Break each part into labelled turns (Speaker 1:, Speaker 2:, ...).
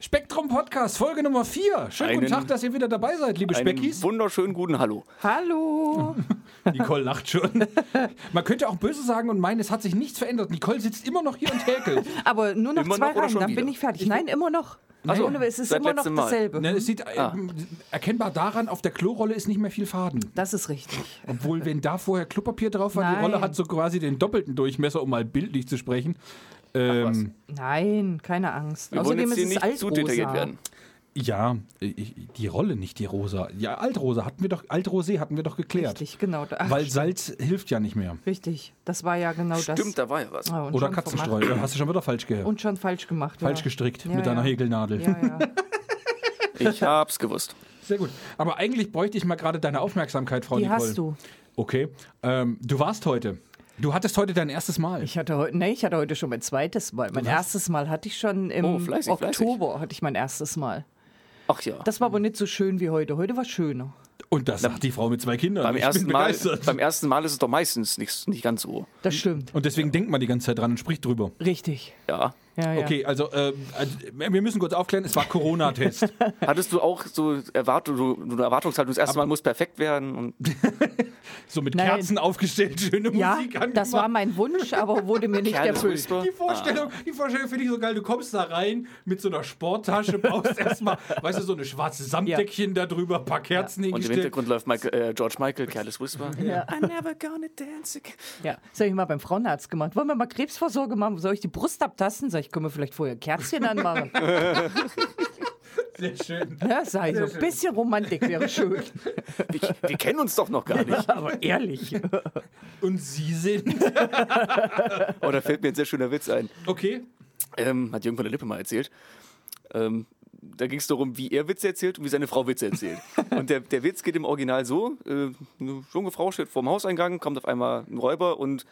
Speaker 1: Spektrum Podcast, Folge Nummer 4. Schönen guten
Speaker 2: Einen-
Speaker 1: Tag, dass ihr wieder dabei seid, liebe
Speaker 2: Einen
Speaker 1: Speckis.
Speaker 2: wunderschönen guten Hallo.
Speaker 3: Hallo.
Speaker 1: Nicole lacht schon. Man könnte auch böse sagen und meinen, es hat sich nichts verändert. Nicole sitzt immer noch hier und häkelt.
Speaker 3: Aber nur noch
Speaker 2: Immer
Speaker 3: zwei
Speaker 2: noch oder
Speaker 3: Reihen,
Speaker 2: schon
Speaker 3: dann
Speaker 2: wieder?
Speaker 3: bin ich fertig. Nein, immer noch.
Speaker 2: so,
Speaker 3: Ohne, es ist
Speaker 2: seit
Speaker 3: immer noch
Speaker 2: letztem Mal.
Speaker 3: dasselbe.
Speaker 1: Ne, es sieht äh, erkennbar daran, auf der Klorolle ist nicht mehr viel Faden.
Speaker 3: Das ist richtig.
Speaker 1: Obwohl, wenn da vorher Klopapier drauf war, die
Speaker 3: Nein.
Speaker 1: Rolle hat so quasi den doppelten Durchmesser, um mal bildlich zu sprechen. Ähm,
Speaker 3: Nein, keine Angst.
Speaker 2: Wir wollen
Speaker 3: Außerdem
Speaker 2: jetzt
Speaker 3: ist
Speaker 2: hier
Speaker 3: es
Speaker 2: nicht zu detailliert
Speaker 3: altrosa.
Speaker 2: werden.
Speaker 1: ja, ich, die Rolle, nicht die Rosa. Ja, Altrose hatten wir doch, Altrosé hatten wir doch geklärt.
Speaker 3: Richtig, genau. Ach,
Speaker 1: Weil Salz hilft ja nicht mehr.
Speaker 3: richtig. Das war ja genau das.
Speaker 2: Stimmt, da war ja was.
Speaker 3: Ah, und
Speaker 1: Oder
Speaker 3: schon
Speaker 1: Katzenstreu.
Speaker 3: vermacht.
Speaker 1: Hast du schon wieder falsch gehört.
Speaker 3: Und schon falsch gemacht.
Speaker 1: falsch
Speaker 3: ja.
Speaker 1: gestrickt
Speaker 3: Ja,
Speaker 1: mit deiner
Speaker 3: ja.
Speaker 1: Häkelnadel.
Speaker 3: Ja, ja.
Speaker 2: Ich hab's gewusst.
Speaker 1: Sehr gut. Aber eigentlich bräuchte ich mal gerade deine Aufmerksamkeit, Frau
Speaker 3: Die
Speaker 1: Nicole.
Speaker 3: hast du.
Speaker 1: Okay. Ähm, du warst heute. Du hattest heute dein erstes Mal.
Speaker 3: Ich hatte heute, nee, ich hatte heute schon mein zweites Mal. Mein
Speaker 1: hast-
Speaker 3: erstes Mal hatte ich schon im
Speaker 2: Oh, fleißig, fleißig.
Speaker 3: Oktober hatte ich mein erstes Mal.
Speaker 2: Ach ja.
Speaker 3: Das war aber nicht so schön wie heute. Heute war schöner.
Speaker 1: Und das sagt die Frau mit zwei Kindern.
Speaker 2: beim,
Speaker 1: ich
Speaker 2: ersten
Speaker 1: bin
Speaker 2: Mal,
Speaker 1: begeistert.
Speaker 2: beim ersten Mal ist es doch meistens nicht, nicht ganz so.
Speaker 3: Das stimmt.
Speaker 1: Und deswegen denkt man die ganze Zeit dran und spricht drüber.
Speaker 3: Richtig.
Speaker 2: Ja.
Speaker 3: Ja, ja.
Speaker 1: Okay, also, ähm, also äh, wir müssen kurz aufklären, es war Corona-Test.
Speaker 2: Hattest du auch so Erwartung, du, du eine Erwartungshaltung, das erste Mal muss perfekt werden und
Speaker 1: so mit
Speaker 3: Nein.
Speaker 1: Kerzen aufgestellt, schöne
Speaker 3: Ja,
Speaker 1: Musik angemacht.
Speaker 3: das war mein Wunsch, aber wurde mir nicht
Speaker 2: Ja, das
Speaker 3: erfüllt.
Speaker 2: wusste ich.
Speaker 1: Die Vorstellung,
Speaker 2: Ah.
Speaker 1: die Vorstellung finde ich so geil. Du kommst da rein mit so einer Sporttasche, baust erstmal, weißt du, so eine schwarze Samtdeckchen da drüber, ein paar Kerzen
Speaker 2: und im
Speaker 1: hingestellt.
Speaker 2: Hintergrund läuft Michael, äh, George Michael, Careless Whisper.
Speaker 3: Ja.
Speaker 2: I'm never gonna dance again.
Speaker 3: Ja, das habe ich mal beim Frauenarzt gemacht. Wollen wir mal Krebsvorsorge machen? Soll ich die Brust abtasten? Sag ich, können wir vielleicht vorher Kerzchen anmachen?
Speaker 1: Sehr schön.
Speaker 3: Ja, sei so. Ein bisschen Romantik wäre schön.
Speaker 2: Wir, wir kennen uns doch noch gar nicht.
Speaker 3: Aber ehrlich.
Speaker 1: Und sie sind.
Speaker 2: Oh, da fällt mir ein sehr schöner Witz ein.
Speaker 1: Okay.
Speaker 2: Ähm, hat Jürgen von der Lippe mal erzählt. Ähm, da ging es darum, wie er Witze erzählt und wie seine Frau Witze erzählt. Und der, der Witz geht im Original so: äh, Eine junge Frau steht vorm Hauseingang, kommt auf einmal ein Räuber und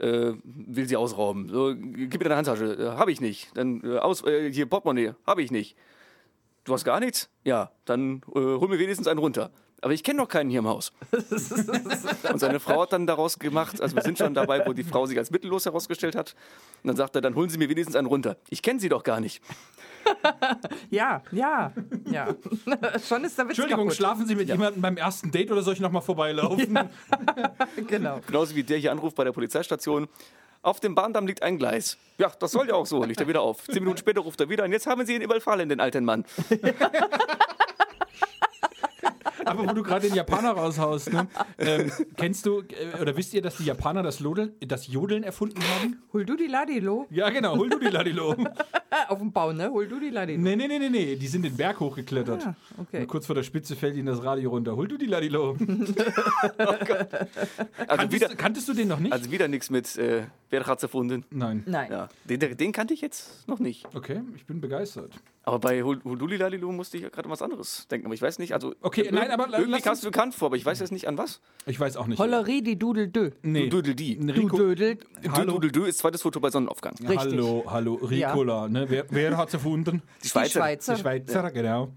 Speaker 2: äh, will sie ausrauben. So, gib mir deine Handtasche. Äh, hab ich nicht. Dann äh, aus, äh, hier Portemonnaie. Hab ich nicht. Du hast gar nichts? Ja, dann äh, hol mir wenigstens einen runter. Aber ich kenne noch keinen hier im Haus. Und seine Frau hat dann daraus gemacht, also wir sind schon dabei, wo die Frau sich als mittellos herausgestellt hat. Und dann sagt er, dann holen Sie mir wenigstens einen runter. Ich kenne Sie doch gar nicht.
Speaker 3: Ja, ja, ja. Schon ist der Witz
Speaker 1: Entschuldigung,
Speaker 3: kaputt.
Speaker 1: schlafen Sie mit jemandem beim ersten Date oder soll ich nochmal vorbeilaufen?
Speaker 3: Genau.
Speaker 2: Genauso wie der hier anruft bei der Polizeistation. Auf dem Bahndamm liegt ein Gleis. Ja, das soll ja auch so. Liegt er wieder auf. Zehn Minuten später ruft er wieder an. Jetzt haben Sie ihn überfallen, den alten Mann.
Speaker 1: Aber wo du gerade den Japaner raushaust, ne? ähm, kennst du äh, oder wisst ihr, dass die Japaner das, Lodel, das Jodeln erfunden haben?
Speaker 3: Hol du die Ladilo.
Speaker 1: Ja, genau. Hol du die Ladilo.
Speaker 3: Äh, auf dem Bau, ne? Hol du die Ladilo.
Speaker 1: Nee, nee, nee, nee, nee. Die sind den Berg hochgeklettert.
Speaker 3: Ah, okay.
Speaker 1: Und kurz vor der Spitze fällt ihnen das Radio runter. Hol du die Ladilo.
Speaker 2: Also wieder,
Speaker 1: Kanntest, kanntest du den noch nicht?
Speaker 2: also wieder nichts mit, äh, wer hat's erfunden?
Speaker 1: Nein.
Speaker 3: Nein.
Speaker 2: Ja, den, den kannte ich jetzt noch nicht.
Speaker 1: Okay, ich bin begeistert.
Speaker 2: Aber bei Hul- Hululilalilu musste ich ja gerade an was anderes denken. Aber ich weiß nicht, also.
Speaker 1: Okay,
Speaker 2: irgendwie-
Speaker 1: nein, aber la-
Speaker 2: Irgendwie
Speaker 1: lass
Speaker 2: kamst du bekannt vor, aber ich weiß jetzt nicht an was.
Speaker 1: Ich weiß auch nicht.
Speaker 3: Hollerie, die Dudel Dö.
Speaker 1: Nee.
Speaker 2: Du Dödeldie.
Speaker 3: Du
Speaker 1: Rico,
Speaker 3: Dödel.
Speaker 1: Hallo.
Speaker 2: Hallo. Du ist zweites Foto bei Sonnenaufgang.
Speaker 3: Richtig.
Speaker 1: hallo, hallo, Ricola. Ne? Wer, wer hat's erfunden?
Speaker 2: Die
Speaker 3: Die
Speaker 2: Schweizer.
Speaker 3: Schweizer.
Speaker 1: Die Schweizer, genau.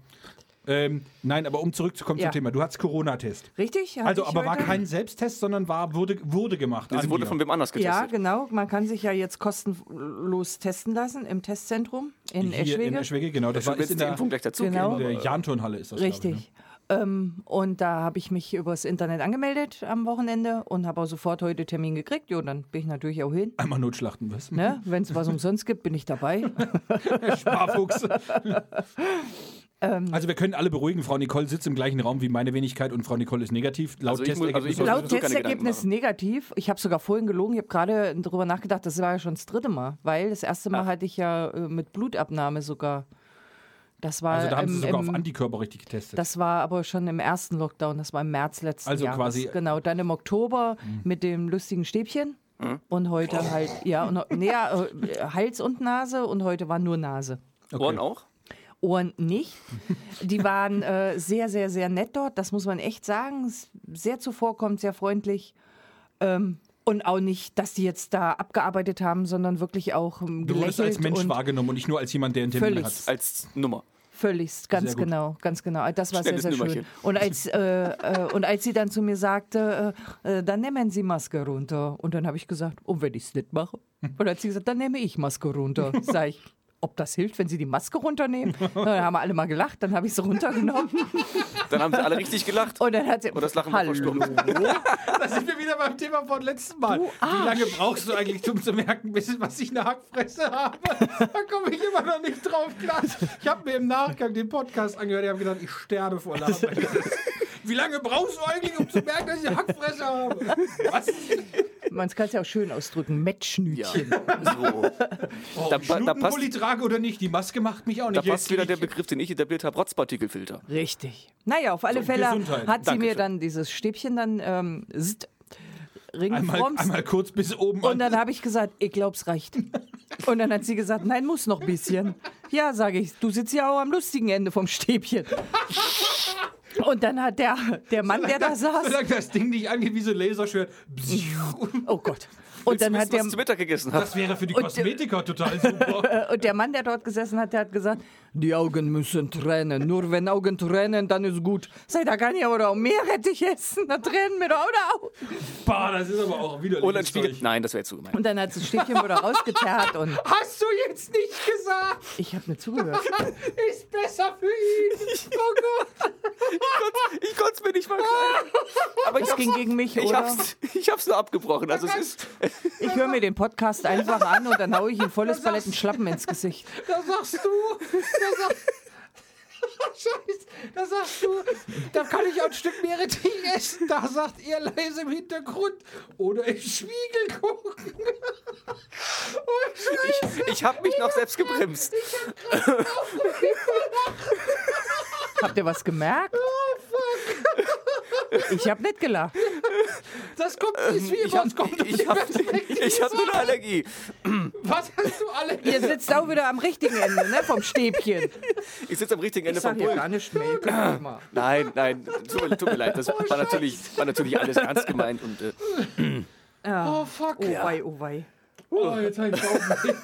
Speaker 1: Ähm, nein, aber um zurückzukommen
Speaker 3: Ja.
Speaker 1: zum Thema. Du hattest Corona-Test.
Speaker 3: Richtig? Hatte
Speaker 1: Also,
Speaker 3: ich
Speaker 1: aber war
Speaker 3: heute?
Speaker 1: kein Selbsttest, sondern war, wurde, wurde gemacht.
Speaker 2: Sie
Speaker 1: an
Speaker 2: wurde
Speaker 1: dir.
Speaker 2: von wem anders
Speaker 3: Ja,
Speaker 2: getestet.
Speaker 3: genau. Man kann sich ja jetzt kostenlos testen lassen im Testzentrum in
Speaker 1: Hier
Speaker 3: Eschwege.
Speaker 1: in Eschwege, genau. Das war ist
Speaker 2: Willst du
Speaker 1: in
Speaker 2: die
Speaker 1: der,
Speaker 2: Impfung gleich dazu
Speaker 3: Genau.
Speaker 1: in der Jahnturnhalle ist das,
Speaker 3: Richtig.
Speaker 1: Glaube ich, ne?
Speaker 3: ähm, und da habe ich mich übers Internet angemeldet am Wochenende und habe auch sofort heute Termin gekriegt. Jo, dann bin ich natürlich auch hin.
Speaker 1: Einmal Notschlachten, was?
Speaker 3: Ne? Wenn es was umsonst gibt, bin ich dabei.
Speaker 1: Sparfuchs.
Speaker 3: Ähm.
Speaker 1: Also wir können alle beruhigen, Frau Nicole sitzt im gleichen Raum wie meine Wenigkeit und Frau Nicole ist negativ. Laut
Speaker 2: Also ich muss- also ich
Speaker 1: Testergebnis
Speaker 2: muss-
Speaker 3: Laut
Speaker 2: du keine Gedanken
Speaker 3: Testergebnis
Speaker 2: machen.
Speaker 3: negativ. Ich habe sogar vorhin gelogen. Ich habe gerade darüber nachgedacht, das war ja schon das dritte Mal, weil das erste Mal hatte ich ja äh, mit Blutabnahme sogar. Das war,
Speaker 1: also da haben
Speaker 3: im,
Speaker 1: sie sogar
Speaker 3: äh, im,
Speaker 1: auf Antikörper richtig getestet.
Speaker 3: Das war aber schon im ersten Lockdown, das war im März letzten
Speaker 1: Also
Speaker 3: Jahres.
Speaker 1: quasi- Mhm.
Speaker 3: Genau, dann im Oktober mit dem lustigen Stäbchen. Und heute halt, ja, und, nee, ja, äh, Hals und Nase und heute war nur Nase.
Speaker 2: Ohren auch?
Speaker 3: Ohren nicht. Die waren äh, sehr, sehr, sehr nett dort, das muss man echt sagen. S- Sehr zuvorkommend, sehr freundlich. Ähm, und auch nicht, dass die jetzt da abgearbeitet haben, sondern wirklich auch ähm,
Speaker 1: du wurdest als
Speaker 3: gelächelt
Speaker 1: Mensch
Speaker 3: und
Speaker 1: wahrgenommen und nicht nur als jemand, der einen Termin
Speaker 3: Völlig.
Speaker 1: hat.
Speaker 2: Als Nummer.
Speaker 3: Völlig, ganz
Speaker 1: gut.
Speaker 3: genau, ganz genau. Das war
Speaker 2: Schnelles
Speaker 3: sehr, sehr schön.
Speaker 2: Nümmerchen.
Speaker 3: Und als, äh, äh, und als sie dann zu mir sagte, äh, äh, dann nehmen Sie Maske runter. Und dann habe ich gesagt, und wenn ich es nicht mache? Und dann hat sie gesagt, dann nehme ich Maske runter. Sag ich, ob das hilft, wenn sie die Maske runternehmen. Na, dann haben wir alle mal gelacht, dann habe ich sie runtergenommen.
Speaker 2: Dann haben sie alle richtig gelacht.
Speaker 3: Und dann hat sie.
Speaker 2: Und Oh, das Lachen war
Speaker 3: Hallo.
Speaker 2: verstummt.
Speaker 1: Da sind wir wieder beim Thema von letzten Mal. Wie lange brauchst du eigentlich, um zu merken, bis- was ich eine Hackfresse habe? Da komme ich immer noch nicht drauf klar. Ich habe mir im Nachgang den Podcast angehört. Ich habe gedacht, ich sterbe vor Lachen. Wie lange brauchst du eigentlich, um zu merken, dass ich eine Hackfresse habe? Was?
Speaker 3: Man kann es ja auch schön ausdrücken:
Speaker 2: Ja,
Speaker 3: Mettschnütchen.
Speaker 2: so.
Speaker 1: Oh,
Speaker 2: Da
Speaker 1: da,
Speaker 2: pa- da passt-
Speaker 1: trage oder nicht, die Maske macht mich auch nicht.
Speaker 2: Da passt
Speaker 1: hässlich.
Speaker 2: wieder der Begriff, den ich etabliert habe, Rotzpartikelfilter.
Speaker 3: Richtig. Naja, auf alle
Speaker 1: So,
Speaker 3: Fälle
Speaker 1: Gesundheit.
Speaker 3: hat sie mir
Speaker 2: Dankeschön.
Speaker 3: dann dieses Stäbchen dann ähm, zzt,
Speaker 1: einmal,
Speaker 3: ringfromst.
Speaker 1: einmal kurz bis oben.
Speaker 3: Und dann habe ich gesagt, ich glaub's reicht. Und dann hat sie gesagt, nein, muss noch ein bisschen. Ja, sage ich, du sitzt ja auch am lustigen Ende vom Stäbchen. Und dann hat der, der Mann, der da saß,
Speaker 1: Solange das Ding nicht angeht wie so ein Laserschwert.
Speaker 3: oh Gott. Und dann hat
Speaker 2: Willst du wissen, was
Speaker 3: der,
Speaker 2: ich zu Mittag gegessen habe.
Speaker 1: Das wäre für die
Speaker 3: Und- äh,
Speaker 1: Kosmetiker total super.
Speaker 3: und äh, der Mann, der dort gesessen hat, der hat gesagt, die Augen müssen tränen. Nur wenn Augen tränen, dann ist gut. Sei da gar nicht, oder auch mehr hätte ich essen. Da tränen mir doch auch. noch.
Speaker 1: Bah, das ist aber auch wieder
Speaker 2: Oder ein Spiegel. Nein, das wäre zu gemein.
Speaker 3: Und dann hat sie das Stäbchen wieder rausgezerrt und
Speaker 1: Hast du jetzt nicht gesagt?
Speaker 3: ich habe mir zugehört.
Speaker 1: Ist besser für ihn. Oh Gott.
Speaker 2: Ich konnte es mir nicht mal erklären. Aber ich
Speaker 3: Das
Speaker 2: hab's,
Speaker 3: ging gegen mich,
Speaker 2: ich
Speaker 3: oder?
Speaker 2: hab's, ich hab's nur abgebrochen. Also es ist,
Speaker 3: Ich höre mir den Podcast einfach an und dann haue ich ihm volles Paletten Schlappen ins Gesicht.
Speaker 1: Da sagst du. Da sagst Scheiße, da sagst du, da kann ich auch ein Stück Meerrettich essen. Da sagt er leise im Hintergrund. Oder im Spiegel gucken. Oh, Scheiße.
Speaker 2: ich habe mich noch selbst gebremst.
Speaker 3: Habt ihr was gemerkt?
Speaker 1: Oh,
Speaker 3: Ich habe nicht gelacht. Ähm,
Speaker 1: Das kommt nicht wie
Speaker 2: Ich
Speaker 1: immer.
Speaker 2: hab,
Speaker 1: Das kommt
Speaker 2: ich hab, ich hab nur eine Allergie.
Speaker 1: Was hast du alle
Speaker 3: Ihr sitzt auch wieder am richtigen Ende, ne? Vom Stäbchen.
Speaker 2: Ich sitze am richtigen Ende
Speaker 3: Ich
Speaker 2: vom
Speaker 3: sag ja gar
Speaker 2: Pult.
Speaker 3: nicht mehr. ich guck mal.
Speaker 2: Nein, nein, tut mir, tut mir leid. Das war natürlich, war natürlich alles ernst gemeint. Und, äh,
Speaker 1: Oh, fuck.
Speaker 3: Oh wei, oh wei.
Speaker 1: Oh, jetzt habe ich Bauchweh.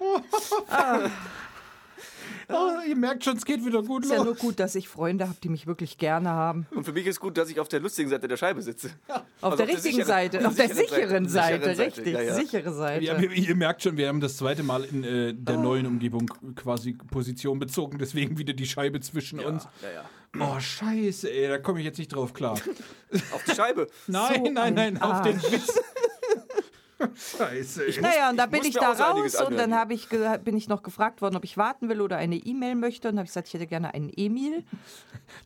Speaker 1: Oh, fuck. oh, ihr merkt schon, es geht wieder gut
Speaker 3: Ah. Ist ja
Speaker 1: los.
Speaker 3: nur gut, dass ich Freunde habe, die mich wirklich gerne haben.
Speaker 2: und für mich ist gut, dass ich auf der lustigen Seite der Scheibe sitze.
Speaker 3: Auf
Speaker 2: Also
Speaker 3: der richtigen
Speaker 2: sicheren-
Speaker 3: Seite, auf der sicheren Seite,
Speaker 2: sicheren
Speaker 3: richtig,
Speaker 2: ja, ja.
Speaker 3: sichere Seite.
Speaker 1: Ja, wir- ihr merkt schon, wir haben das zweite Mal in äh, der
Speaker 3: Oh.
Speaker 1: neuen Umgebung quasi Position bezogen, deswegen wieder die Scheibe zwischen uns.
Speaker 2: Ja, ja.
Speaker 1: Oh, scheiße, ey, da komme ich jetzt nicht drauf klar.
Speaker 2: Auf die Scheibe.
Speaker 1: Nein, nein,
Speaker 3: ein
Speaker 1: nein, auf den
Speaker 3: Arsch.
Speaker 1: Witz. scheiße, ey.
Speaker 3: Naja, und da bin
Speaker 2: muss
Speaker 3: ich
Speaker 2: mir
Speaker 3: da
Speaker 2: auch so einiges
Speaker 3: raus und dann
Speaker 2: anhören.
Speaker 3: hab ich ge- bin ich noch gefragt worden, ob ich warten will oder eine E-Mail möchte. Und habe ich gesagt, ich hätte gerne einen Emil.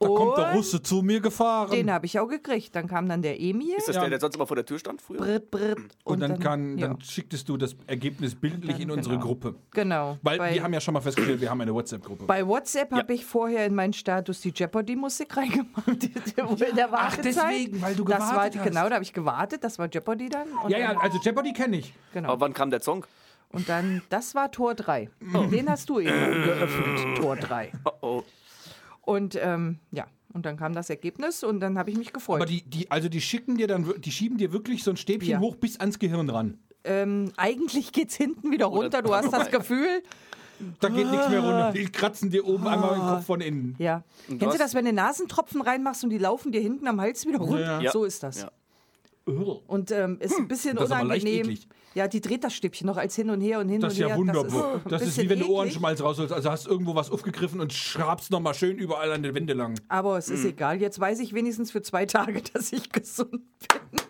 Speaker 1: Da kommt der
Speaker 3: Und
Speaker 1: Russe zu mir gefahren.
Speaker 3: Den habe ich auch gekriegt. Dann kam dann der Emil.
Speaker 2: Ist das
Speaker 1: Ja.
Speaker 2: der, der sonst immer vor der Tür stand früher?
Speaker 3: Britt, Britt.
Speaker 1: und dann, kann,
Speaker 3: ja.
Speaker 1: dann schicktest du das Ergebnis bildlich
Speaker 3: dann-
Speaker 1: in unsere
Speaker 3: genau.
Speaker 1: Gruppe.
Speaker 3: Genau.
Speaker 1: Weil
Speaker 3: bei,
Speaker 1: wir haben ja schon mal festgestellt, wir haben eine WhatsApp-Gruppe.
Speaker 3: bei WhatsApp habe ich vorher in meinen Status die Jeopardy-Musik reingemacht. die- die- in der
Speaker 1: ach,
Speaker 3: Wartezeit.
Speaker 1: deswegen, weil du
Speaker 3: das war,
Speaker 1: gewartet hast.
Speaker 3: Genau, da habe ich gewartet. Das war Jeopardy dann. Und
Speaker 1: Ja, ja,
Speaker 3: dann,
Speaker 1: also Jeopardy kenne ich.
Speaker 3: genau.
Speaker 2: Aber wann kam der Song?
Speaker 3: Und dann, das war Tor 3.
Speaker 1: Oh.
Speaker 3: Den hast du eben geöffnet, Tor 3.
Speaker 2: Oh, oh.
Speaker 3: Und ähm, ja, und dann kam das Ergebnis und dann habe ich mich gefreut.
Speaker 1: Aber die, die, also die schicken dir dann, wir- die schieben dir wirklich so ein Stäbchen
Speaker 3: Ja.
Speaker 1: hoch bis ans Gehirn ran.
Speaker 3: ähm, eigentlich geht's hinten wieder runter, du hast das Gefühl.
Speaker 1: Da geht nichts mehr runter. Die kratzen dir oben einmal den Kopf von innen.
Speaker 3: Ja.
Speaker 2: Und
Speaker 3: Kennst du
Speaker 2: was?
Speaker 3: das, wenn du Nasentropfen reinmachst und die laufen dir hinten am Hals wieder runter?
Speaker 1: Ja.
Speaker 3: So ist das.
Speaker 2: Ja.
Speaker 1: Irr.
Speaker 3: Und ähm, ist ein bisschen
Speaker 1: Das ist aber leicht
Speaker 3: unangenehm.
Speaker 1: eklig.
Speaker 3: Ja, die dreht das Stäbchen noch als hin und her und hin
Speaker 1: Das ist
Speaker 3: und her.
Speaker 1: ja wunderbar.
Speaker 3: ein
Speaker 1: Das ist, wie
Speaker 3: bisschen
Speaker 1: wenn du
Speaker 3: eklig,
Speaker 1: Ohrenschmalz rausholst. Also hast irgendwo was aufgegriffen und schrabst nochmal schön überall an den Wände lang.
Speaker 3: Aber es
Speaker 1: Hm.
Speaker 3: ist egal. Jetzt weiß ich wenigstens für zwei Tage, dass ich gesund bin.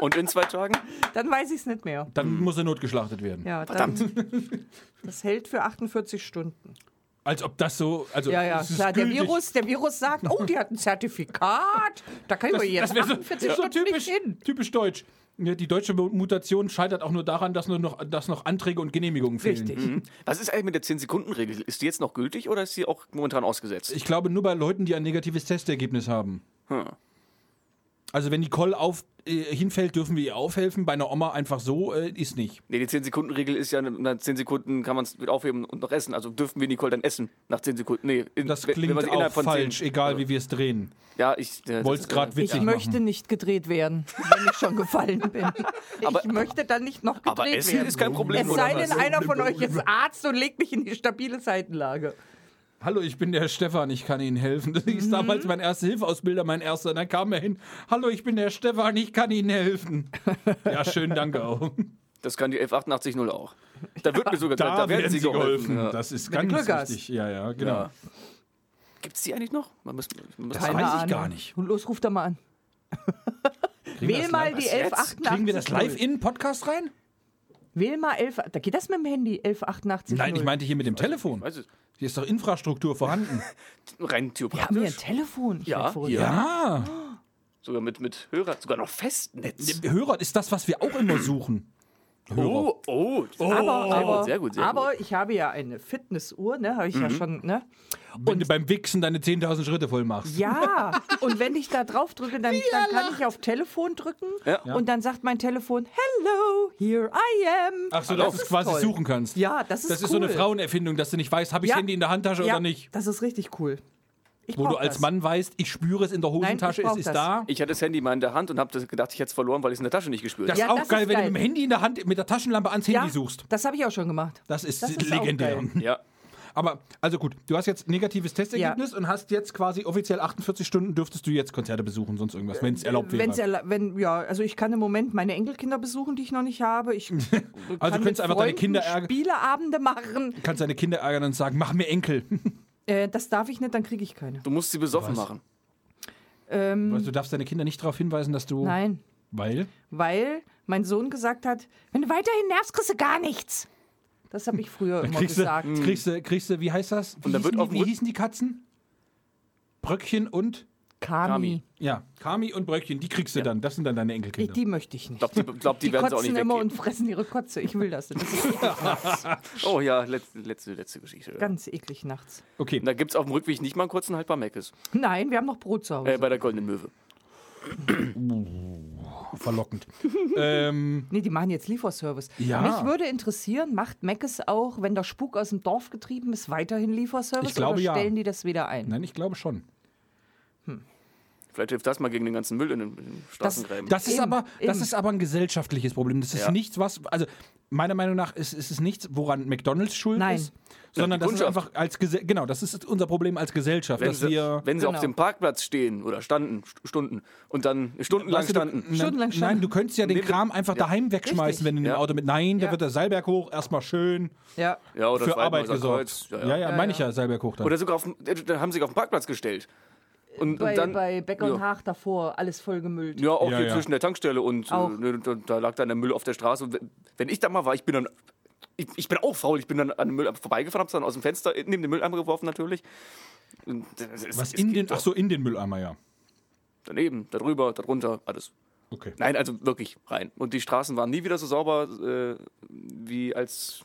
Speaker 2: Und in zwei Tagen?
Speaker 3: Dann weiß ich es nicht mehr.
Speaker 1: Dann muss er notgeschlachtet werden.
Speaker 3: Ja, Dann, das hält für 48 Stunden.
Speaker 1: Als ob das so. Also
Speaker 3: Ja, ja,
Speaker 1: es ist
Speaker 3: klar. Der
Speaker 1: gültig.
Speaker 3: Virus, der Virus sagt, oh, die hat ein Zertifikat. Da können wir jetzt
Speaker 1: Das wäre so, das
Speaker 3: 48
Speaker 1: wär so
Speaker 3: Stunden
Speaker 1: typisch,
Speaker 3: nicht hin.
Speaker 1: typisch deutsch. Ja, die deutsche Mutation scheitert auch nur daran, dass, nur noch, dass noch Anträge und Genehmigungen fehlen.
Speaker 3: Richtig.
Speaker 2: Hm? Was ist eigentlich mit der 10-Sekunden-Regel? Ist die jetzt noch gültig oder ist die auch momentan ausgesetzt?
Speaker 1: Ich glaube nur bei Leuten, die ein negatives Testergebnis haben. Also wenn Nicole auf, äh, hinfällt, dürfen wir ihr aufhelfen. Bei einer Oma einfach so äh, ist nicht.
Speaker 2: nee, die 10-Sekunden-Regel ist ja, nach 10 Sekunden kann man es wieder aufheben und noch essen. Also dürfen wir Nicole dann essen nach 10 Sekunden? Nee, in,
Speaker 1: Das
Speaker 2: wenn- wenn
Speaker 1: klingt
Speaker 2: man sie
Speaker 1: auch
Speaker 2: innerhalb von
Speaker 1: falsch,
Speaker 2: 10
Speaker 1: egal wie wir es drehen.
Speaker 2: Ja, ich. Äh,
Speaker 1: Wollt's
Speaker 2: das-
Speaker 1: grad witzig
Speaker 3: Ich möchte
Speaker 1: machen.
Speaker 3: nicht gedreht werden, wenn ich schon gefallen bin.
Speaker 2: Aber-
Speaker 3: ich möchte dann nicht noch gedreht
Speaker 2: Aber Essen
Speaker 3: werden.
Speaker 2: ist kein Problem,
Speaker 3: Es
Speaker 2: oder Also,
Speaker 3: sei
Speaker 2: was?
Speaker 3: denn, einer von euch ist Arzt und legt mich in die stabile Seitenlage.
Speaker 1: Hallo, ich bin der Stefan, ich kann Ihnen helfen. Das hieß damals
Speaker 3: Mhm.
Speaker 1: mein erster Hilfeausbilder, mein erster. Und dann kam er hin. Hallo, ich bin der Stefan, ich kann Ihnen helfen. Ja, schön, danke auch.
Speaker 2: Das kann die 1188.0 auch. Da wird mir sogar
Speaker 1: Da,
Speaker 2: da
Speaker 1: werden sie geholfen.
Speaker 2: Ja.
Speaker 1: Das ist
Speaker 3: Wenn du
Speaker 1: ganz
Speaker 3: Glück hast.
Speaker 1: wichtig. Ja, ja, genau.
Speaker 2: Ja. Gibt es die eigentlich noch? Man muss, man muss
Speaker 1: Keine weiß ich gar nicht.
Speaker 3: Und los, ruf da mal an.
Speaker 1: Kriegen wir
Speaker 3: Wähl
Speaker 1: das
Speaker 3: mal
Speaker 1: live-
Speaker 3: die
Speaker 2: Was, jetzt?
Speaker 3: 1188.
Speaker 1: Kriegen wir das live in den Podcast rein?
Speaker 3: Wähl mal 11. Da geht das mit dem Handy 1188.
Speaker 1: Nein, ich meinte hier mit dem Telefon.
Speaker 2: Weiß es.
Speaker 1: Hier ist doch Infrastruktur vorhanden.
Speaker 2: Rein
Speaker 3: Wir haben hier ein
Speaker 2: theoretisch.
Speaker 3: Telefon. Ich
Speaker 2: Ja,
Speaker 3: werd verrückt.
Speaker 2: hier.
Speaker 1: Ja.
Speaker 2: sogar mit, mit Hörer, sogar noch Festnetz.
Speaker 1: Hörer ist das, was wir auch immer suchen. Hörer.
Speaker 2: Oh, oh.
Speaker 3: Aber,
Speaker 2: sehr
Speaker 3: aber,
Speaker 2: gut, sehr gut, Mhm. sehr
Speaker 3: aber
Speaker 2: gut.
Speaker 3: ich habe ja eine Fitnessuhr, ne? Habe ich ja schon, ne?
Speaker 1: Wenn du beim Wichsen deine 10.000 Schritte voll machst.
Speaker 3: Ja, und wenn ich da drauf drücke, dann, dann kann ich auf Telefon drücken
Speaker 2: Ja.
Speaker 3: und dann sagt mein Telefon, hello, here I am.
Speaker 1: Ach so, dass du es quasi
Speaker 3: toll.
Speaker 1: suchen kannst.
Speaker 3: Ja, das ist
Speaker 1: Das ist
Speaker 3: cool.
Speaker 1: so eine Frauenerfindung, dass du nicht weißt, habe ich
Speaker 3: Ja.
Speaker 1: Handy in der Handtasche
Speaker 3: ja,
Speaker 1: oder nicht.
Speaker 3: das ist richtig cool. Ich
Speaker 1: Wo du
Speaker 3: brauch
Speaker 1: als
Speaker 3: das.
Speaker 1: Mann weißt, ich spüre es in der Hosentasche,
Speaker 3: brauch
Speaker 1: es ist
Speaker 3: das.
Speaker 1: da.
Speaker 2: Ich hatte das Handy mal in der Hand und habe gedacht, ich hätte es verloren, weil ich es in der Tasche nicht gespürt
Speaker 1: Das
Speaker 2: habe.
Speaker 3: Ja,
Speaker 1: ist auch
Speaker 3: das
Speaker 1: geil,
Speaker 3: ist
Speaker 1: wenn
Speaker 3: geil.
Speaker 1: du mit dem Handy in der Hand, mit der Taschenlampe ans Handy
Speaker 3: ja,
Speaker 1: suchst.
Speaker 3: das habe ich auch schon gemacht.
Speaker 1: Das ist,
Speaker 3: Das ist auch
Speaker 1: legendär.
Speaker 3: geil.
Speaker 2: Ja.
Speaker 1: Aber, also gut, du hast jetzt negatives Testergebnis und hast jetzt quasi offiziell 48 Stunden dürftest du jetzt Konzerte besuchen, sonst irgendwas, wenn es erlaubt wäre.
Speaker 3: Äh, Wenn's erla wenn, ja, also ich kann im Moment meine Enkelkinder besuchen, die ich noch nicht habe. Ich also
Speaker 1: also du könntest einfach deine Kinder ärgern,
Speaker 3: Spieleabende machen.
Speaker 1: kannst deine Kinder ärgern und sagen, mach mir Enkel.
Speaker 3: Äh, das darf ich nicht, dann kriege ich keine.
Speaker 2: Du musst sie besoffen machen.
Speaker 3: Ähm,
Speaker 1: Also du darfst deine Kinder nicht darauf hinweisen, dass du.
Speaker 3: nein,
Speaker 1: Weil?
Speaker 3: weil mein Sohn gesagt hat, wenn du weiterhin nervst, kriegst du gar nichts. Das habe ich früher immer
Speaker 1: Kriegst du,
Speaker 3: gesagt.
Speaker 2: Hm,
Speaker 1: kriegst, du, kriegst du, wie heißt das? Wie,
Speaker 2: Und dann wird
Speaker 1: hießen,
Speaker 2: auf
Speaker 1: die,
Speaker 2: dem
Speaker 1: wie
Speaker 2: Rücken-
Speaker 1: hießen die Katzen? Bröckchen und.
Speaker 3: Kami.
Speaker 2: Kami.
Speaker 1: Ja, Kami und Bröckchen, die kriegst du dann. Das sind dann deine
Speaker 3: Ich,
Speaker 1: Enkelkinder.
Speaker 3: die möchte ich
Speaker 2: Ich
Speaker 3: nicht.
Speaker 2: glaube, die, glaub, die,
Speaker 3: Die
Speaker 2: werden sie auch
Speaker 3: kotzen
Speaker 2: nicht
Speaker 3: immer
Speaker 2: weggeben.
Speaker 3: und fressen ihre Kotze. Ich will das nicht. Das ist
Speaker 2: Oh ja, letzte, letzte, letzte Geschichte. Und
Speaker 3: ganz eklig nachts.
Speaker 1: okay.
Speaker 2: da gibt es auf dem Rückweg nicht mal einen kurzen Halt haltbar Meckes.
Speaker 3: Nein, wir haben noch Brot zu Hause.
Speaker 2: Äh, bei der Goldenen Möwe.
Speaker 1: verlockend. ähm,
Speaker 3: Nee, die machen jetzt Lieferservice.
Speaker 1: Ja.
Speaker 3: Mich würde interessieren, macht Meckes auch, wenn der Spuk aus dem Dorf getrieben ist, weiterhin Lieferservice
Speaker 1: Ich glaube,
Speaker 3: oder
Speaker 1: ja.
Speaker 3: stellen die das wieder
Speaker 2: Ne.
Speaker 3: ein?
Speaker 1: nein, ich glaube schon.
Speaker 2: Vielleicht hilft das mal gegen den ganzen Müll in den, in den Straßengräben.
Speaker 1: Das ist,
Speaker 3: Eben,
Speaker 1: aber, das
Speaker 3: eben.
Speaker 1: ist aber ein gesellschaftliches Problem. Das ist
Speaker 2: Ja.
Speaker 1: nichts, was. Also, meiner Meinung nach ist, ist es nichts, woran McDonalds schuld
Speaker 3: Nein.
Speaker 1: ist. Sondern
Speaker 2: die
Speaker 1: das ist
Speaker 2: Kundschaft.
Speaker 1: einfach als Gese Genau, das ist unser Problem als Gesellschaft,
Speaker 2: wenn
Speaker 1: dass
Speaker 2: sie,
Speaker 1: wir.
Speaker 2: wenn sie
Speaker 3: Genau.
Speaker 2: auf dem Parkplatz stehen oder standen, St- Stunden, und dann stundenlang
Speaker 1: Weißt du,
Speaker 2: standen.
Speaker 1: Du,
Speaker 3: Stundenlang
Speaker 1: nein,
Speaker 3: schon.
Speaker 1: nein, du könntest ja den
Speaker 2: Nee, wir-
Speaker 1: Kram einfach daheim wegschmeißen,
Speaker 3: Richtig.
Speaker 1: wenn du in dem
Speaker 2: Ja.
Speaker 1: Auto mit. Nein, da
Speaker 3: Ja.
Speaker 1: wird der Seilberg hoch, erstmal schön
Speaker 3: Ja.
Speaker 2: ja, oder
Speaker 1: für
Speaker 2: Schweidenhäuser
Speaker 1: Arbeit gesorgt.
Speaker 2: Kreuz.
Speaker 1: Ja,
Speaker 2: Ja,
Speaker 1: ja,
Speaker 2: ja.
Speaker 1: meine ich
Speaker 3: ja.
Speaker 1: ja, Seilberg hoch dann.
Speaker 2: Oder sogar auf dem, äh, dann haben sie auf den Parkplatz gestellt. Und,
Speaker 3: Bei,
Speaker 2: und dann,
Speaker 3: bei Becker und
Speaker 2: ja.
Speaker 3: Haag davor, alles vollgemüllt.
Speaker 2: Ja, auch
Speaker 1: Ja,
Speaker 2: hier
Speaker 1: ja.
Speaker 2: zwischen der Tankstelle und äh,
Speaker 3: Auch.
Speaker 2: ne, da, da lag dann der Müll auf der Straße. Und wenn- wenn ich da mal war, ich bin dann. Ich, ich bin auch faul, ich bin dann an dem Müll vorbeigefahren, hab's dann aus dem Fenster äh, neben den Mülleimer geworfen natürlich. Und das ist-
Speaker 1: Was
Speaker 2: es
Speaker 1: in
Speaker 2: geht
Speaker 1: den.
Speaker 2: doch.
Speaker 1: Ach so, in den Mülleimer, ja.
Speaker 2: Daneben, darüber, darunter, alles.
Speaker 1: Okay.
Speaker 2: Nein, also wirklich rein. Und die Straßen waren nie wieder so sauber, äh, wie als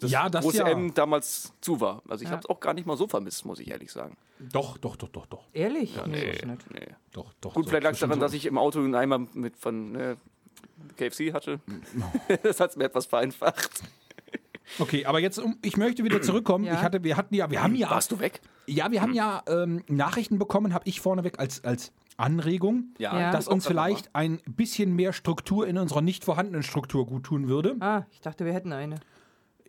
Speaker 2: das
Speaker 1: Ja, das
Speaker 2: große
Speaker 1: ja.
Speaker 2: M damals zu war. Also ich
Speaker 3: Ja.
Speaker 2: hab's auch gar nicht mal so vermisst, muss ich ehrlich sagen.
Speaker 1: Doch, doch, doch, doch, doch.
Speaker 3: Ehrlich? nee. das ist nicht.
Speaker 2: Nee.
Speaker 1: doch, doch
Speaker 2: Gut,
Speaker 1: doch.
Speaker 2: vielleicht lag es daran,
Speaker 1: Also, Zwischen-
Speaker 2: dass ich im Auto einen Eimer mit von ne, KFC hatte. das hat es mir etwas vereinfacht.
Speaker 1: Okay, aber jetzt, um- ich möchte wieder zurückkommen.
Speaker 3: Ja.
Speaker 1: Ich hatte, wir hatten ja, wir haben ja,
Speaker 2: Warst du weg?
Speaker 1: ja, wir haben ja ähm, Nachrichten bekommen, habe ich vorneweg als, als Anregung,
Speaker 3: Ja.
Speaker 1: dass uns vielleicht ein bisschen mehr Struktur in unserer nicht vorhandenen Struktur gut tun würde.
Speaker 3: Ah, ich dachte, wir hätten eine.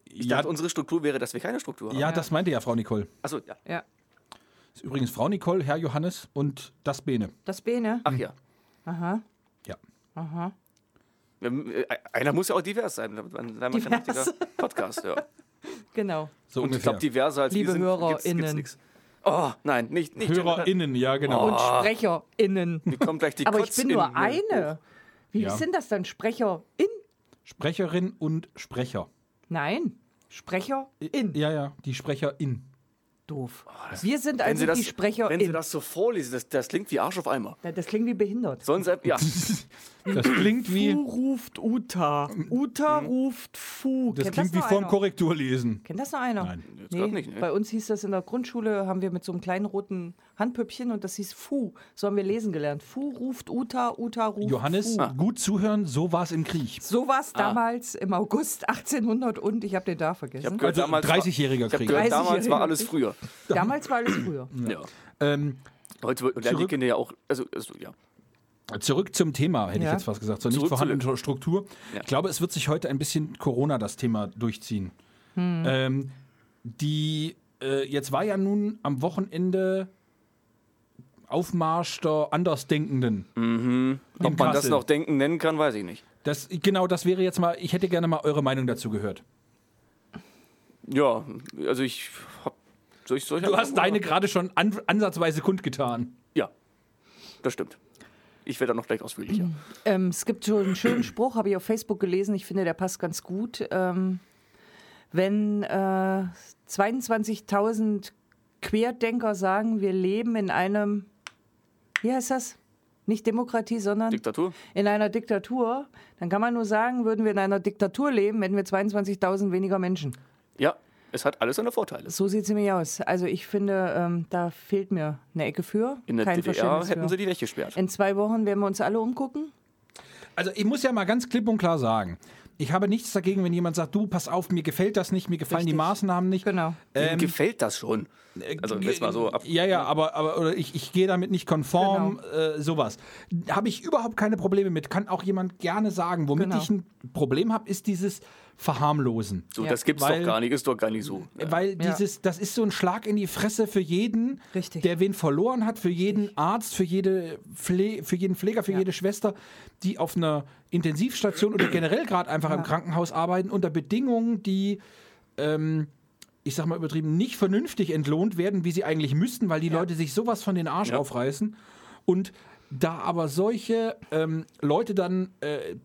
Speaker 2: Ich dachte, unsere Struktur wäre, dass wir keine Struktur haben.
Speaker 1: ja, das meinte ja Frau Nicole.
Speaker 2: Achso, ja.
Speaker 3: Ja.
Speaker 1: Ist übrigens Frau Nicole, Herr Johannes und das Bene.
Speaker 3: Das B, ne?
Speaker 2: Ach ja.
Speaker 3: Aha.
Speaker 1: Ja.
Speaker 2: Ähm, äh, Einer muss ja auch divers sein. Dann dann haben wir kein
Speaker 3: Divers.
Speaker 2: richtiger Podcast. Ja.
Speaker 3: Genau.
Speaker 1: So
Speaker 2: Und ich
Speaker 1: ungefähr.
Speaker 2: glaube, diverser als
Speaker 3: Liebe
Speaker 2: wir sind,
Speaker 3: HörerInnen.
Speaker 2: gibt's- gibt's nix. Oh, nein, nicht. nicht
Speaker 1: HörerInnen, ja, genau.
Speaker 3: Und SprecherInnen.
Speaker 2: Mir kommt gleich Ah. die ne?
Speaker 3: Aber ich
Speaker 2: Kotz
Speaker 3: bin
Speaker 2: in
Speaker 3: nur
Speaker 2: mir
Speaker 3: eine.
Speaker 2: hoch.
Speaker 3: Wie
Speaker 1: Ja.
Speaker 3: sind das dann? SprecherIn?
Speaker 1: Sprecherin und Sprecher.
Speaker 3: Nein. SprecherIn.
Speaker 1: Ja, ja, die Sprecherin.
Speaker 3: Doof. wir sind
Speaker 2: Wenn
Speaker 3: also
Speaker 2: Sie, Oh, das, wenn
Speaker 3: die
Speaker 2: Sie
Speaker 3: SprecherIn.
Speaker 2: das so vorlesen, das, das klingt wie Arsch auf Eimer.
Speaker 3: Ja, Das klingt wie behindert.
Speaker 2: Sonst, ja,
Speaker 1: Das klingt wie,
Speaker 3: ruft Uta.
Speaker 2: Mhm.
Speaker 3: Uta ruft Fu.
Speaker 1: das
Speaker 3: Kennt
Speaker 1: klingt wie
Speaker 3: noch
Speaker 1: vorm
Speaker 3: einer?
Speaker 1: Korrekturlesen.
Speaker 3: Kennt das noch einer?
Speaker 1: Nein.
Speaker 2: Jetzt grad nicht, ne?
Speaker 3: Bei uns hieß das in der Grundschule, haben wir mit so einem kleinen roten Handpüppchen und das hieß Fu. So haben wir lesen gelernt. Fu ruft Uta, Uta ruft
Speaker 1: Johannes,
Speaker 3: Fu.
Speaker 1: gut zuhören, so war es im Krieg.
Speaker 3: So war es damals im August 1800 und ich habe den da
Speaker 2: Ah. ich hab
Speaker 3: vergessen.
Speaker 2: gehört,
Speaker 1: Also
Speaker 2: damals
Speaker 1: 30-jähriger
Speaker 2: war, ich hab
Speaker 1: Krieg.
Speaker 2: gehört, damals
Speaker 3: 30-jähriger
Speaker 2: war alles
Speaker 3: Krieg.
Speaker 2: früher.
Speaker 3: Damals war alles früher.
Speaker 2: Ja.
Speaker 1: Ähm,
Speaker 2: Heute wird- lernen die
Speaker 1: Zurück-
Speaker 2: Kinder ja auch. Also, also ja.
Speaker 1: zurück zum Thema, hätte
Speaker 3: Ja.
Speaker 1: ich jetzt was gesagt, zur nicht
Speaker 2: Zurück zu
Speaker 1: vorhandenen Struktur. Ich glaube, es wird sich heute ein bisschen Corona das Thema durchziehen.
Speaker 3: Hm.
Speaker 1: Ähm, die, äh, jetzt war ja nun am Wochenende Aufmarsch der Andersdenkenden.
Speaker 2: Ob man das Hm.
Speaker 1: Kassel.
Speaker 2: noch denken nennen kann, weiß ich nicht.
Speaker 1: Das, genau, das wäre jetzt mal, ich hätte gerne mal eure Meinung dazu gehört.
Speaker 2: Ja, also ich hab. Soll ich, soll ich
Speaker 1: Du
Speaker 2: anfangen,
Speaker 1: hast deine
Speaker 2: oder?
Speaker 1: gerade schon an, ansatzweise kundgetan.
Speaker 2: Ja, das stimmt. Ich werde dann noch gleich ausführlicher.
Speaker 3: Ähm, es gibt schon einen schönen Spruch, habe ich auf Facebook gelesen. Ich finde, der passt ganz gut. Ähm, wenn äh, 22.000 Querdenker sagen, wir leben in einem, wie heißt das? Nicht Demokratie, sondern
Speaker 2: Diktatur?
Speaker 3: in einer Diktatur, dann kann man nur sagen, würden wir in einer Diktatur leben, hätten wir 22.000 weniger Menschen.
Speaker 2: Ja, es hat alles seine Vorteile.
Speaker 3: So sieht es nämlich aus. Also ich finde, ähm, da fehlt mir eine Ecke für.
Speaker 2: In der
Speaker 3: Kein
Speaker 2: DDR
Speaker 3: Verständnis
Speaker 2: hätten
Speaker 3: für.
Speaker 2: sie die weggesperrt.
Speaker 3: In zwei Wochen werden wir uns alle umgucken.
Speaker 1: Also ich muss ja mal ganz klipp und klar sagen, ich habe nichts dagegen, wenn jemand sagt, du, pass auf, mir gefällt das nicht, mir gefallen die
Speaker 3: Richtig.
Speaker 1: Maßnahmen nicht. Ähm,
Speaker 3: Genau.
Speaker 2: Wem gefällt das schon?
Speaker 3: äh,
Speaker 2: Also jetzt mal so ab.
Speaker 1: Ja, ja, aber, aber oder ich, ich gehe damit nicht konform, äh, sowas. Habe ich überhaupt keine Probleme mit. Kann auch jemand gerne sagen. Womit
Speaker 3: Genau.
Speaker 1: ich ein Problem habe, ist dieses Verharmlosen.
Speaker 2: So,
Speaker 3: Ja.
Speaker 2: das gibt's
Speaker 1: Weil- Äh,
Speaker 2: doch gar nicht, ist doch gar nicht so. Ja.
Speaker 1: Weil
Speaker 3: Ja.
Speaker 1: dieses, das ist so ein Schlag in die Fresse für jeden,
Speaker 3: Richtig.
Speaker 1: der wen verloren hat, für jeden Arzt, für, jede Pfle für jeden Pfleger, für jede Schwester, die auf einer Intensivstation oder generell gerade einfach im Krankenhaus arbeiten, unter Bedingungen, die, ähm, ich sag mal übertrieben, nicht vernünftig entlohnt werden, wie sie eigentlich müssten, weil die Leute sich sowas von den Arsch
Speaker 2: Ja.
Speaker 1: aufreißen. Und da aber solche ähm, Leute dann äh,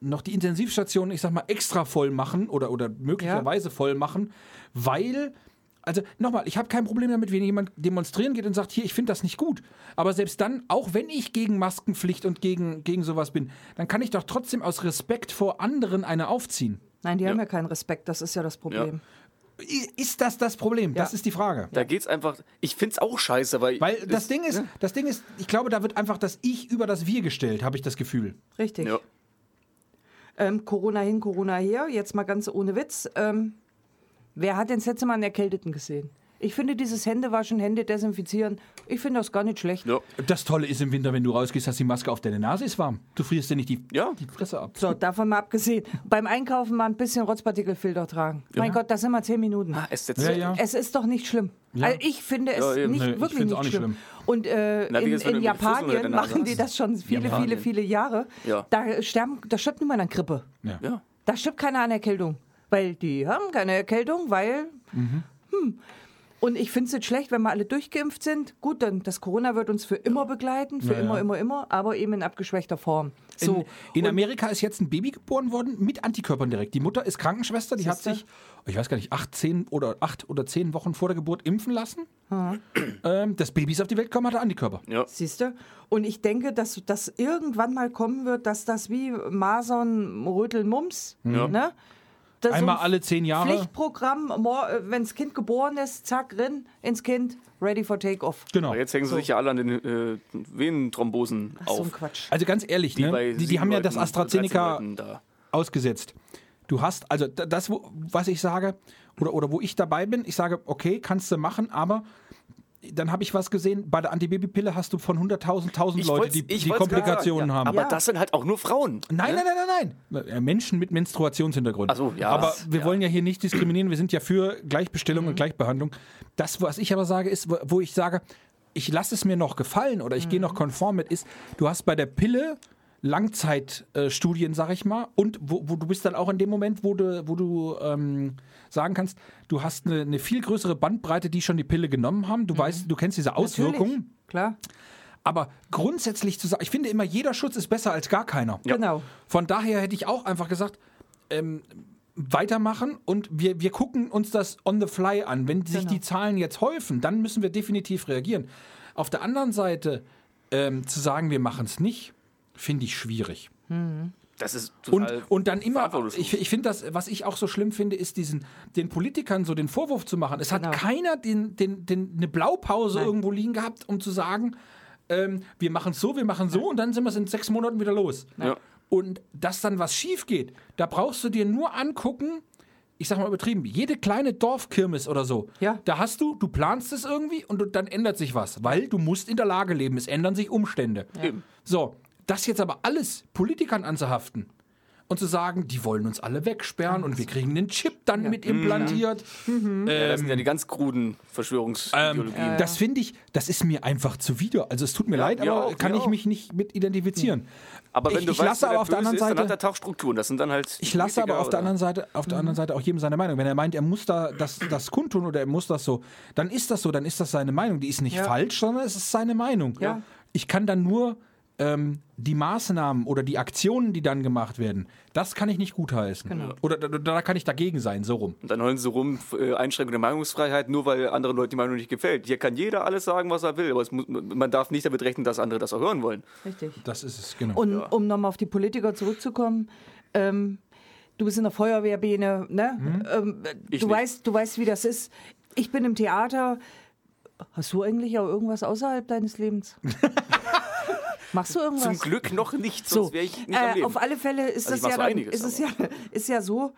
Speaker 1: noch die Intensivstation, ich sag mal, extra voll machen oder, oder möglicherweise voll machen, weil. Also nochmal, ich habe kein Problem damit, wenn jemand demonstrieren geht und sagt, hier, ich finde das nicht gut. Aber selbst dann, auch wenn ich gegen Maskenpflicht und gegen, gegen sowas bin, dann kann ich doch trotzdem aus Respekt vor anderen eine aufziehen.
Speaker 3: Nein, die haben
Speaker 2: Ja.
Speaker 3: ja keinen Respekt, das ist ja das Problem.
Speaker 1: I- Ist das das Problem? Das
Speaker 3: Ja.
Speaker 1: ist die Frage.
Speaker 2: Da geht's einfach. Ich find's auch scheiße, weil.
Speaker 1: Weil das Ding ist, das Ding ist, ich glaube, da wird einfach das Ich über das Wir gestellt, habe ich das Gefühl.
Speaker 3: Richtig.
Speaker 2: Ja.
Speaker 3: Ähm, Corona hin, Corona her, jetzt mal ganz ohne Witz. Ähm, wer hat denn das letzte Mal einen Erkälteten gesehen? Ich finde dieses Händewaschen, Hände desinfizieren, ich finde das gar nicht schlecht.
Speaker 2: Ja.
Speaker 1: Das Tolle ist im Winter, wenn du rausgehst, dass die Maske auf deine Nase ist warm. Du frierst dir nicht die,
Speaker 2: Ja.
Speaker 1: die Fresse ab.
Speaker 3: So, davon mal abgesehen. Beim Einkaufen mal ein bisschen Rotzpartikelfilter tragen. Mein Gott, das sind mal zehn Minuten.
Speaker 2: Genau. Ah, es setzt
Speaker 1: Ja, ja.
Speaker 3: Es ist doch nicht schlimm. Also ich finde es
Speaker 2: Ja, eben.
Speaker 3: nicht,
Speaker 1: Nee, ich
Speaker 3: wirklich
Speaker 1: find's
Speaker 3: nicht,
Speaker 1: auch nicht
Speaker 3: schlimm.
Speaker 1: schlimm.
Speaker 3: Und äh,
Speaker 2: Na, wie gesagt, wenn du
Speaker 3: in, in
Speaker 2: mit dem Fuß unter
Speaker 3: Japanien
Speaker 2: der Nase
Speaker 3: machen die
Speaker 2: hast.
Speaker 3: das schon viele, viele,
Speaker 2: Japanien.
Speaker 3: viele Jahre.
Speaker 2: Ja.
Speaker 3: Da sterben, da stirbt niemand an Grippe.
Speaker 1: Ja.
Speaker 2: Ja.
Speaker 3: Da stirbt keiner an Erkältung. Weil die haben keine Erkältung, weil. Hm. Und ich finde es jetzt schlecht, wenn wir alle durchgeimpft sind. Gut, dann das Corona wird uns für immer begleiten, für
Speaker 1: Ja,
Speaker 3: immer,
Speaker 1: ja.
Speaker 3: immer, immer, aber eben in abgeschwächter Form. So.
Speaker 1: In, in Amerika ist jetzt ein Baby geboren worden mit Antikörpern direkt. Die Mutter ist Krankenschwester, die hat
Speaker 3: Siehste?
Speaker 1: sich, ich weiß gar nicht, acht, zehn oder acht oder zehn Wochen vor der Geburt impfen lassen. Ähm, das Baby ist auf die Welt gekommen, hatte
Speaker 3: Also
Speaker 1: Antikörper.
Speaker 2: Ja.
Speaker 3: Siehst du? Und ich denke, dass das irgendwann mal kommen wird, dass das wie Masern, Röteln, Mumps, ne? Das
Speaker 1: Einmal
Speaker 3: so ein
Speaker 1: alle zehn Jahre.
Speaker 3: Pflichtprogramm, wenn das Kind geboren ist, zack, rin ins Kind, ready for take-off.
Speaker 1: Genau.
Speaker 2: Aber jetzt hängen sie sich ja alle an den äh, Venenthrombosen
Speaker 3: Ach, so
Speaker 2: auf.
Speaker 3: ein Quatsch.
Speaker 1: Also ganz ehrlich, die,
Speaker 2: bei
Speaker 1: ne? die, die
Speaker 2: sieben
Speaker 1: haben ja das
Speaker 2: Leuten, 13
Speaker 1: AstraZeneca
Speaker 2: Leuten Da.
Speaker 1: ausgesetzt. Du hast, also da- das, wo, was ich sage, oder, oder wo ich dabei bin, ich sage, okay, kannst du machen, aber dann habe ich was gesehen, bei der Antibabypille hast du von 100.000, 1000
Speaker 2: Ich
Speaker 1: Leute,
Speaker 2: wollt's-
Speaker 1: die,
Speaker 2: ich
Speaker 1: die
Speaker 2: wollt's gerade
Speaker 1: Komplikationen
Speaker 2: sagen, ja.
Speaker 1: haben.
Speaker 2: Aber
Speaker 3: Ja.
Speaker 2: das sind halt auch nur Frauen.
Speaker 1: Nein, nein, nein, nein, nein. Äh, Menschen mit Menstruationshintergrund.
Speaker 2: Ach so, ja.
Speaker 1: Aber
Speaker 2: Das,
Speaker 1: wir
Speaker 2: ja.
Speaker 1: wollen ja hier nicht diskriminieren. Wir sind ja für Gleichbestellung und Gleichbehandlung. Das, was ich aber sage, ist, wo- wo ich sage, ich lasse es mir noch gefallen oder ich gehe noch konform mit, ist, du hast bei der Pille Langzeitstudien, sag ich mal, und wo, wo du bist dann auch in dem Moment, wo du, wo du ähm, sagen kannst, du hast eine, eine viel größere Bandbreite, die schon die Pille genommen haben. Du weißt, du kennst diese Auswirkungen.
Speaker 3: Natürlich, Klar,
Speaker 1: Aber grundsätzlich zu sagen, ich finde immer, jeder Schutz ist besser als gar keiner.
Speaker 2: Ja.
Speaker 3: genau.
Speaker 1: Von daher hätte ich auch einfach gesagt, ähm, weitermachen und wir, wir gucken uns das on the fly an. Wenn sich
Speaker 3: Genau.
Speaker 1: die Zahlen jetzt häufen, dann müssen wir definitiv reagieren. Auf der anderen Seite ähm, zu sagen, wir machen es nicht, finde ich schwierig.
Speaker 2: Das ist
Speaker 1: Und,
Speaker 2: total.
Speaker 1: und dann immer,
Speaker 2: verantwortungslos.
Speaker 1: ich, ich finde das, was ich auch so schlimm finde, ist diesen, den Politikern so den Vorwurf zu machen. Es
Speaker 3: Genau.
Speaker 1: hat keiner den, den, den, eine Blaupause
Speaker 3: Nein.
Speaker 1: irgendwo liegen gehabt, um zu sagen, ähm, wir machen es so, wir machen so und dann sind wir es in sechs Monaten wieder los.
Speaker 2: Ja.
Speaker 1: Und dass dann was schief geht, da brauchst du dir nur angucken, ich sag mal übertrieben, jede kleine Dorfkirmes oder so.
Speaker 3: Ja.
Speaker 1: Da hast du, du planst es irgendwie und du- dann ändert sich was, weil du musst in der Lage leben, es ändern sich Umstände.
Speaker 2: Eben.
Speaker 1: So, das jetzt aber alles Politikern anzuhaften und zu sagen, die wollen uns alle wegsperren und wir kriegen den Chip dann mit implantiert.
Speaker 2: Mhm. Ja, das sind ja die ganz kruden Verschwörungsideologien.
Speaker 1: Ähm, das finde ich, das ist mir einfach zuwider. Also es tut mir leid,
Speaker 2: mir
Speaker 1: aber
Speaker 2: auch,
Speaker 1: kann
Speaker 2: mir
Speaker 1: ich
Speaker 2: auch.
Speaker 1: mich nicht mit identifizieren.
Speaker 2: aber wenn
Speaker 1: ich-
Speaker 2: du
Speaker 1: ich
Speaker 2: weißt,
Speaker 1: lasse
Speaker 2: wer
Speaker 1: aber auf der
Speaker 2: Böse
Speaker 1: anderen
Speaker 2: ist, dann
Speaker 1: Seite-
Speaker 2: hat er Tagstrukturen. Das sind dann halt.
Speaker 1: Ich lasse aber
Speaker 2: Politiker
Speaker 1: auf der
Speaker 2: oder-
Speaker 1: anderen Seite, auf der anderen Seite auch jedem seine Meinung. Wenn er meint, er muss da das, das kundtun oder er muss das so, dann ist das so, dann ist das seine Meinung. Die ist nicht
Speaker 3: Ja.
Speaker 1: falsch, sondern es ist seine Meinung.
Speaker 3: Ja.
Speaker 1: Ich kann dann nur ähm, die Maßnahmen oder die Aktionen, die dann gemacht werden, das kann ich nicht gutheißen.
Speaker 3: Genau.
Speaker 1: Oder da, da kann ich dagegen sein, so rum.
Speaker 2: Und dann heulen sie rum, äh, Einschränkung der Meinungsfreiheit, nur weil anderen Leuten die Meinung nicht gefällt. Hier kann jeder alles sagen, was er will, aber es muss, man darf nicht damit rechnen, dass andere das auch hören wollen.
Speaker 3: Richtig.
Speaker 1: Das ist es, genau.
Speaker 3: Und um nochmal auf die Politiker zurückzukommen, ähm, du bist in der Feuerwehrbene, ne? Ähm,
Speaker 2: Ich
Speaker 3: du,
Speaker 2: nicht.
Speaker 3: weißt, du weißt, wie das ist. Ich bin im Theater. Hast du eigentlich auch irgendwas außerhalb deines Lebens? Machst du irgendwas?
Speaker 2: Zum Glück noch nicht, sonst
Speaker 3: so,
Speaker 2: wäre ich nicht am
Speaker 3: äh,
Speaker 2: Leben.
Speaker 3: auf alle Fälle ist
Speaker 2: Also ich
Speaker 3: das
Speaker 2: mach
Speaker 3: ja,
Speaker 2: so
Speaker 3: dann,
Speaker 2: einiges,
Speaker 3: ist, es ja, ist ja so,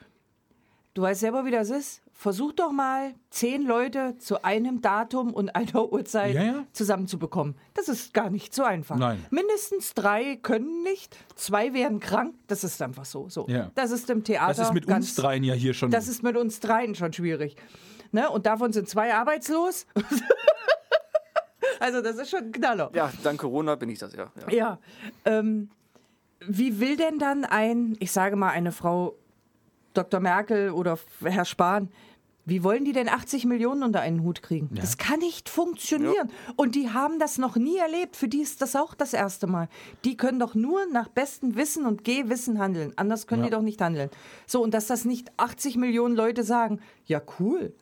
Speaker 3: du weißt selber, wie das ist. Versuch doch mal, zehn Leute zu einem Datum und einer Uhrzeit
Speaker 1: Ja, ja.
Speaker 3: zusammenzubekommen. Das ist gar nicht so einfach.
Speaker 1: Nein.
Speaker 3: Mindestens drei können nicht, zwei werden krank. Das ist einfach so. so.
Speaker 1: Ja.
Speaker 3: Das ist im Theater
Speaker 1: das ist mit
Speaker 3: ganz,
Speaker 1: uns dreien ja hier schon.
Speaker 3: Das ist mit uns dreien schon schwierig. Ne? Und davon sind zwei arbeitslos. also das ist schon ein Knaller.
Speaker 2: ja, dank Corona bin ich das, ja. ja.
Speaker 3: Ja. Ähm, wie will denn dann ein, ich sage mal, eine Frau Dr. Merkel oder Herr Spahn, wie wollen die denn 80 Millionen unter einen Hut kriegen? Das kann nicht funktionieren. Und die haben das noch nie erlebt. Für die ist das auch das erste Mal. Die können doch nur nach bestem Wissen und Gehwissen handeln. Anders können die doch nicht handeln. So, und dass das nicht 80 Millionen Leute sagen, ja, cool.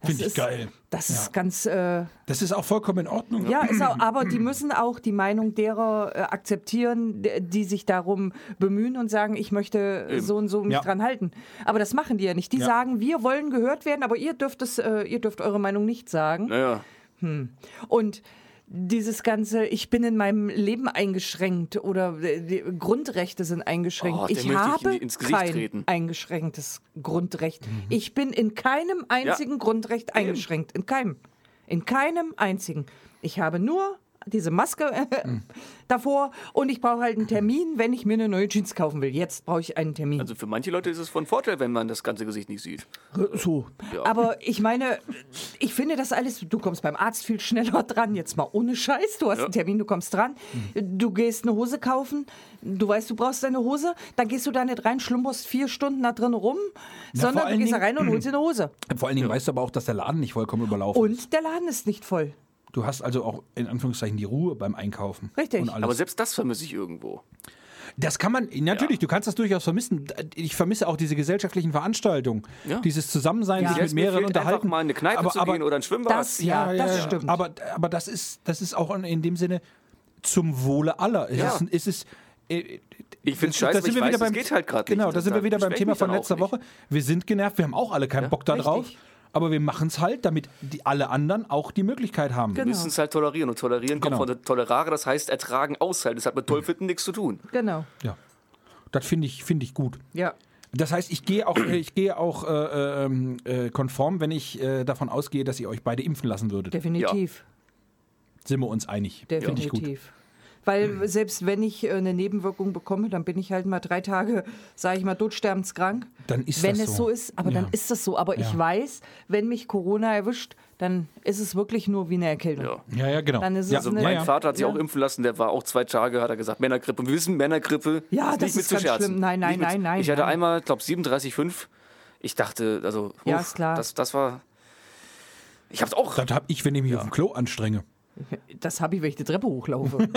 Speaker 3: Das
Speaker 1: Find ich
Speaker 3: ist-
Speaker 1: geil.
Speaker 3: Das ist ganz. Äh,
Speaker 1: das ist auch vollkommen in Ordnung.
Speaker 3: ja, ist auch, aber die müssen auch die Meinung derer äh, akzeptieren, d- die sich darum bemühen und sagen, ich möchte äh, so und so mich
Speaker 1: Ja.
Speaker 3: dran halten. Aber das machen die ja nicht. Die
Speaker 1: Ja.
Speaker 3: sagen, wir wollen gehört werden, aber ihr dürft es, äh, ihr dürft eure Meinung nicht sagen.
Speaker 2: Naja,
Speaker 3: Und dieses ganze, ich bin in meinem Leben eingeschränkt oder äh, die Grundrechte sind eingeschränkt.
Speaker 2: Oh, dem
Speaker 3: ich
Speaker 2: möchte ich
Speaker 3: habe
Speaker 2: in die- ins Gesicht
Speaker 3: kein
Speaker 2: treten.
Speaker 3: eingeschränktes Grundrecht. Ich bin in keinem einzigen Grundrecht eingeschränkt. In keinem. In keinem einzigen. Ich habe nur diese Maske äh, davor und ich brauche halt einen Termin, wenn ich mir eine neue Jeans kaufen will. Jetzt brauche ich einen Termin.
Speaker 2: also für manche Leute ist es von Vorteil, wenn man das ganze Gesicht nicht sieht.
Speaker 3: So.
Speaker 2: Ja.
Speaker 3: Aber ich meine, ich finde das alles, du kommst beim Arzt viel schneller dran, jetzt mal ohne Scheiß. Du hast
Speaker 2: Ja.
Speaker 3: einen Termin, du kommst dran, du gehst eine Hose kaufen, du weißt, du brauchst deine Hose, dann gehst du da nicht rein, schlummerst vier Stunden da drin rum,
Speaker 1: vor
Speaker 3: sondern du
Speaker 1: allen
Speaker 3: gehst da
Speaker 1: Dingen-
Speaker 3: rein und holst dir eine Hose.
Speaker 1: Vor allen Dingen weißt du aber auch, dass der Laden nicht vollkommen überlaufen ist.
Speaker 3: Und der Laden ist nicht voll.
Speaker 1: Du hast also auch in Anführungszeichen die Ruhe beim Einkaufen.
Speaker 3: Richtig.
Speaker 1: Und alles.
Speaker 2: Aber selbst das vermisse ich irgendwo.
Speaker 1: Das kann man, natürlich, du kannst das durchaus vermissen. Ich vermisse auch diese gesellschaftlichen Veranstaltungen.
Speaker 2: Ja.
Speaker 1: Dieses Zusammensein,
Speaker 3: Ja.
Speaker 1: sich
Speaker 2: Selbst
Speaker 1: mit
Speaker 2: mir
Speaker 1: mehreren
Speaker 2: fehlt einfach
Speaker 1: unterhalten.
Speaker 2: mal in eine Kneipe
Speaker 1: aber,
Speaker 2: zu
Speaker 1: aber,
Speaker 2: gehen oder ein Schwimmbad.
Speaker 3: Das, ja, das stimmt.
Speaker 1: Aber, aber das, ist, das ist auch in dem Sinne zum Wohle aller. Es
Speaker 2: Ja.
Speaker 1: ist, es ist, äh,
Speaker 2: Ich finde es
Speaker 1: das- das
Speaker 2: scheiße, aber
Speaker 1: sind
Speaker 2: ich
Speaker 1: wir
Speaker 2: weiß,
Speaker 1: wieder beim-
Speaker 2: es geht halt gerade nicht.
Speaker 1: Genau, da sind wir wieder beim
Speaker 2: beschwer
Speaker 1: Thema
Speaker 2: mich
Speaker 1: von
Speaker 2: dann auch
Speaker 1: letzter
Speaker 2: nicht.
Speaker 1: Woche. Wir sind genervt, wir haben auch alle keinen Bock darauf.
Speaker 3: richtig.
Speaker 1: Aber wir machen es halt, damit die, alle anderen auch die Möglichkeit haben.
Speaker 3: Genau.
Speaker 2: Wir müssen es halt tolerieren. Und tolerieren kommt
Speaker 1: Genau.
Speaker 2: von tolerare, das heißt ertragen, aushalten. Das hat mit Tollfitten nichts zu tun.
Speaker 3: Genau.
Speaker 1: Ja. Das finde ich, finde ich gut.
Speaker 3: Ja.
Speaker 1: Das heißt, ich gehe auch, ich gehe auch äh, ähm, äh, konform, wenn ich äh, davon ausgehe, dass ihr euch beide impfen lassen würdet.
Speaker 3: Definitiv.
Speaker 1: Sind wir uns einig? Finde ich gut. Mhm.
Speaker 3: Definitiv. Weil selbst wenn ich äh, eine Nebenwirkung bekomme, dann bin ich halt mal drei Tage, sage ich mal, todsterbenskrank.
Speaker 1: Dann ist
Speaker 3: Wenn
Speaker 1: das
Speaker 3: es
Speaker 1: so.
Speaker 3: so ist, aber
Speaker 1: Ja.
Speaker 3: dann ist das so. Aber ich
Speaker 1: Ja.
Speaker 3: weiß, wenn mich Corona erwischt, dann ist es wirklich nur wie eine Erkältung.
Speaker 2: Ja.
Speaker 1: Ja, ja, genau.
Speaker 3: Dann ist es
Speaker 1: ja,
Speaker 3: Also
Speaker 1: ja,
Speaker 2: Mein
Speaker 1: ja.
Speaker 2: Vater hat sich auch impfen lassen, der war auch zwei Tage, hat er gesagt, Männergrippe. Wir wissen, Männergrippe
Speaker 3: Ja,
Speaker 2: ist
Speaker 3: das
Speaker 2: nicht mit
Speaker 3: ist
Speaker 2: zu
Speaker 3: ganz
Speaker 2: scherzen.
Speaker 3: schlimm. Nein, nein,
Speaker 2: Nicht mit-
Speaker 3: nein, nein,
Speaker 2: Ich hatte
Speaker 3: nein.
Speaker 2: einmal, glaube 37,5. Ich dachte, also,
Speaker 3: Ja,
Speaker 2: uff,
Speaker 3: ist klar.
Speaker 2: Das, das war. Ich hab's auch.
Speaker 1: Das habe ich, wenn ich mich auf dem Klo anstrenge.
Speaker 3: Das habe ich, wenn ich die Treppe hochlaufe.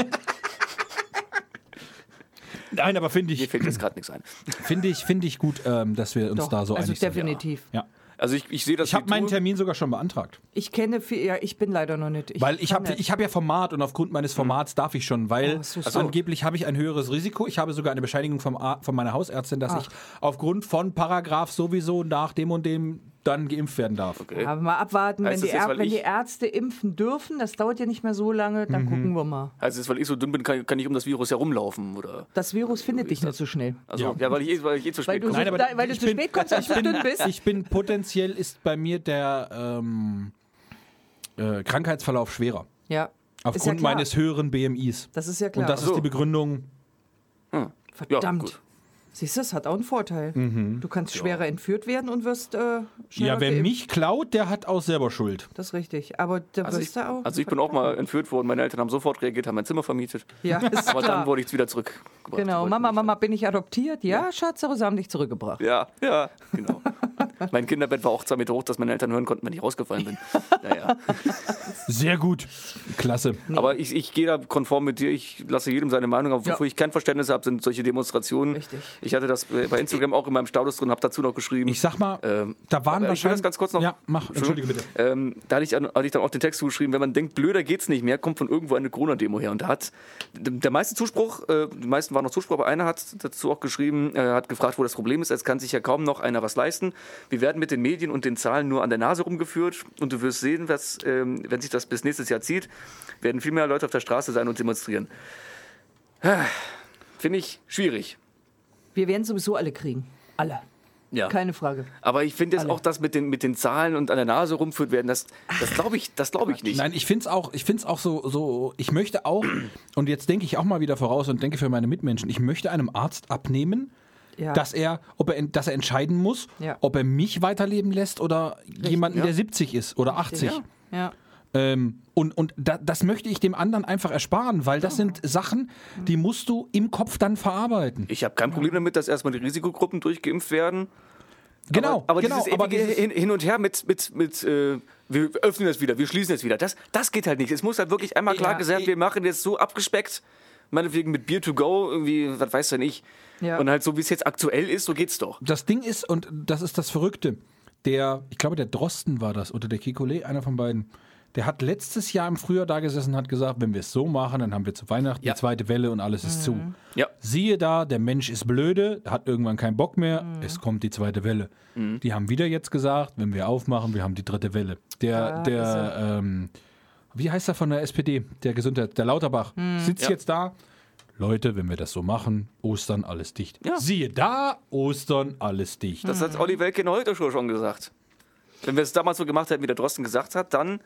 Speaker 1: Nein, aber finde
Speaker 2: Mir
Speaker 1: ich,
Speaker 2: fällt jetzt gerade nichts ein.
Speaker 1: finde ich, finde ich gut, ähm, dass wir uns
Speaker 3: Doch,
Speaker 1: da so
Speaker 3: also
Speaker 1: einig sind.
Speaker 3: definitiv.
Speaker 1: Ja.
Speaker 2: Also ich, ich sehe das
Speaker 1: Ich habe
Speaker 2: wie
Speaker 1: meinen
Speaker 2: du.
Speaker 1: Termin sogar schon beantragt,
Speaker 3: Ich kenne viel, ja, ich bin leider noch nicht.
Speaker 1: weil ich
Speaker 3: kann
Speaker 1: habe
Speaker 3: nicht.
Speaker 1: ich habe ja Format und aufgrund meines Formats darf ich schon, weil
Speaker 3: Oh, so
Speaker 1: also
Speaker 3: schade.
Speaker 1: angeblich habe ich ein höheres Risiko. Ich habe sogar eine Bescheinigung vom Ar- von meiner Hausärztin, dass
Speaker 3: Ach.
Speaker 1: ich aufgrund von Paragraph sowieso nach dem und dem dann geimpft werden darf.
Speaker 2: Okay.
Speaker 3: Aber mal abwarten, wenn
Speaker 2: Heißt
Speaker 3: die,
Speaker 2: das jetzt,
Speaker 3: Är-
Speaker 2: weil
Speaker 3: wenn die
Speaker 2: ich-
Speaker 3: Ärzte impfen dürfen, das dauert ja nicht mehr so lange,
Speaker 1: Mhm.
Speaker 3: dann gucken wir mal.
Speaker 2: Also jetzt, weil ich so dünn bin, kann, kann ich um das Virus herumlaufen. Oder?
Speaker 3: Das Virus
Speaker 1: Äh,
Speaker 3: findet dich nur so schnell.
Speaker 2: Also,
Speaker 1: Ja.
Speaker 2: ja, weil, ich, eh- weil ich eh zu
Speaker 3: Weil
Speaker 2: spät
Speaker 3: du,
Speaker 2: komme.
Speaker 1: Nein,
Speaker 3: so,
Speaker 1: aber
Speaker 3: da, weil du
Speaker 1: ich
Speaker 3: zu
Speaker 1: bin-
Speaker 3: spät kommst, als du dünn bist.
Speaker 1: Ich bin potenziell ist bei mir der ähm, äh, Krankheitsverlauf schwerer.
Speaker 3: ja. ist ja
Speaker 1: Aufgrund
Speaker 3: klar.
Speaker 1: meines höheren BMIs.
Speaker 2: Also,
Speaker 3: Das ist ja klar.
Speaker 1: Und das
Speaker 2: So.
Speaker 1: ist die Begründung.
Speaker 3: Verdammt.
Speaker 2: gut.
Speaker 3: Siehst du, das hat auch einen Vorteil. Du kannst schwerer entführt werden und wirst äh, schneller
Speaker 1: Mhm. Ja, wer
Speaker 3: geimpft.
Speaker 1: mich klaut, der hat auch selber Schuld.
Speaker 3: Das ist richtig. Aber da
Speaker 2: Also
Speaker 3: wirst
Speaker 2: ich,
Speaker 3: du auch.
Speaker 2: also ich bin auch mal entführt worden. Meine Eltern haben sofort reagiert, haben mein Zimmer vermietet.
Speaker 3: Ja, ist
Speaker 2: Aber
Speaker 3: klar.
Speaker 2: dann wurde ich wieder zurückgebracht.
Speaker 3: Genau,
Speaker 2: Wollten
Speaker 3: Mama,
Speaker 2: mich-
Speaker 3: Mama, bin ich adoptiert? Ja, Schatz, aber sie haben dich zurückgebracht.
Speaker 2: Ja, ja, genau. mein Kinderbett war auch zwei Meter hoch, dass meine Eltern hören konnten, wenn ich rausgefallen bin. Naja.
Speaker 1: Sehr gut. Klasse.
Speaker 2: Aber ich, ich gehe da konform mit dir. Ich lasse jedem seine Meinung. Aber
Speaker 3: Ja.
Speaker 2: wofür ich kein Verständnis habe, sind solche Demonstrationen.
Speaker 3: Richtig.
Speaker 2: Ich hatte das äh, bei bei Instagram auch in meinem Status drin, habe dazu noch geschrieben.
Speaker 1: Ich sag mal,
Speaker 2: Ähm,
Speaker 1: da waren
Speaker 2: aber
Speaker 1: wahrscheinlich.
Speaker 2: ich will das ganz kurz noch.
Speaker 1: Ja, mach. Entschuldige bitte.
Speaker 2: Ähm, da hatte ich, dann- hatte ich dann auch den Text zugeschrieben, wenn man denkt, blöder geht's nicht mehr, kommt von irgendwo eine Corona-Demo her. Und da hat d- der meiste Zuspruch, äh, die meisten waren noch Zuspruch, aber einer hat dazu auch geschrieben, äh, hat gefragt, wo das Problem ist. Es kann sich ja kaum noch einer was leisten. Wir werden mit den Medien und den Zahlen nur an der Nase rumgeführt und du wirst sehen, was, ähm, wenn sich das bis nächstes Jahr zieht, werden viel mehr Leute auf der Straße sein und demonstrieren. Finde ich schwierig.
Speaker 3: Wir werden sowieso alle kriegen. Alle.
Speaker 2: Ja.
Speaker 3: Keine Frage.
Speaker 2: Aber ich finde jetzt
Speaker 3: Alle.
Speaker 2: auch das mit den, mit den Zahlen und an der Nase rumführt werden, das, das glaube ich, das glaub ich nicht.
Speaker 1: Nein, ich finde es auch, ich find's auch so, so, ich möchte auch, und jetzt denke ich auch mal wieder voraus und denke für meine Mitmenschen, ich möchte einem Arzt abnehmen,
Speaker 3: Ja.
Speaker 1: dass, er, ob er, dass er entscheiden muss,
Speaker 3: Ja.
Speaker 1: ob er mich weiterleben lässt oder jemanden, der 70 ist oder 80.
Speaker 3: ja. ja.
Speaker 1: Ähm, und und da, das möchte ich dem anderen einfach ersparen, weil das sind Sachen,
Speaker 3: Mhm.
Speaker 1: die musst du im Kopf dann verarbeiten.
Speaker 2: Ich habe kein Problem damit, dass erstmal die Risikogruppen durchgeimpft werden.
Speaker 1: Genau,
Speaker 2: aber, aber
Speaker 1: genau.
Speaker 2: dieses ewige
Speaker 1: dieses-
Speaker 2: hin, hin und her mit, mit, mit äh, wir öffnen das wieder, wir schließen das wieder, das, das geht halt nicht. Es muss halt wirklich einmal klar
Speaker 3: Ja,
Speaker 2: gesagt,
Speaker 1: ich-
Speaker 2: wir machen jetzt so abgespeckt, meinetwegen mit Beer to go, irgendwie, was weiß denn ich.
Speaker 3: Ja.
Speaker 2: Und halt so, wie es jetzt aktuell ist, so geht's doch.
Speaker 1: das Ding ist, und das ist das Verrückte, der, ich glaube, der Drosten war das oder der Kikole, einer von beiden, der hat letztes Jahr im Frühjahr da gesessen und hat gesagt, wenn wir es so machen, dann haben wir zu Weihnachten
Speaker 2: Ja.
Speaker 1: die zweite Welle und alles ist
Speaker 3: Mhm.
Speaker 1: zu.
Speaker 2: Ja.
Speaker 1: Siehe da, der Mensch ist blöde, hat irgendwann keinen Bock mehr, es kommt die zweite Welle. Die haben wieder jetzt gesagt, wenn wir aufmachen, wir haben die dritte Welle. Der, der, ähm, wie heißt er von der SPD, der Gesundheit, der Lauterbach, sitzt
Speaker 2: Ja.
Speaker 1: jetzt da. Leute, wenn wir das so machen, Ostern alles dicht. Siehe da, Ostern alles dicht.
Speaker 2: Das hat Olli Welke in der heute schon gesagt. Wenn wir es damals so gemacht hätten, wie der Drosten gesagt hat, dann.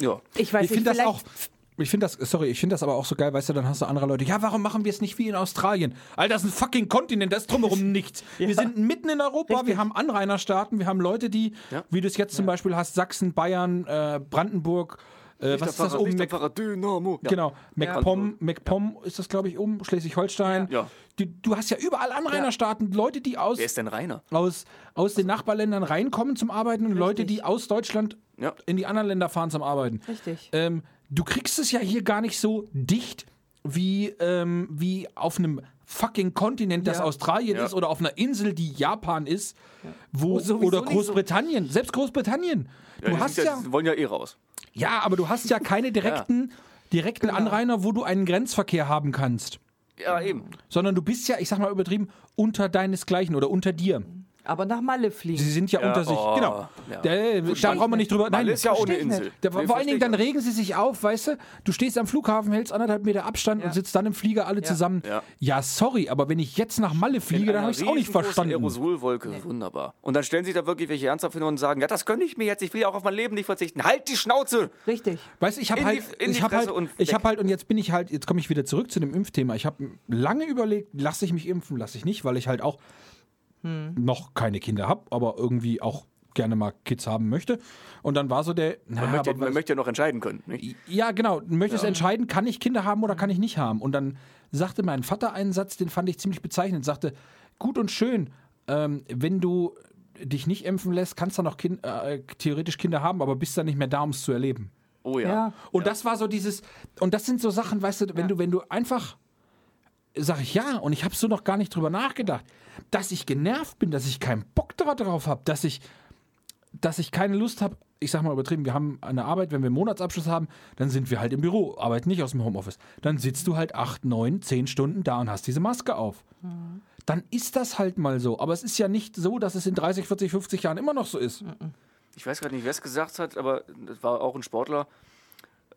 Speaker 2: Ja.
Speaker 3: Ich weiß
Speaker 1: ich finde
Speaker 3: nicht,
Speaker 1: das auch.
Speaker 3: vielleicht.
Speaker 1: Ich finde das, sorry, ich finde das aber auch so geil, weißt du, dann hast du andere Leute, ja, warum machen wir es nicht wie in Australien? Alter, das ist ein fucking Kontinent, da ist drumherum nichts. Wir sind mitten in Europa, wir haben Anrainerstaaten, wir haben Leute, die,
Speaker 2: Ja.
Speaker 1: wie du es jetzt zum Beispiel hast, Sachsen, Bayern, äh, Brandenburg, äh, was ist das
Speaker 2: Lichterfahrer-
Speaker 1: oben? Mac,
Speaker 2: Lichterfahrer Dynamo. Ja.
Speaker 1: genau, MacPom,
Speaker 2: Brandenburg.
Speaker 1: MacPom ist das, glaube ich, oben, Schleswig-Holstein.
Speaker 2: Ja.
Speaker 1: Die- Du hast ja überall Anrainerstaaten, Leute, die aus
Speaker 2: Wer ist denn Rainer?
Speaker 1: aus, aus den Nachbarländern reinkommen zum Arbeiten und Leute, die aus Deutschland
Speaker 2: Ja.
Speaker 1: in die anderen Länder fahren zum Arbeiten.
Speaker 3: Richtig.
Speaker 1: Ähm, du kriegst es ja hier gar nicht so dicht wie, ähm, wie auf einem fucking Kontinent, das
Speaker 3: Ja.
Speaker 1: Australien
Speaker 2: Ja.
Speaker 1: ist oder auf einer Insel, die Japan ist, wo,
Speaker 3: sowieso
Speaker 1: oder
Speaker 3: nicht so-
Speaker 1: Großbritannien, selbst Großbritannien. Du
Speaker 2: die
Speaker 1: hast
Speaker 2: sind
Speaker 1: ja,
Speaker 2: die wollen ja eh raus.
Speaker 1: ja, aber du hast ja keine direkten, direkten Anrainer, wo du einen Grenzverkehr haben kannst.
Speaker 2: Ja, eben.
Speaker 1: Sondern du bist ja, ich sag mal übertrieben, unter deinesgleichen oder unter dir.
Speaker 3: Aber nach Malle fliegen.
Speaker 1: Sie sind ja,
Speaker 2: Ja,
Speaker 1: unter sich.
Speaker 2: oh,
Speaker 1: genau. Da,
Speaker 2: ja.
Speaker 1: da brauchen wir nicht drüber. Nein,
Speaker 2: Malle ist ja auch eine
Speaker 1: verstehe ich
Speaker 2: Insel.
Speaker 1: nicht. Da,
Speaker 2: Nee,
Speaker 1: vor allen
Speaker 2: verstehe
Speaker 1: Dingen,
Speaker 2: ich
Speaker 1: dann
Speaker 2: auch.
Speaker 1: regen sie sich auf, weißt du? Du stehst am Flughafen, hältst anderthalb Meter Abstand und sitzt dann im Flieger alle zusammen.
Speaker 2: Ja.
Speaker 1: sorry, aber wenn ich jetzt nach Malle fliege, dann habe ich es auch nicht
Speaker 2: Riesengroßen
Speaker 1: verstanden.
Speaker 2: Aerosolwolke, wunderbar. Und dann stellen sich da wirklich welche ernsthaft hin und sagen, ja, das gönne ich mir jetzt, ich will ja auch auf mein Leben nicht verzichten. Halt die Schnauze!
Speaker 3: Richtig.
Speaker 1: Weißt du, ich habe
Speaker 2: In die-
Speaker 1: halt,
Speaker 2: in die
Speaker 1: ich habe
Speaker 2: Fresse
Speaker 1: halt,
Speaker 2: und
Speaker 1: ich
Speaker 2: weg.
Speaker 1: habe halt, und jetzt bin ich halt, jetzt komme ich wieder zurück zu dem Impfthema. Ich habe lange überlegt, lasse ich mich impfen, lasse ich nicht, weil ich halt auch
Speaker 2: Hm.
Speaker 1: noch keine Kinder habe, aber irgendwie auch gerne mal Kids haben möchte. Und dann war so der, na,
Speaker 2: Man, möchte,
Speaker 1: aber
Speaker 2: man möchte ja noch entscheiden können. Nicht?
Speaker 1: Ja, genau. Du möchtest entscheiden, kann ich Kinder haben oder kann ich nicht haben. Und dann sagte mein Vater einen Satz, den fand ich ziemlich bezeichnend. Sagte, gut und schön, ähm, wenn du dich nicht impfen lässt, kannst du noch kind, äh, theoretisch Kinder haben, aber bist dann nicht mehr da, um es zu erleben.
Speaker 2: Oh ja.
Speaker 3: Ja.
Speaker 1: Und das war so dieses, und das sind so Sachen, weißt du, wenn du, wenn du einfach, sag ich ja, und ich habe so noch gar nicht drüber nachgedacht, dass ich genervt bin, dass ich keinen Bock darauf habe, dass ich, dass ich keine Lust habe, ich sag mal übertrieben, wir haben eine Arbeit, wenn wir einen Monatsabschluss haben, dann sind wir halt im Büro, arbeiten nicht aus dem Homeoffice. Dann sitzt du halt acht, neun, zehn Stunden da und hast diese Maske auf. Dann ist das halt mal so. Aber es ist ja nicht so, dass es in 30, 40, 50 Jahren immer noch so ist.
Speaker 2: Ich weiß gerade nicht, wer es gesagt hat, aber das war auch ein Sportler.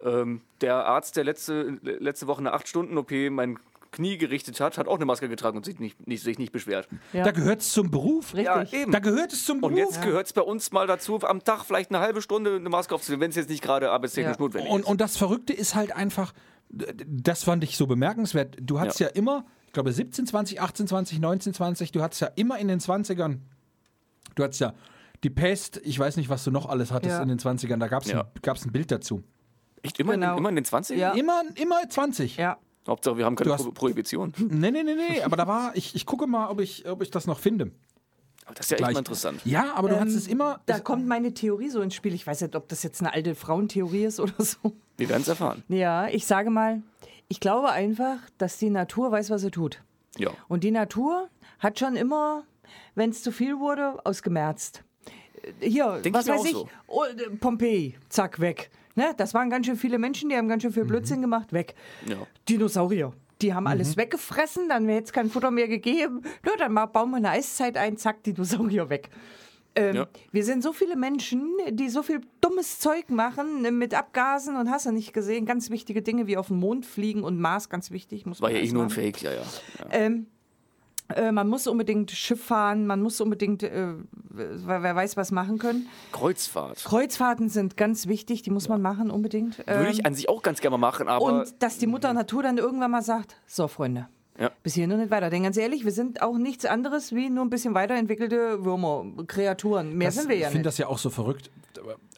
Speaker 2: Ähm, der Arzt, der letzte, letzte Woche eine 8-Stunden-OP mein Knie gerichtet hat, hat auch eine Maske getragen und sich nicht, nicht, sich nicht beschwert.
Speaker 3: Ja.
Speaker 1: Da gehört es zum Beruf.
Speaker 3: Richtig.
Speaker 2: Ja, eben.
Speaker 1: Da gehört es zum Beruf.
Speaker 2: Und jetzt gehört es bei uns mal dazu, am Tag vielleicht eine halbe Stunde eine Maske aufzunehmen, wenn es jetzt nicht gerade arbeitstechnisch
Speaker 3: Ja.
Speaker 2: notwendig
Speaker 1: Und,
Speaker 2: ist.
Speaker 1: und das Verrückte ist halt einfach, d- das fand ich so bemerkenswert. Du hattest ja, immer ich glaube 17, 20, 18, 20, 19, 20, du hattest ja immer in den 20ern, du hattest ja die Pest, ich weiß nicht, was du noch alles hattest
Speaker 3: Ja.
Speaker 1: in den 20ern, da gab es
Speaker 2: Ja.
Speaker 1: ein, gab's ein Bild dazu.
Speaker 2: Echt immer, in,
Speaker 3: Genau.
Speaker 2: den- immer in den 20?
Speaker 3: Ja.
Speaker 1: Immer, immer 20.
Speaker 3: Ja.
Speaker 2: Hauptsache, wir haben keine
Speaker 1: Du hast-
Speaker 2: Pro Prohibition.
Speaker 1: Nee, nee, nee, nee, aber da war, ich, ich gucke mal, ob ich, ob ich das noch finde.
Speaker 2: Aber das ist ja echt
Speaker 1: Gleich.
Speaker 2: mal interessant.
Speaker 1: Ja, aber du hattest es immer.
Speaker 3: Ähm, Da
Speaker 1: es-
Speaker 3: kommt meine Theorie so ins Spiel. Ich weiß nicht, ob das jetzt eine alte Frauentheorie ist oder so.
Speaker 2: Wir werden es erfahren.
Speaker 3: Ja, ich sage mal, ich glaube einfach, dass die Natur weiß, was sie tut.
Speaker 2: Ja.
Speaker 3: Und die Natur hat schon immer, wenn es zu viel wurde, ausgemerzt. Äh, Hier,
Speaker 2: Denk
Speaker 3: was
Speaker 2: ich mir
Speaker 3: weiß
Speaker 2: auch
Speaker 3: ich,
Speaker 2: so.
Speaker 3: oh, äh, Pompeji, zack, weg. Ne? Das waren ganz schön viele Menschen, die haben ganz schön viel Blödsinn gemacht, weg.
Speaker 2: Mhm. Ja. Mhm.
Speaker 3: Dinosaurier. Die haben alles weggefressen, dann wäre jetzt kein Futter mehr gegeben. Nur dann mal bauen wir eine Eiszeit ein, zack, Dinosaurier weg. Ähm,
Speaker 2: Ja.
Speaker 3: Wir sind so viele Menschen, die so viel dummes Zeug machen äh, mit Abgasen und hast du nicht gesehen. Ganz wichtige Dinge wie auf den Mond fliegen und Mars, ganz wichtig. Muss
Speaker 2: War
Speaker 3: man
Speaker 2: ja eh
Speaker 3: erst
Speaker 2: nur ein
Speaker 3: machen.
Speaker 2: Fake, ja, ja. ja.
Speaker 3: Ähm, äh, man muss unbedingt Schiff fahren, man muss unbedingt, äh, wer wer weiß, was machen können.
Speaker 2: Kreuzfahrt.
Speaker 3: Kreuzfahrten sind ganz wichtig, die muss man machen unbedingt.
Speaker 2: Würde
Speaker 3: Ähm,
Speaker 2: ich an sich auch ganz gerne mal machen, aber
Speaker 3: und dass die Mutter Natur dann irgendwann mal sagt, so Freunde,
Speaker 2: Ja.
Speaker 3: bis hier nur nicht weiter. Denn ganz ehrlich, wir sind auch nichts anderes wie nur ein bisschen weiterentwickelte Würmer, Kreaturen. Mehr
Speaker 1: das-
Speaker 3: sind wir ja
Speaker 1: Ich finde
Speaker 3: nicht.
Speaker 1: das ja auch so verrückt.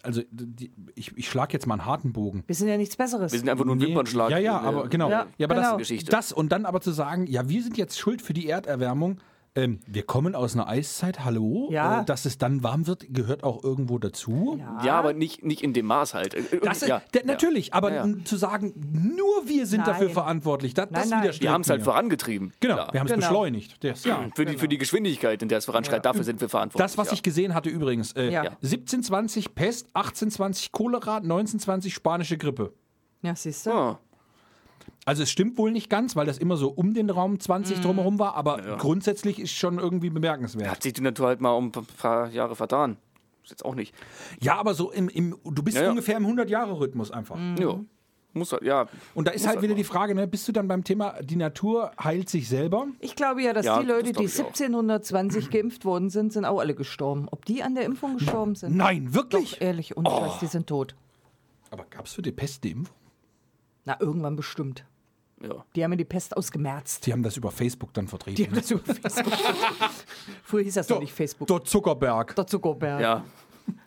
Speaker 1: Also, die, ich, ich schlage jetzt mal einen harten Bogen.
Speaker 3: Wir sind ja nichts Besseres.
Speaker 2: wir sind einfach nur ein Wimpernschlag.
Speaker 1: Ja, ja,
Speaker 2: Äh,
Speaker 1: aber genau.
Speaker 3: Ja,
Speaker 1: Ja, aber
Speaker 3: genau.
Speaker 1: das,
Speaker 2: Geschichte.
Speaker 1: das und dann aber zu sagen, ja, wir sind jetzt schuld für die Erderwärmung. Ähm, wir kommen aus einer Eiszeit, hallo.
Speaker 3: Ja.
Speaker 1: Äh, dass es dann warm wird, gehört auch irgendwo dazu.
Speaker 2: Ja, aber nicht, nicht in dem Maß halt. Äh,
Speaker 1: Das ist,
Speaker 2: ja,
Speaker 1: der- natürlich, aber
Speaker 2: Ja, ja.
Speaker 1: n- zu sagen, nur wir sind
Speaker 3: Nein.
Speaker 1: dafür verantwortlich, das, das
Speaker 3: Nein, nein.
Speaker 1: widerstrebt
Speaker 2: Wir haben es halt
Speaker 1: mir.
Speaker 2: vorangetrieben.
Speaker 1: Genau,
Speaker 2: Klar.
Speaker 1: wir haben es
Speaker 3: Genau.
Speaker 1: beschleunigt. Das, ja.
Speaker 2: für, die, für die Geschwindigkeit, in der es voranschreitet, dafür sind wir verantwortlich.
Speaker 1: Das, was
Speaker 2: ja.
Speaker 1: ich gesehen hatte übrigens, äh,
Speaker 3: Ja.
Speaker 1: 1720 Pest, 1820 Cholera, 1920 spanische Grippe.
Speaker 3: Ja, siehst du.
Speaker 2: Ah,
Speaker 1: Also es stimmt wohl nicht ganz, weil das immer so um den Raum 20 drumherum war, aber grundsätzlich ist schon irgendwie bemerkenswert.
Speaker 2: hat sich die Natur halt mal um ein paar Jahre vertan. Ist jetzt auch nicht.
Speaker 1: Ja, aber so im, im du bist
Speaker 2: Ja, ja.
Speaker 1: ungefähr im 100-Jahre-Rhythmus einfach.
Speaker 2: Ja. Muss halt, ja.
Speaker 1: Und da ist
Speaker 2: Muss
Speaker 1: halt
Speaker 2: halt
Speaker 1: wieder
Speaker 2: mal.
Speaker 1: die Frage, ne, bist du dann beim Thema, die Natur heilt sich selber?
Speaker 3: Ich glaube ja, dass
Speaker 2: Ja,
Speaker 3: die
Speaker 2: das
Speaker 3: Leute,
Speaker 2: glaub
Speaker 3: die
Speaker 2: ich auch.
Speaker 3: 1720 geimpft worden sind, sind auch alle gestorben. Ob die an der Impfung gestorben sind?
Speaker 1: Nein, wirklich?
Speaker 3: Doch, ehrlich, und
Speaker 2: Oh.
Speaker 3: Scheiß, die sind tot.
Speaker 1: Aber gab es für die Pest eine Impfung?
Speaker 3: Na, irgendwann bestimmt.
Speaker 2: Ja.
Speaker 3: Die haben ja die Pest ausgemerzt.
Speaker 1: Die haben das über Facebook dann vertrieben.
Speaker 3: Die haben das über Facebook. Früher hieß das noch nicht Facebook.
Speaker 1: Dort Zuckerberg.
Speaker 3: Der Zuckerberg.
Speaker 2: ja.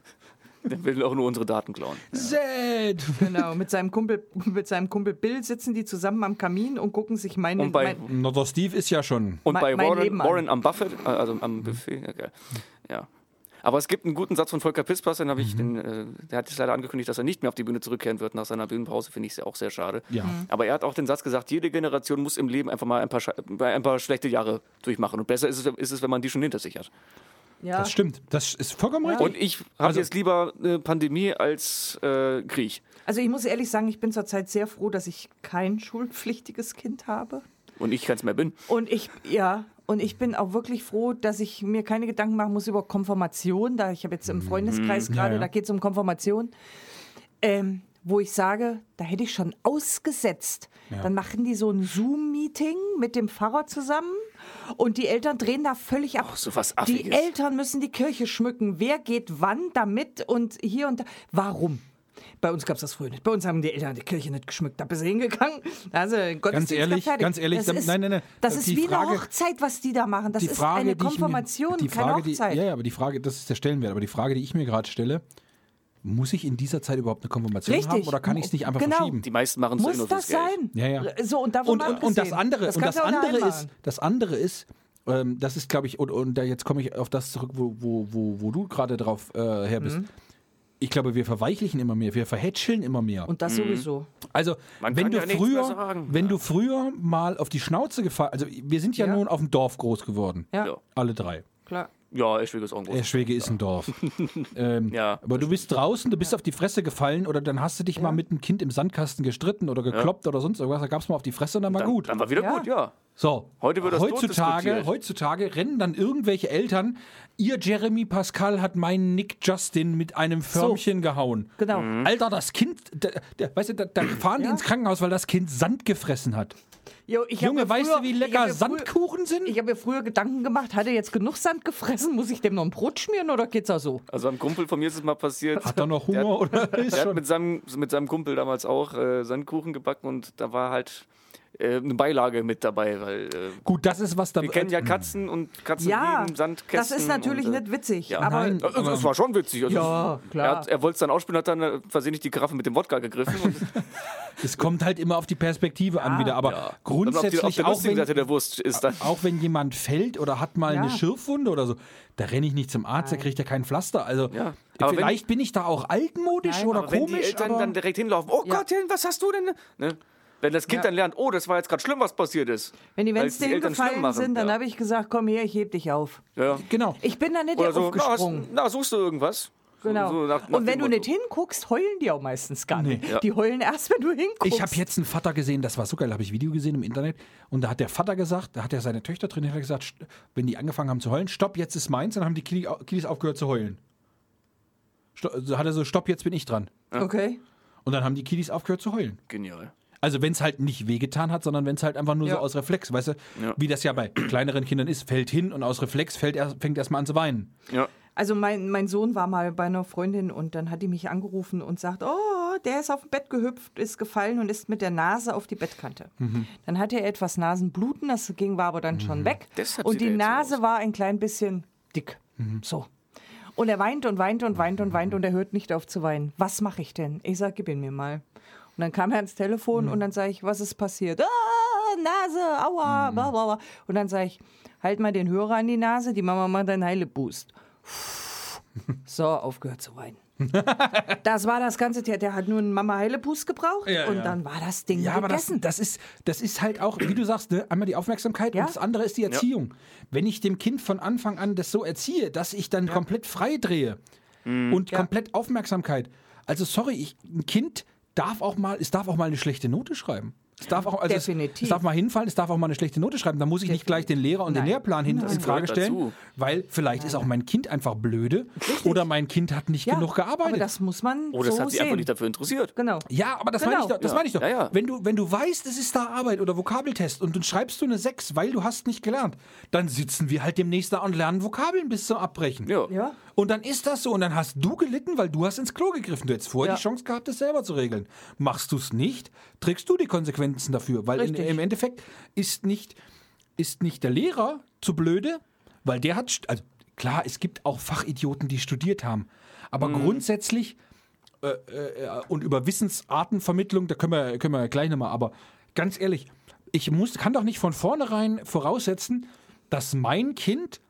Speaker 2: Der will auch nur unsere Daten klauen.
Speaker 1: Zed.
Speaker 3: Genau, mit seinem, Kumpel, mit seinem Kumpel Bill sitzen die zusammen am Kamin und gucken sich meine,
Speaker 2: Und bei-
Speaker 3: mein,
Speaker 1: Na, der Steve ist ja schon.
Speaker 2: Und
Speaker 3: Mein-
Speaker 2: bei
Speaker 3: mein
Speaker 2: Warren,
Speaker 3: Leben an.
Speaker 2: Warren am Buffett, äh, also am Buffet, ja, geil. Ja. Aber es gibt einen guten Satz von Volker Pispers, den habe ich, den, äh, der hat jetzt leider angekündigt, dass er nicht mehr auf die Bühne zurückkehren wird nach seiner Bühnenpause, finde ich ja auch sehr schade.
Speaker 1: Ja. Mhm.
Speaker 2: Aber er hat auch den Satz gesagt, jede Generation muss im Leben einfach mal ein paar, sche- äh, ein paar schlechte Jahre durchmachen. Und besser ist es, ist es, wenn man die schon hinter sich hat.
Speaker 3: ja,
Speaker 1: Das stimmt. Das ist vollkommen richtig.
Speaker 2: Und ich habe jetzt lieber eine Pandemie als äh, Krieg.
Speaker 3: Also ich muss ehrlich sagen, ich bin zurzeit sehr froh, dass ich kein schulpflichtiges Kind habe.
Speaker 2: Und ich keins mehr bin.
Speaker 3: Und ich, ja, und ich bin auch wirklich froh, dass ich mir keine Gedanken machen muss über Konfirmation. Da ich habe jetzt
Speaker 2: Mhm.
Speaker 3: im Freundeskreis gerade,
Speaker 1: ja.
Speaker 3: da geht es um Konfirmation, ähm, wo ich sage, da hätte ich schon ausgesetzt. Dann machen die so ein Zoom-Meeting mit dem Pfarrer zusammen und die Eltern drehen da völlig ab.
Speaker 2: Ach, so was
Speaker 3: die
Speaker 2: Affiges.
Speaker 3: Eltern müssen die Kirche schmücken. Wer geht wann damit und hier und da. Warum? Bei uns gab es das früher nicht. Bei uns haben die Eltern die Kirche nicht geschmückt. Da bist du hingegangen. Also,
Speaker 1: Ganz ehrlich, ganz ehrlich,
Speaker 3: das
Speaker 1: dann-
Speaker 3: ist,
Speaker 1: nein, nein, nein.
Speaker 3: Das
Speaker 1: Äh,
Speaker 3: ist
Speaker 1: die
Speaker 3: wie eine
Speaker 1: Frage-
Speaker 3: Hochzeit, was die da machen. Das
Speaker 1: die Frage,
Speaker 3: ist eine
Speaker 1: die ich mir-
Speaker 3: Konfirmation,
Speaker 1: die
Speaker 3: keine
Speaker 1: Frage,
Speaker 3: Hochzeit.
Speaker 1: Die, ja, ja, aber die Frage, das ist der Stellenwert. Aber die Frage, die ich mir gerade stelle, muss ich in dieser Zeit überhaupt eine Konfirmation
Speaker 3: Richtig.
Speaker 1: haben oder kann ich es nicht einfach
Speaker 3: Genau.
Speaker 1: verschieben?
Speaker 2: Die meisten machen es nur
Speaker 3: Muss
Speaker 2: fürs
Speaker 3: das
Speaker 2: Geld.
Speaker 3: sein?
Speaker 1: Ja, ja.
Speaker 3: So, und, davon
Speaker 1: und, und, und das
Speaker 3: abgesehen.
Speaker 1: andere, und
Speaker 3: kannst
Speaker 1: das
Speaker 3: du auch
Speaker 1: andere
Speaker 3: daheim
Speaker 1: ist,
Speaker 3: machen.
Speaker 1: das andere ist, ähm, das ist, glaube ich, und, und da jetzt komme ich auf das zurück, wo, wo, wo, wo du gerade drauf äh, her bist.
Speaker 3: Mhm.
Speaker 1: Ich glaube, wir verweichlichen immer mehr, wir verhätscheln immer mehr.
Speaker 3: Und
Speaker 2: Mhm.
Speaker 3: das sowieso.
Speaker 1: Also,
Speaker 2: Man
Speaker 1: wenn,
Speaker 2: kann
Speaker 1: du
Speaker 2: ja nichts mehr
Speaker 1: früher,
Speaker 2: sagen.
Speaker 1: wenn du früher mal auf die Schnauze gefallen also wir sind ja,
Speaker 3: Ja.
Speaker 1: nun auf dem Dorf groß geworden.
Speaker 3: Ja,
Speaker 2: Ja.
Speaker 1: Alle drei.
Speaker 3: klar.
Speaker 2: Ja, Eschwege ist auch ein
Speaker 1: Der
Speaker 2: großes.
Speaker 1: Schwege ist ein Dorf. ähm,
Speaker 2: Ja.
Speaker 1: Aber du bist draußen, du bist auf die Fresse gefallen oder dann hast du dich mal mit einem Kind im Sandkasten gestritten oder gekloppt oder sonst irgendwas. Da gab es mal auf die Fresse und dann war
Speaker 2: Dann,
Speaker 1: gut.
Speaker 2: Dann war wieder
Speaker 3: Ja.
Speaker 2: gut, ja.
Speaker 1: So,
Speaker 2: Heute wird das tot
Speaker 1: heutzutage,
Speaker 2: diskutiert.
Speaker 1: heutzutage rennen dann irgendwelche Eltern, ihr Jeremy Pascal hat meinen Nick Justin mit einem Förmchen gehauen.
Speaker 3: Genau.
Speaker 2: Mhm.
Speaker 1: Alter, das Kind, da, da, weißt du, da, da fahren die ins Krankenhaus, weil das Kind Sand gefressen hat.
Speaker 3: Jo, ich hab
Speaker 1: Junge,
Speaker 3: mir
Speaker 1: weißt
Speaker 3: früher-
Speaker 1: du, wie
Speaker 3: ich hab
Speaker 1: lecker
Speaker 3: mir früher-
Speaker 1: Sandkuchen sind?
Speaker 3: Ich habe mir früher Gedanken gemacht, hat er jetzt genug Sand gefressen? Muss ich dem noch ein Brot schmieren oder geht's auch so?
Speaker 2: Also am Kumpel von mir ist es mal passiert.
Speaker 1: Hat er noch Hunger oder ist
Speaker 2: Er hat
Speaker 1: schon?
Speaker 2: mit seinem, mit seinem Kumpel damals auch äh, Sandkuchen gebacken und da war halt äh, eine Beilage mit dabei, weil äh,
Speaker 1: Gut, das ist was da. äh,
Speaker 2: wir kennen ja Katzen und Katzen
Speaker 3: Ja,
Speaker 2: lieben Sandkästen.
Speaker 3: das ist natürlich
Speaker 2: und, äh,
Speaker 3: nicht witzig.
Speaker 2: ja.
Speaker 3: Aber
Speaker 1: Nein.
Speaker 2: Äh, Es, es war schon witzig. Also
Speaker 3: Ja,
Speaker 2: es-
Speaker 3: klar.
Speaker 2: Er, hat- er wollte es dann ausspielen, hat dann äh, versehentlich die Karaffe mit dem Wodka gegriffen. Und
Speaker 1: Es kommt halt immer auf die Perspektive
Speaker 3: Ah.
Speaker 1: an wieder, aber
Speaker 2: dann auf, die,
Speaker 1: grundsätzlich
Speaker 2: auf der
Speaker 1: auch,
Speaker 2: lustigen
Speaker 1: wenn,
Speaker 2: Seite der Wurst ist dann.
Speaker 1: auch wenn jemand fällt oder hat mal eine
Speaker 3: Ja.
Speaker 1: Schürfwunde oder so, da renne ich nicht zum Arzt, da kriegt er kein Pflaster. Also
Speaker 2: Ja, aber wenn-
Speaker 1: vielleicht bin ich da auch altmodisch
Speaker 3: Nein,
Speaker 1: oder
Speaker 2: Aber wenn die
Speaker 1: komisch,
Speaker 2: Eltern
Speaker 1: aber
Speaker 2: dann direkt hinlaufen, oh
Speaker 3: Ja.
Speaker 2: Gottchen, was hast du denn? Ne? Wenn das Kind
Speaker 3: Ja.
Speaker 2: dann lernt, oh, das war jetzt gerade schlimm, was passiert ist.
Speaker 3: wenn die
Speaker 2: Weil
Speaker 3: Wände
Speaker 2: es die Eltern schlimm
Speaker 3: gefallen
Speaker 2: machen,
Speaker 3: sind, dann
Speaker 2: ja.
Speaker 3: habe ich gesagt, komm her, ich heb dich auf.
Speaker 2: Ja.
Speaker 1: genau.
Speaker 3: Ich bin da nicht
Speaker 2: Oder so, na, hast,
Speaker 3: aufgesprungen.
Speaker 2: na, suchst du irgendwas? So-
Speaker 3: genau.
Speaker 2: so nach- nach
Speaker 3: Und
Speaker 2: dem
Speaker 3: wenn du
Speaker 2: Motto.
Speaker 3: nicht hinguckst, heulen die auch meistens gar nicht.
Speaker 2: Ja.
Speaker 3: Die heulen erst, wenn du hinguckst.
Speaker 1: Ich habe jetzt einen Vater gesehen, das war so geil, habe ich Video gesehen im Internet und da hat der Vater gesagt, da hat er seine Töchter drin, hat er gesagt, st- wenn die angefangen haben zu heulen, stopp, jetzt ist meins, dann haben die Kiddi- Kiddies aufgehört zu heulen. Sto- also Hat er so, stopp, jetzt bin ich dran.
Speaker 3: Okay.
Speaker 1: Und dann haben die Kiddies aufgehört zu heulen.
Speaker 2: Genial.
Speaker 1: Also wenn es halt nicht wehgetan hat, sondern wenn es halt einfach nur so aus Reflex, weißt du,
Speaker 2: Ja.
Speaker 1: wie das ja bei kleineren Kindern ist, fällt hin und aus Reflex fällt er, fängt erstmal an zu weinen.
Speaker 2: Ja.
Speaker 3: Also mein, mein Sohn war mal bei einer Freundin und dann hat die mich angerufen und sagt, oh, der ist auf dem Bett gehüpft, ist gefallen und ist mit der Nase auf die Bettkante. Dann hatte er etwas Nasenbluten, das ging war aber dann schon weg.
Speaker 2: Deshalb
Speaker 3: und
Speaker 2: sieht
Speaker 3: die
Speaker 2: er jetzt so
Speaker 3: Nase war ein klein bisschen dick. So. Und er weint und weint und weint und weint und er hört nicht auf zu weinen. Was mache ich denn? Ich sage, gib ihn mir mal. Und dann kam er ans Telefon und dann sage ich, was ist passiert? Ah, Nase, aua, bla bla bla. Und dann sage ich, halt mal den Hörer an die Nase, die Mama macht einen Heileboost. So, aufgehört zu weinen. das war das ganze Tier. Der hat nur einen Mama Heileboost gebraucht
Speaker 1: Ja,
Speaker 3: und
Speaker 1: ja.
Speaker 3: dann war das Ding
Speaker 1: Ja, aber das,
Speaker 3: gegessen.
Speaker 1: das, ist, das ist halt auch, wie du sagst, ne, einmal die Aufmerksamkeit
Speaker 3: Ja.
Speaker 1: und das andere ist die Erziehung. Wenn ich dem Kind von Anfang an das so erziehe, dass ich dann komplett frei drehe
Speaker 2: Mhm.
Speaker 1: und komplett Aufmerksamkeit. Also sorry, ich, ein Kind darf auch mal, es darf auch mal eine schlechte Note schreiben. Es darf auch, also es,
Speaker 3: Definitiv.
Speaker 1: es darf mal hinfallen, es darf auch mal eine schlechte Note schreiben. Da muss ich nicht gleich den Lehrer und den
Speaker 3: Nein.
Speaker 1: Lehrplan hin, in Frage
Speaker 2: gehört
Speaker 1: stellen,
Speaker 2: dazu.
Speaker 1: weil vielleicht ist auch mein Kind einfach blöde oder mein Kind hat nicht
Speaker 3: ja,
Speaker 1: genug
Speaker 3: Aber
Speaker 1: gearbeitet.
Speaker 3: das muss man
Speaker 2: Oh, das
Speaker 3: so
Speaker 2: hat sie
Speaker 3: sehen.
Speaker 2: einfach nicht dafür interessiert.
Speaker 3: genau.
Speaker 1: Ja, aber das
Speaker 3: Genau.
Speaker 1: meine ich doch. Das
Speaker 2: Ja.
Speaker 1: meine ich doch.
Speaker 2: Ja, ja.
Speaker 1: Wenn, du, wenn du weißt, es ist da Arbeit oder Vokabeltest und dann schreibst du eine 6, weil du hast nicht gelernt, dann sitzen wir halt demnächst da und lernen Vokabeln bis zum Abbrechen.
Speaker 2: Ja.
Speaker 3: Ja.
Speaker 1: Und dann ist das so und dann hast du gelitten, weil du hast ins Klo gegriffen. Du hättest vorher
Speaker 3: Ja.
Speaker 1: die Chance gehabt, das selber zu regeln. Machst du es nicht, trägst du die Konsequenzen dafür, weil in,
Speaker 3: Richtig.
Speaker 1: im Endeffekt ist nicht, ist nicht der Lehrer zu blöde, weil der hat, st- also klar, es gibt auch Fachidioten, die studiert haben, aber
Speaker 2: Mhm.
Speaker 1: grundsätzlich äh, und über Wissensartenvermittlung, da können wir, können wir gleich nochmal, aber ganz ehrlich, ich muss, kann doch nicht von vornherein voraussetzen, dass mein Kind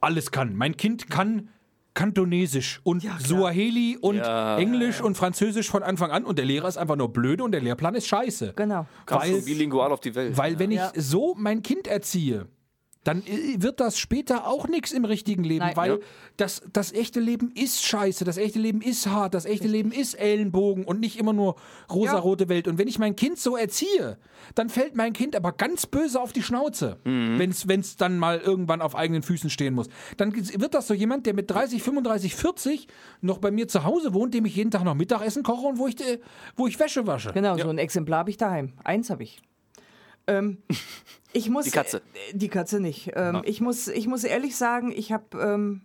Speaker 1: alles kann. Mein Kind kann Kantonesisch und Suaheli und
Speaker 2: Ja.
Speaker 1: Englisch und Französisch von Anfang an und der Lehrer ist einfach nur blöde und der Lehrplan ist scheiße.
Speaker 3: Genau.
Speaker 2: Kamst
Speaker 1: Weil-
Speaker 2: du bilingual auf die Welt.
Speaker 1: Weil wenn ich
Speaker 3: Ja.
Speaker 1: so mein Kind erziehe, dann äh, wird das später auch nichts im richtigen Leben,
Speaker 3: Nein.
Speaker 1: weil
Speaker 2: Ja.
Speaker 1: das, das echte Leben ist scheiße, das echte Leben ist hart, das echte Leben ist Ellenbogen und nicht immer nur rosarote Welt. Und wenn ich mein Kind so erziehe, dann fällt mein Kind aber ganz böse auf die Schnauze, wenn es dann mal irgendwann auf eigenen Füßen stehen muss. Dann g- wird das so jemand, der mit 30, 35, 40 noch bei mir zu Hause wohnt, dem ich jeden Tag noch Mittagessen koche und wo ich, äh, wo ich Wäsche wasche.
Speaker 3: Genau, so ein Exemplar habe ich daheim. Eins habe ich. Ähm, ich muss,
Speaker 2: Die Katze.
Speaker 3: Äh, die Katze nicht. Ähm, ich, muss, ich muss ehrlich sagen, ich habe ähm,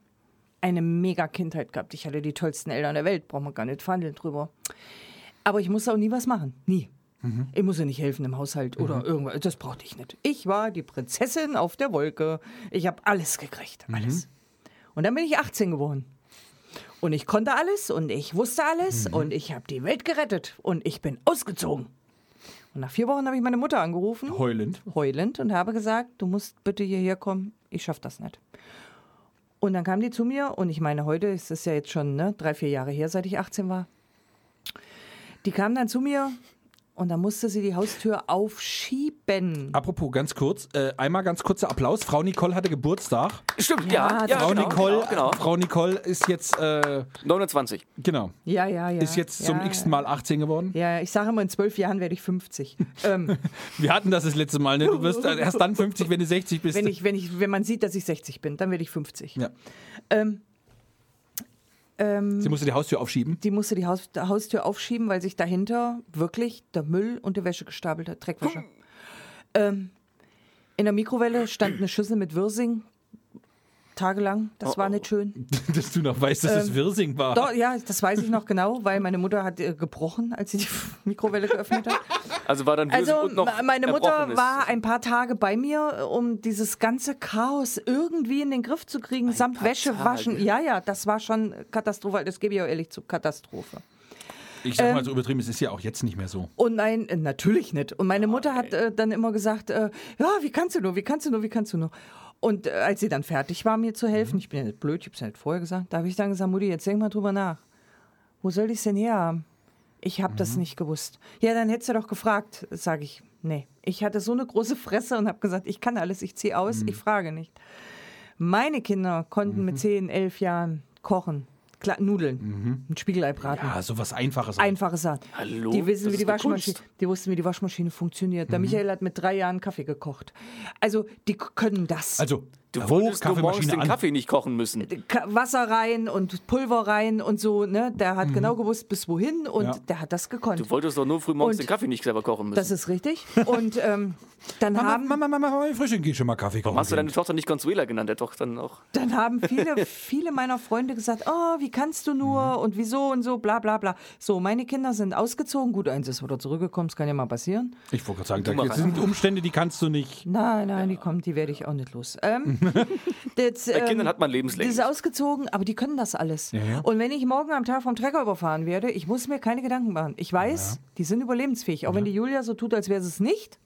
Speaker 3: eine mega Kindheit gehabt. Ich hatte die tollsten Eltern der Welt, brauchen wir gar nicht verhandeln drüber. Aber ich musste auch nie was machen. Nie. Ich muss ihr nicht helfen im Haushalt oder irgendwas. Das brauchte ich nicht. Ich war die Prinzessin auf der Wolke. Ich habe alles gekriegt. Alles. Und dann bin ich 18 geworden. Und ich konnte alles und ich wusste alles und ich habe die Welt gerettet und ich bin ausgezogen. Und nach vier Wochen habe ich meine Mutter angerufen,
Speaker 1: Heulend.
Speaker 3: heulend, und habe gesagt, du musst bitte hierher kommen, ich schaffe das nicht. Und dann kam die zu mir und ich meine, heute ist es ja jetzt schon ne, drei, vier Jahre her, seit ich 18 war. Die kam dann zu mir und dann musste sie die Haustür aufschieben.
Speaker 1: Apropos, ganz kurz, äh, einmal ganz kurzer Applaus. Frau Nicole hatte Geburtstag.
Speaker 2: Stimmt, ja.
Speaker 3: Ja,
Speaker 2: ja,
Speaker 1: Frau,
Speaker 2: genau,
Speaker 1: Nicole,
Speaker 2: Genau, genau.
Speaker 1: Frau Nicole ist jetzt, äh,
Speaker 2: 29.
Speaker 1: genau,
Speaker 3: Ja, ja, ja.
Speaker 1: ist jetzt zum
Speaker 3: ja,
Speaker 1: x Mal 18 geworden.
Speaker 3: Ja, ich sage immer, in zwölf Jahren werde ich 50. ähm,
Speaker 1: Wir hatten das das letzte Mal, ne? Du wirst erst dann 50, wenn du 60 bist.
Speaker 3: wenn, ich, wenn, ich, wenn man sieht, dass ich 60 bin, dann werde ich 50.
Speaker 1: ja.
Speaker 3: Ähm, ähm,
Speaker 1: Sie musste die Haustür aufschieben.
Speaker 3: die musste die Haus Haustür aufschieben, weil sich dahinter wirklich der Müll und die Wäsche gestapelt hat, Dreckwäsche. ähm, in der Mikrowelle stand eine Schüssel mit Wirsing. tagelang. Das
Speaker 2: Oh,
Speaker 3: war nicht schön.
Speaker 1: Dass du noch weißt, dass es Wirsing war.
Speaker 3: Ähm, Doch, ja, das weiß ich noch genau, weil meine Mutter hat äh, gebrochen, als sie die Mikrowelle geöffnet hat.
Speaker 2: Also war dann Wirsing
Speaker 3: Also
Speaker 2: und noch
Speaker 3: me- meine Mutter
Speaker 2: Erbrochenes.
Speaker 3: war ein paar Tage bei mir, äh, um dieses ganze Chaos irgendwie in den Griff zu kriegen, samt
Speaker 2: paar
Speaker 3: Wäsche
Speaker 2: Tage.
Speaker 3: waschen. Ja, ja, das war schon Katastrophe. Das gebe ich auch ehrlich zu, Katastrophe.
Speaker 1: Ich sag
Speaker 3: ähm,
Speaker 1: mal so übertrieben, es ist ja auch jetzt nicht mehr so.
Speaker 3: Und nein, äh, natürlich nicht. Und meine Mutter hat äh, dann immer gesagt, äh, ja, wie kannst du nur, wie kannst du nur, wie kannst du nur. Und äh, als sie dann fertig war, mir zu helfen, ich bin ja nicht blöd, ich hab's ja nicht vorher gesagt, da habe ich dann gesagt, Mutti, jetzt denk mal drüber nach. Wo soll ich's denn herhaben? Ich habe das nicht gewusst. Ja, dann hättest du doch gefragt, sage ich. Nee, ich hatte so eine große Fresse und habe gesagt, ich kann alles, ich ziehe aus, ich frage nicht. Meine Kinder konnten mit 10, 11 Jahren kochen, Kla Nudeln, ein Spiegelei braten.
Speaker 1: Ja, sowas Einfaches.
Speaker 3: Einfache Sachen.
Speaker 2: Hallo,
Speaker 3: Die wissen,
Speaker 2: das
Speaker 3: wie die
Speaker 2: ist Mhm. eine
Speaker 3: Waschmaschine, die wussten, wie die Waschmaschine funktioniert. Der Michael hat mit drei Jahren Kaffee gekocht. Also die k- können das.
Speaker 1: also,
Speaker 2: Du
Speaker 1: wo
Speaker 2: wolltest nur morgens
Speaker 1: Kaffeemaschine
Speaker 2: den
Speaker 1: an.
Speaker 2: Kaffee nicht kochen müssen.
Speaker 3: Ka- Wasser rein und Pulver rein und so. Ne, der hat genau gewusst, bis wohin und
Speaker 1: Ja.
Speaker 3: der hat das gekonnt.
Speaker 2: Mhm. Du wolltest doch nur früh morgens
Speaker 3: Und-
Speaker 2: den Kaffee nicht selber kochen müssen.
Speaker 3: das ist richtig. Und ähm, dann
Speaker 1: Mama,
Speaker 3: haben
Speaker 1: Mama, Mama, Mama, Frühstück, geh schon mal Kaffee kochen.
Speaker 2: Hast du deine Tochter nicht Consuela genannt? Der Tochter dann auch.
Speaker 3: dann haben viele, viele meiner Freunde gesagt, oh, wie kannst du nur
Speaker 2: Mhm.
Speaker 3: und wieso und so, bla bla bla. So, meine Kinder sind ausgezogen. Gut, eins ist wieder zurückgekommen, das kann ja mal passieren.
Speaker 1: ich wollte gerade sagen,
Speaker 2: mach
Speaker 1: da, das sind Umstände, die kannst du nicht.
Speaker 3: Nein, nein, die kommen, die werde ich auch nicht los. Ähm, das,
Speaker 2: Bei Kindern
Speaker 3: ähm,
Speaker 2: hat man
Speaker 3: Die
Speaker 2: lebenslänglich.
Speaker 3: ist ausgezogen, aber die können das alles.
Speaker 1: ja.
Speaker 3: Und wenn ich morgen am Tag vom Trecker überfahren werde, ich muss mir keine Gedanken machen. Ich weiß, die sind überlebensfähig. Auch wenn die Julia so tut, als wäre sie es nicht.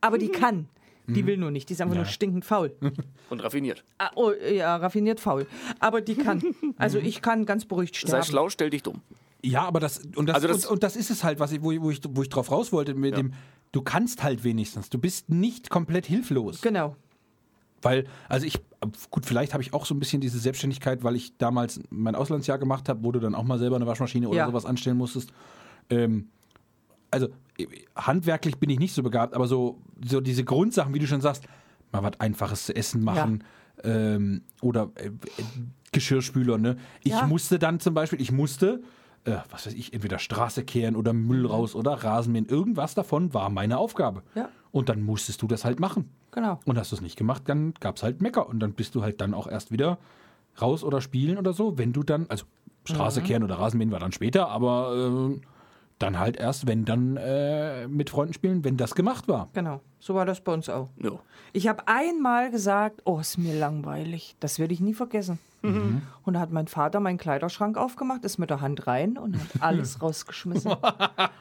Speaker 3: Aber die kann. Die will nur nicht. Die ist einfach nur stinkend faul.
Speaker 2: Und raffiniert.
Speaker 3: Ah, oh, ja, raffiniert faul. Aber die kann. Also ich kann ganz beruhigt
Speaker 2: Sei
Speaker 3: sterben.
Speaker 2: schlau, stell dich dumm.
Speaker 1: Ja, aber das und das,
Speaker 2: Also das-
Speaker 1: und, und das ist es halt, was ich, wo, ich- wo ich wo ich drauf raus wollte mit dem du kannst halt wenigstens, du bist nicht komplett hilflos,
Speaker 3: Genau.
Speaker 1: weil also ich gut, vielleicht habe ich auch so ein bisschen diese Selbstständigkeit, weil ich damals mein Auslandsjahr gemacht habe, wo du dann auch mal selber eine Waschmaschine oder
Speaker 3: Ja.
Speaker 1: sowas anstellen musstest. Ähm, also eh, handwerklich bin ich nicht so begabt, aber so so diese Grundsachen, wie du schon sagst, mal was einfaches zu essen machen ähm, oder äh, äh, Geschirrspüler, ne? Ich
Speaker 3: Ja.
Speaker 1: musste dann zum Beispiel, ich musste, äh, was weiß ich, entweder Straße kehren oder Müll raus oder Rasenmähen. Irgendwas davon war meine Aufgabe.
Speaker 3: Ja.
Speaker 1: Und dann musstest du das halt machen.
Speaker 3: Genau.
Speaker 1: Und hast du es nicht gemacht, dann gab es halt Mecker. Und dann bist du halt dann auch erst wieder raus oder spielen oder so, wenn du dann, also Straße kehren oder Rasenmähen war dann später, aber ähm, dann halt erst, wenn dann äh, mit Freunden spielen, wenn das gemacht war.
Speaker 3: Genau. So war das bei uns auch.
Speaker 2: No.
Speaker 3: Ich habe einmal gesagt, oh, ist mir langweilig. Das werde ich nie vergessen. Und da hat mein Vater meinen Kleiderschrank aufgemacht, ist mit der Hand rein und hat alles rausgeschmissen.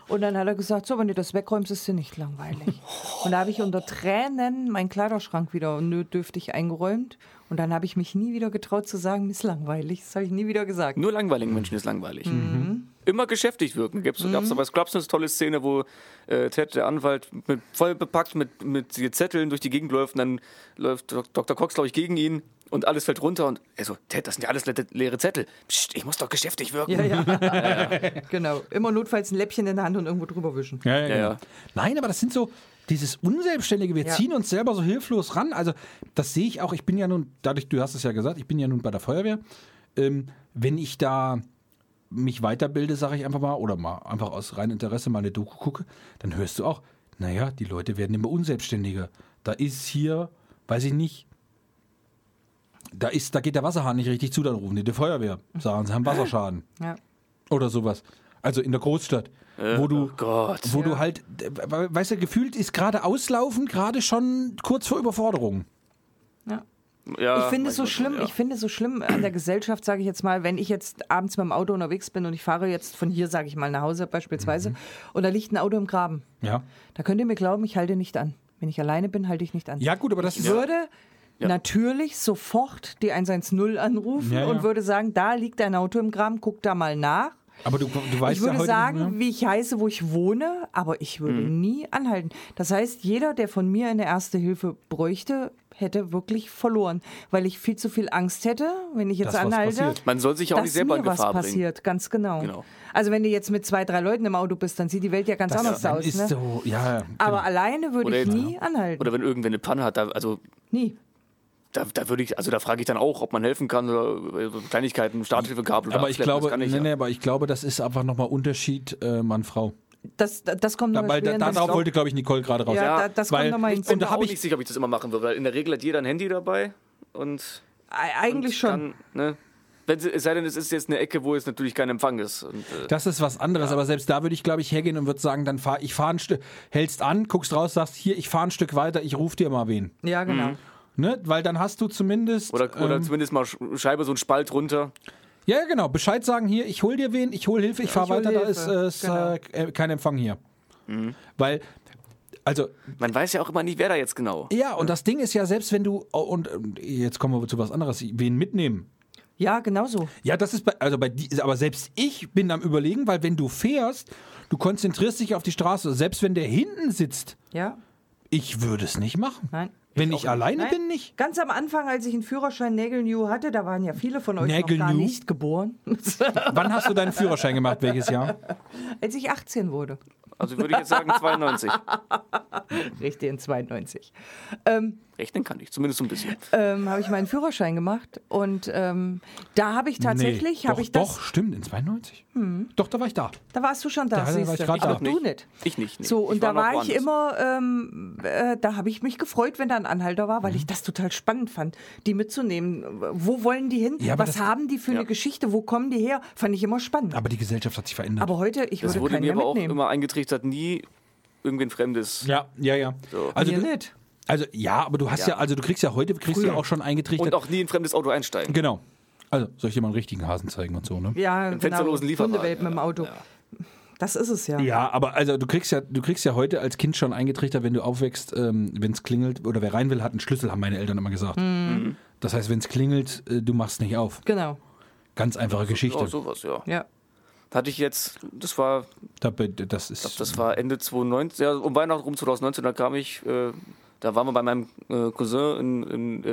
Speaker 3: Und dann hat er gesagt, so, wenn du das wegräumst, ist dir nicht langweilig. Und da habe ich unter Tränen meinen Kleiderschrank wieder nötdürftig eingeräumt. Und dann habe ich mich nie wieder getraut zu sagen, mir ist langweilig. Das habe ich nie wieder gesagt.
Speaker 2: Nur langweiligen Menschen ist langweilig.
Speaker 3: Mhm.
Speaker 2: Mhm. Immer geschäftig wirken. Gab es mhm. bei Scrubs eine tolle Szene, wo äh, Ted, der Anwalt, mit, voll bepackt mit, mit den Zetteln durch die Gegend läuft und dann läuft Dok- Dr. Cox, glaube ich, gegen ihn und alles fällt runter und er so, Ted, das sind ja alles le leere Zettel. Psst, ich muss doch geschäftig wirken.
Speaker 3: Ja, ja. genau. Immer notfalls ein Läppchen in der Hand und irgendwo drüber wischen.
Speaker 1: Ja, ja,
Speaker 2: Ja,
Speaker 1: genau.
Speaker 2: ja.
Speaker 1: Nein, aber das sind so dieses Unselbstständige, wir
Speaker 3: Ja.
Speaker 1: ziehen uns selber so hilflos ran. Also das sehe ich auch. Ich bin ja nun, dadurch, du hast es ja gesagt, ich bin ja nun bei der Feuerwehr. Ähm, wenn ich da mich weiterbilde, sage ich einfach mal, oder mal einfach aus reinem Interesse mal eine Doku gucke, dann hörst du auch, naja, die Leute werden immer unselbstständiger. Da ist hier, weiß ich nicht, da, ist, da geht der Wasserhahn nicht richtig zu, dann rufen die die Feuerwehr, sagen, sie haben Wasserschaden
Speaker 3: Ja.
Speaker 1: oder sowas. Also in der Großstadt, wo du,
Speaker 2: oh Gott.
Speaker 1: wo du halt, äh, we- weißt du, gefühlt ist gerade auslaufen gerade schon kurz vor Überforderung.
Speaker 3: ja.
Speaker 2: Ja,
Speaker 1: Äh,
Speaker 3: Ich finde es so
Speaker 2: manchmal schon,
Speaker 3: schlimm,
Speaker 2: ja.
Speaker 3: ich finde es so schlimm an der Gesellschaft, sage ich jetzt mal, wenn ich jetzt abends mit dem Auto unterwegs bin und ich fahre jetzt von hier, sage ich mal, nach Hause beispielsweise und da liegt ein Auto im Graben.
Speaker 1: Mhm. Ja.
Speaker 3: Da könnt ihr mir glauben, ich halte nicht an. Wenn ich alleine bin, halte ich nicht an.
Speaker 1: Ja, gut, aber das
Speaker 3: ich
Speaker 1: ist
Speaker 3: würde natürlich sofort die 110 anrufen
Speaker 1: Ja, ja.
Speaker 3: und würde sagen, da liegt ein Auto im Graben, guck da mal nach.
Speaker 1: Aber du, du weißt
Speaker 3: Ich würde
Speaker 1: ja heute, Hm.
Speaker 3: sagen,
Speaker 1: ne?
Speaker 3: wie ich heiße, wo ich wohne, aber ich würde nie anhalten. Das heißt, jeder, der von mir eine Erste Hilfe bräuchte, hätte wirklich verloren, weil ich viel zu viel Angst hätte, wenn ich jetzt
Speaker 1: Dass was
Speaker 3: anhalte.
Speaker 1: passiert.
Speaker 2: Man soll sich auch
Speaker 3: dass
Speaker 2: nicht selber in
Speaker 3: mir was
Speaker 2: Gefahr bringen.
Speaker 3: passiert, ganz genau.
Speaker 2: Genau.
Speaker 3: Also wenn du jetzt mit zwei, drei Leuten im Auto bist, dann sieht die Welt ja ganz
Speaker 1: das
Speaker 3: anders
Speaker 1: dann
Speaker 3: aus.
Speaker 1: ist
Speaker 3: Ne?
Speaker 1: so, ja, ja,
Speaker 3: Aber alleine würde
Speaker 2: Oder
Speaker 3: ich
Speaker 2: jetzt-
Speaker 3: nie anhalten.
Speaker 2: Oder wenn irgendwer eine Panne hat, da, also
Speaker 3: nie.
Speaker 2: da, da würde ich, also da frage ich dann auch, ob man helfen kann oder äh, Kleinigkeiten, Starthilfekabel oder
Speaker 1: Genau. aber ich
Speaker 2: abschleppen, das
Speaker 1: glaube,
Speaker 2: kann ich
Speaker 1: nee,
Speaker 2: ja.
Speaker 1: nee, aber ich glaube, das ist einfach nochmal Unterschied äh, Mann-Frau.
Speaker 3: Das, das kommt
Speaker 1: Da,
Speaker 3: nochmal
Speaker 1: weil da, darauf wollte, glaube ich, Nicole gerade raus.
Speaker 3: ja,
Speaker 2: Ja,
Speaker 3: da, das
Speaker 1: weil-
Speaker 3: kommt nochmal
Speaker 1: ich
Speaker 3: hinzu.
Speaker 2: bin
Speaker 1: Und da
Speaker 2: mir
Speaker 1: hab
Speaker 2: auch
Speaker 1: ich-
Speaker 2: nicht sicher, ob ich das immer machen würde, weil in der Regel hat jeder ein Handy dabei und
Speaker 3: eigentlich schon.
Speaker 2: Dann, ne? Wenn sie, es sei denn, es ist jetzt eine Ecke, wo jetzt natürlich kein Empfang ist. Und, äh,
Speaker 1: Das ist was anderes, aber selbst da würde ich, glaube ich, hergehen und würde sagen, dann fahr, ich fahre ein Stück, hältst an, guckst raus, sagst, hier, ich fahre ein Stück weiter, ich rufe dir mal wen.
Speaker 3: ja, genau.
Speaker 2: Mhm.
Speaker 1: Ne? Weil dann hast du zumindest.
Speaker 2: oder oder
Speaker 1: ähm,
Speaker 2: zumindest mal Sch- Scheibe so einen Spalt runter.
Speaker 1: ja, ja, genau. Bescheid sagen hier, ich hol dir wen, ich hol Hilfe, ich fahr
Speaker 3: ich hol
Speaker 1: weiter, da
Speaker 3: Hilfe.
Speaker 1: ist, äh, ist äh, äh, kein Empfang hier. Weil, also,
Speaker 2: Man weiß ja auch immer nicht, wer da jetzt genau.
Speaker 1: ja, und das Ding ist ja, selbst wenn du, oh, und ähm, jetzt kommen wir zu was anderes, wen mitnehmen.
Speaker 3: Ja, genau so.
Speaker 1: Ja, das ist bei, also bei die, aber selbst ich bin am überlegen, weil wenn du fährst, du konzentrierst dich auf die Straße, selbst wenn der hinten sitzt,
Speaker 3: Ja,
Speaker 1: ich würde es nicht machen.
Speaker 3: nein.
Speaker 1: Wenn ich, alleine
Speaker 3: Nein.
Speaker 1: bin, nicht.
Speaker 3: Ganz am Anfang, als ich einen Führerschein Nägel New hatte, da waren ja viele von euch
Speaker 1: Nägel
Speaker 3: noch gar
Speaker 1: New?
Speaker 3: nicht geboren.
Speaker 1: Wann hast du deinen Führerschein gemacht? Welches Jahr?
Speaker 3: als ich 18 wurde.
Speaker 2: Also würde ich jetzt sagen 92.
Speaker 3: Richtig, in 92.
Speaker 2: Rechnen kann ich, zumindest so ein bisschen.
Speaker 3: Ähm, habe ich meinen Führerschein gemacht und ähm, da habe ich tatsächlich,
Speaker 1: nee, doch,
Speaker 3: habe ich das, Hm.
Speaker 1: Doch, stimmt, in 92. Doch, da war ich da.
Speaker 3: da warst du schon da,
Speaker 1: Da war ich
Speaker 3: siehst du.
Speaker 1: grad
Speaker 3: aber
Speaker 1: da.
Speaker 3: du nicht.
Speaker 2: Ich nicht. nee.
Speaker 3: So, und da
Speaker 2: noch
Speaker 3: war ich
Speaker 2: woanders.
Speaker 3: immer, ähm, äh, da habe ich mich gefreut, wenn da ein Anhalter war, weil
Speaker 1: Mhm.
Speaker 3: ich das total spannend fand, die mitzunehmen. Wo wollen die hin?
Speaker 1: Ja, aber
Speaker 3: Was
Speaker 1: das-
Speaker 3: haben die für
Speaker 2: Ja.
Speaker 3: eine Geschichte? Wo kommen die her? Fand ich immer spannend.
Speaker 1: Aber die Gesellschaft hat sich verändert.
Speaker 3: Aber heute, ich
Speaker 2: Das
Speaker 3: würde
Speaker 2: wurde
Speaker 3: keinen
Speaker 2: mir
Speaker 3: mehr
Speaker 2: aber auch
Speaker 3: mitnehmen.
Speaker 2: immer eingetrichtert, nie irgendwen Fremdes.
Speaker 1: ja, ja, ja. Also,
Speaker 3: Mir
Speaker 1: du,
Speaker 3: nicht.
Speaker 1: also ja, aber du hast ja. also du kriegst ja heute kriegst du ja auch schon
Speaker 2: Und
Speaker 1: eingetrichtert.
Speaker 2: auch nie in ein fremdes Auto einsteigen.
Speaker 1: Genau. Also, soll ich dir mal einen richtigen Hasen zeigen und so, ne?
Speaker 3: Ja, genau.
Speaker 2: fensterlosen Lieferwagen,
Speaker 3: Hundewelpen im
Speaker 2: ja.
Speaker 3: Auto. Das ist es ja.
Speaker 1: Ja, aber also du kriegst ja, du kriegst ja heute als Kind schon eingetrichtert, wenn du aufwächst, ähm, wenn es klingelt oder wer rein will, hat einen Schlüssel, haben meine Eltern immer gesagt.
Speaker 2: Mhm.
Speaker 1: Das heißt, wenn es klingelt, äh, du machst nicht auf.
Speaker 3: Genau.
Speaker 1: Ganz einfache Geschichte.
Speaker 2: Ja, sowas, ja.
Speaker 3: Ja.
Speaker 2: Hatte ich jetzt, das war,
Speaker 1: Da- Das ist
Speaker 2: das war Ende 2019, ja, um Weihnachten rum 2019, da kam ich, äh, da waren wir bei meinem äh, Cousin in, in,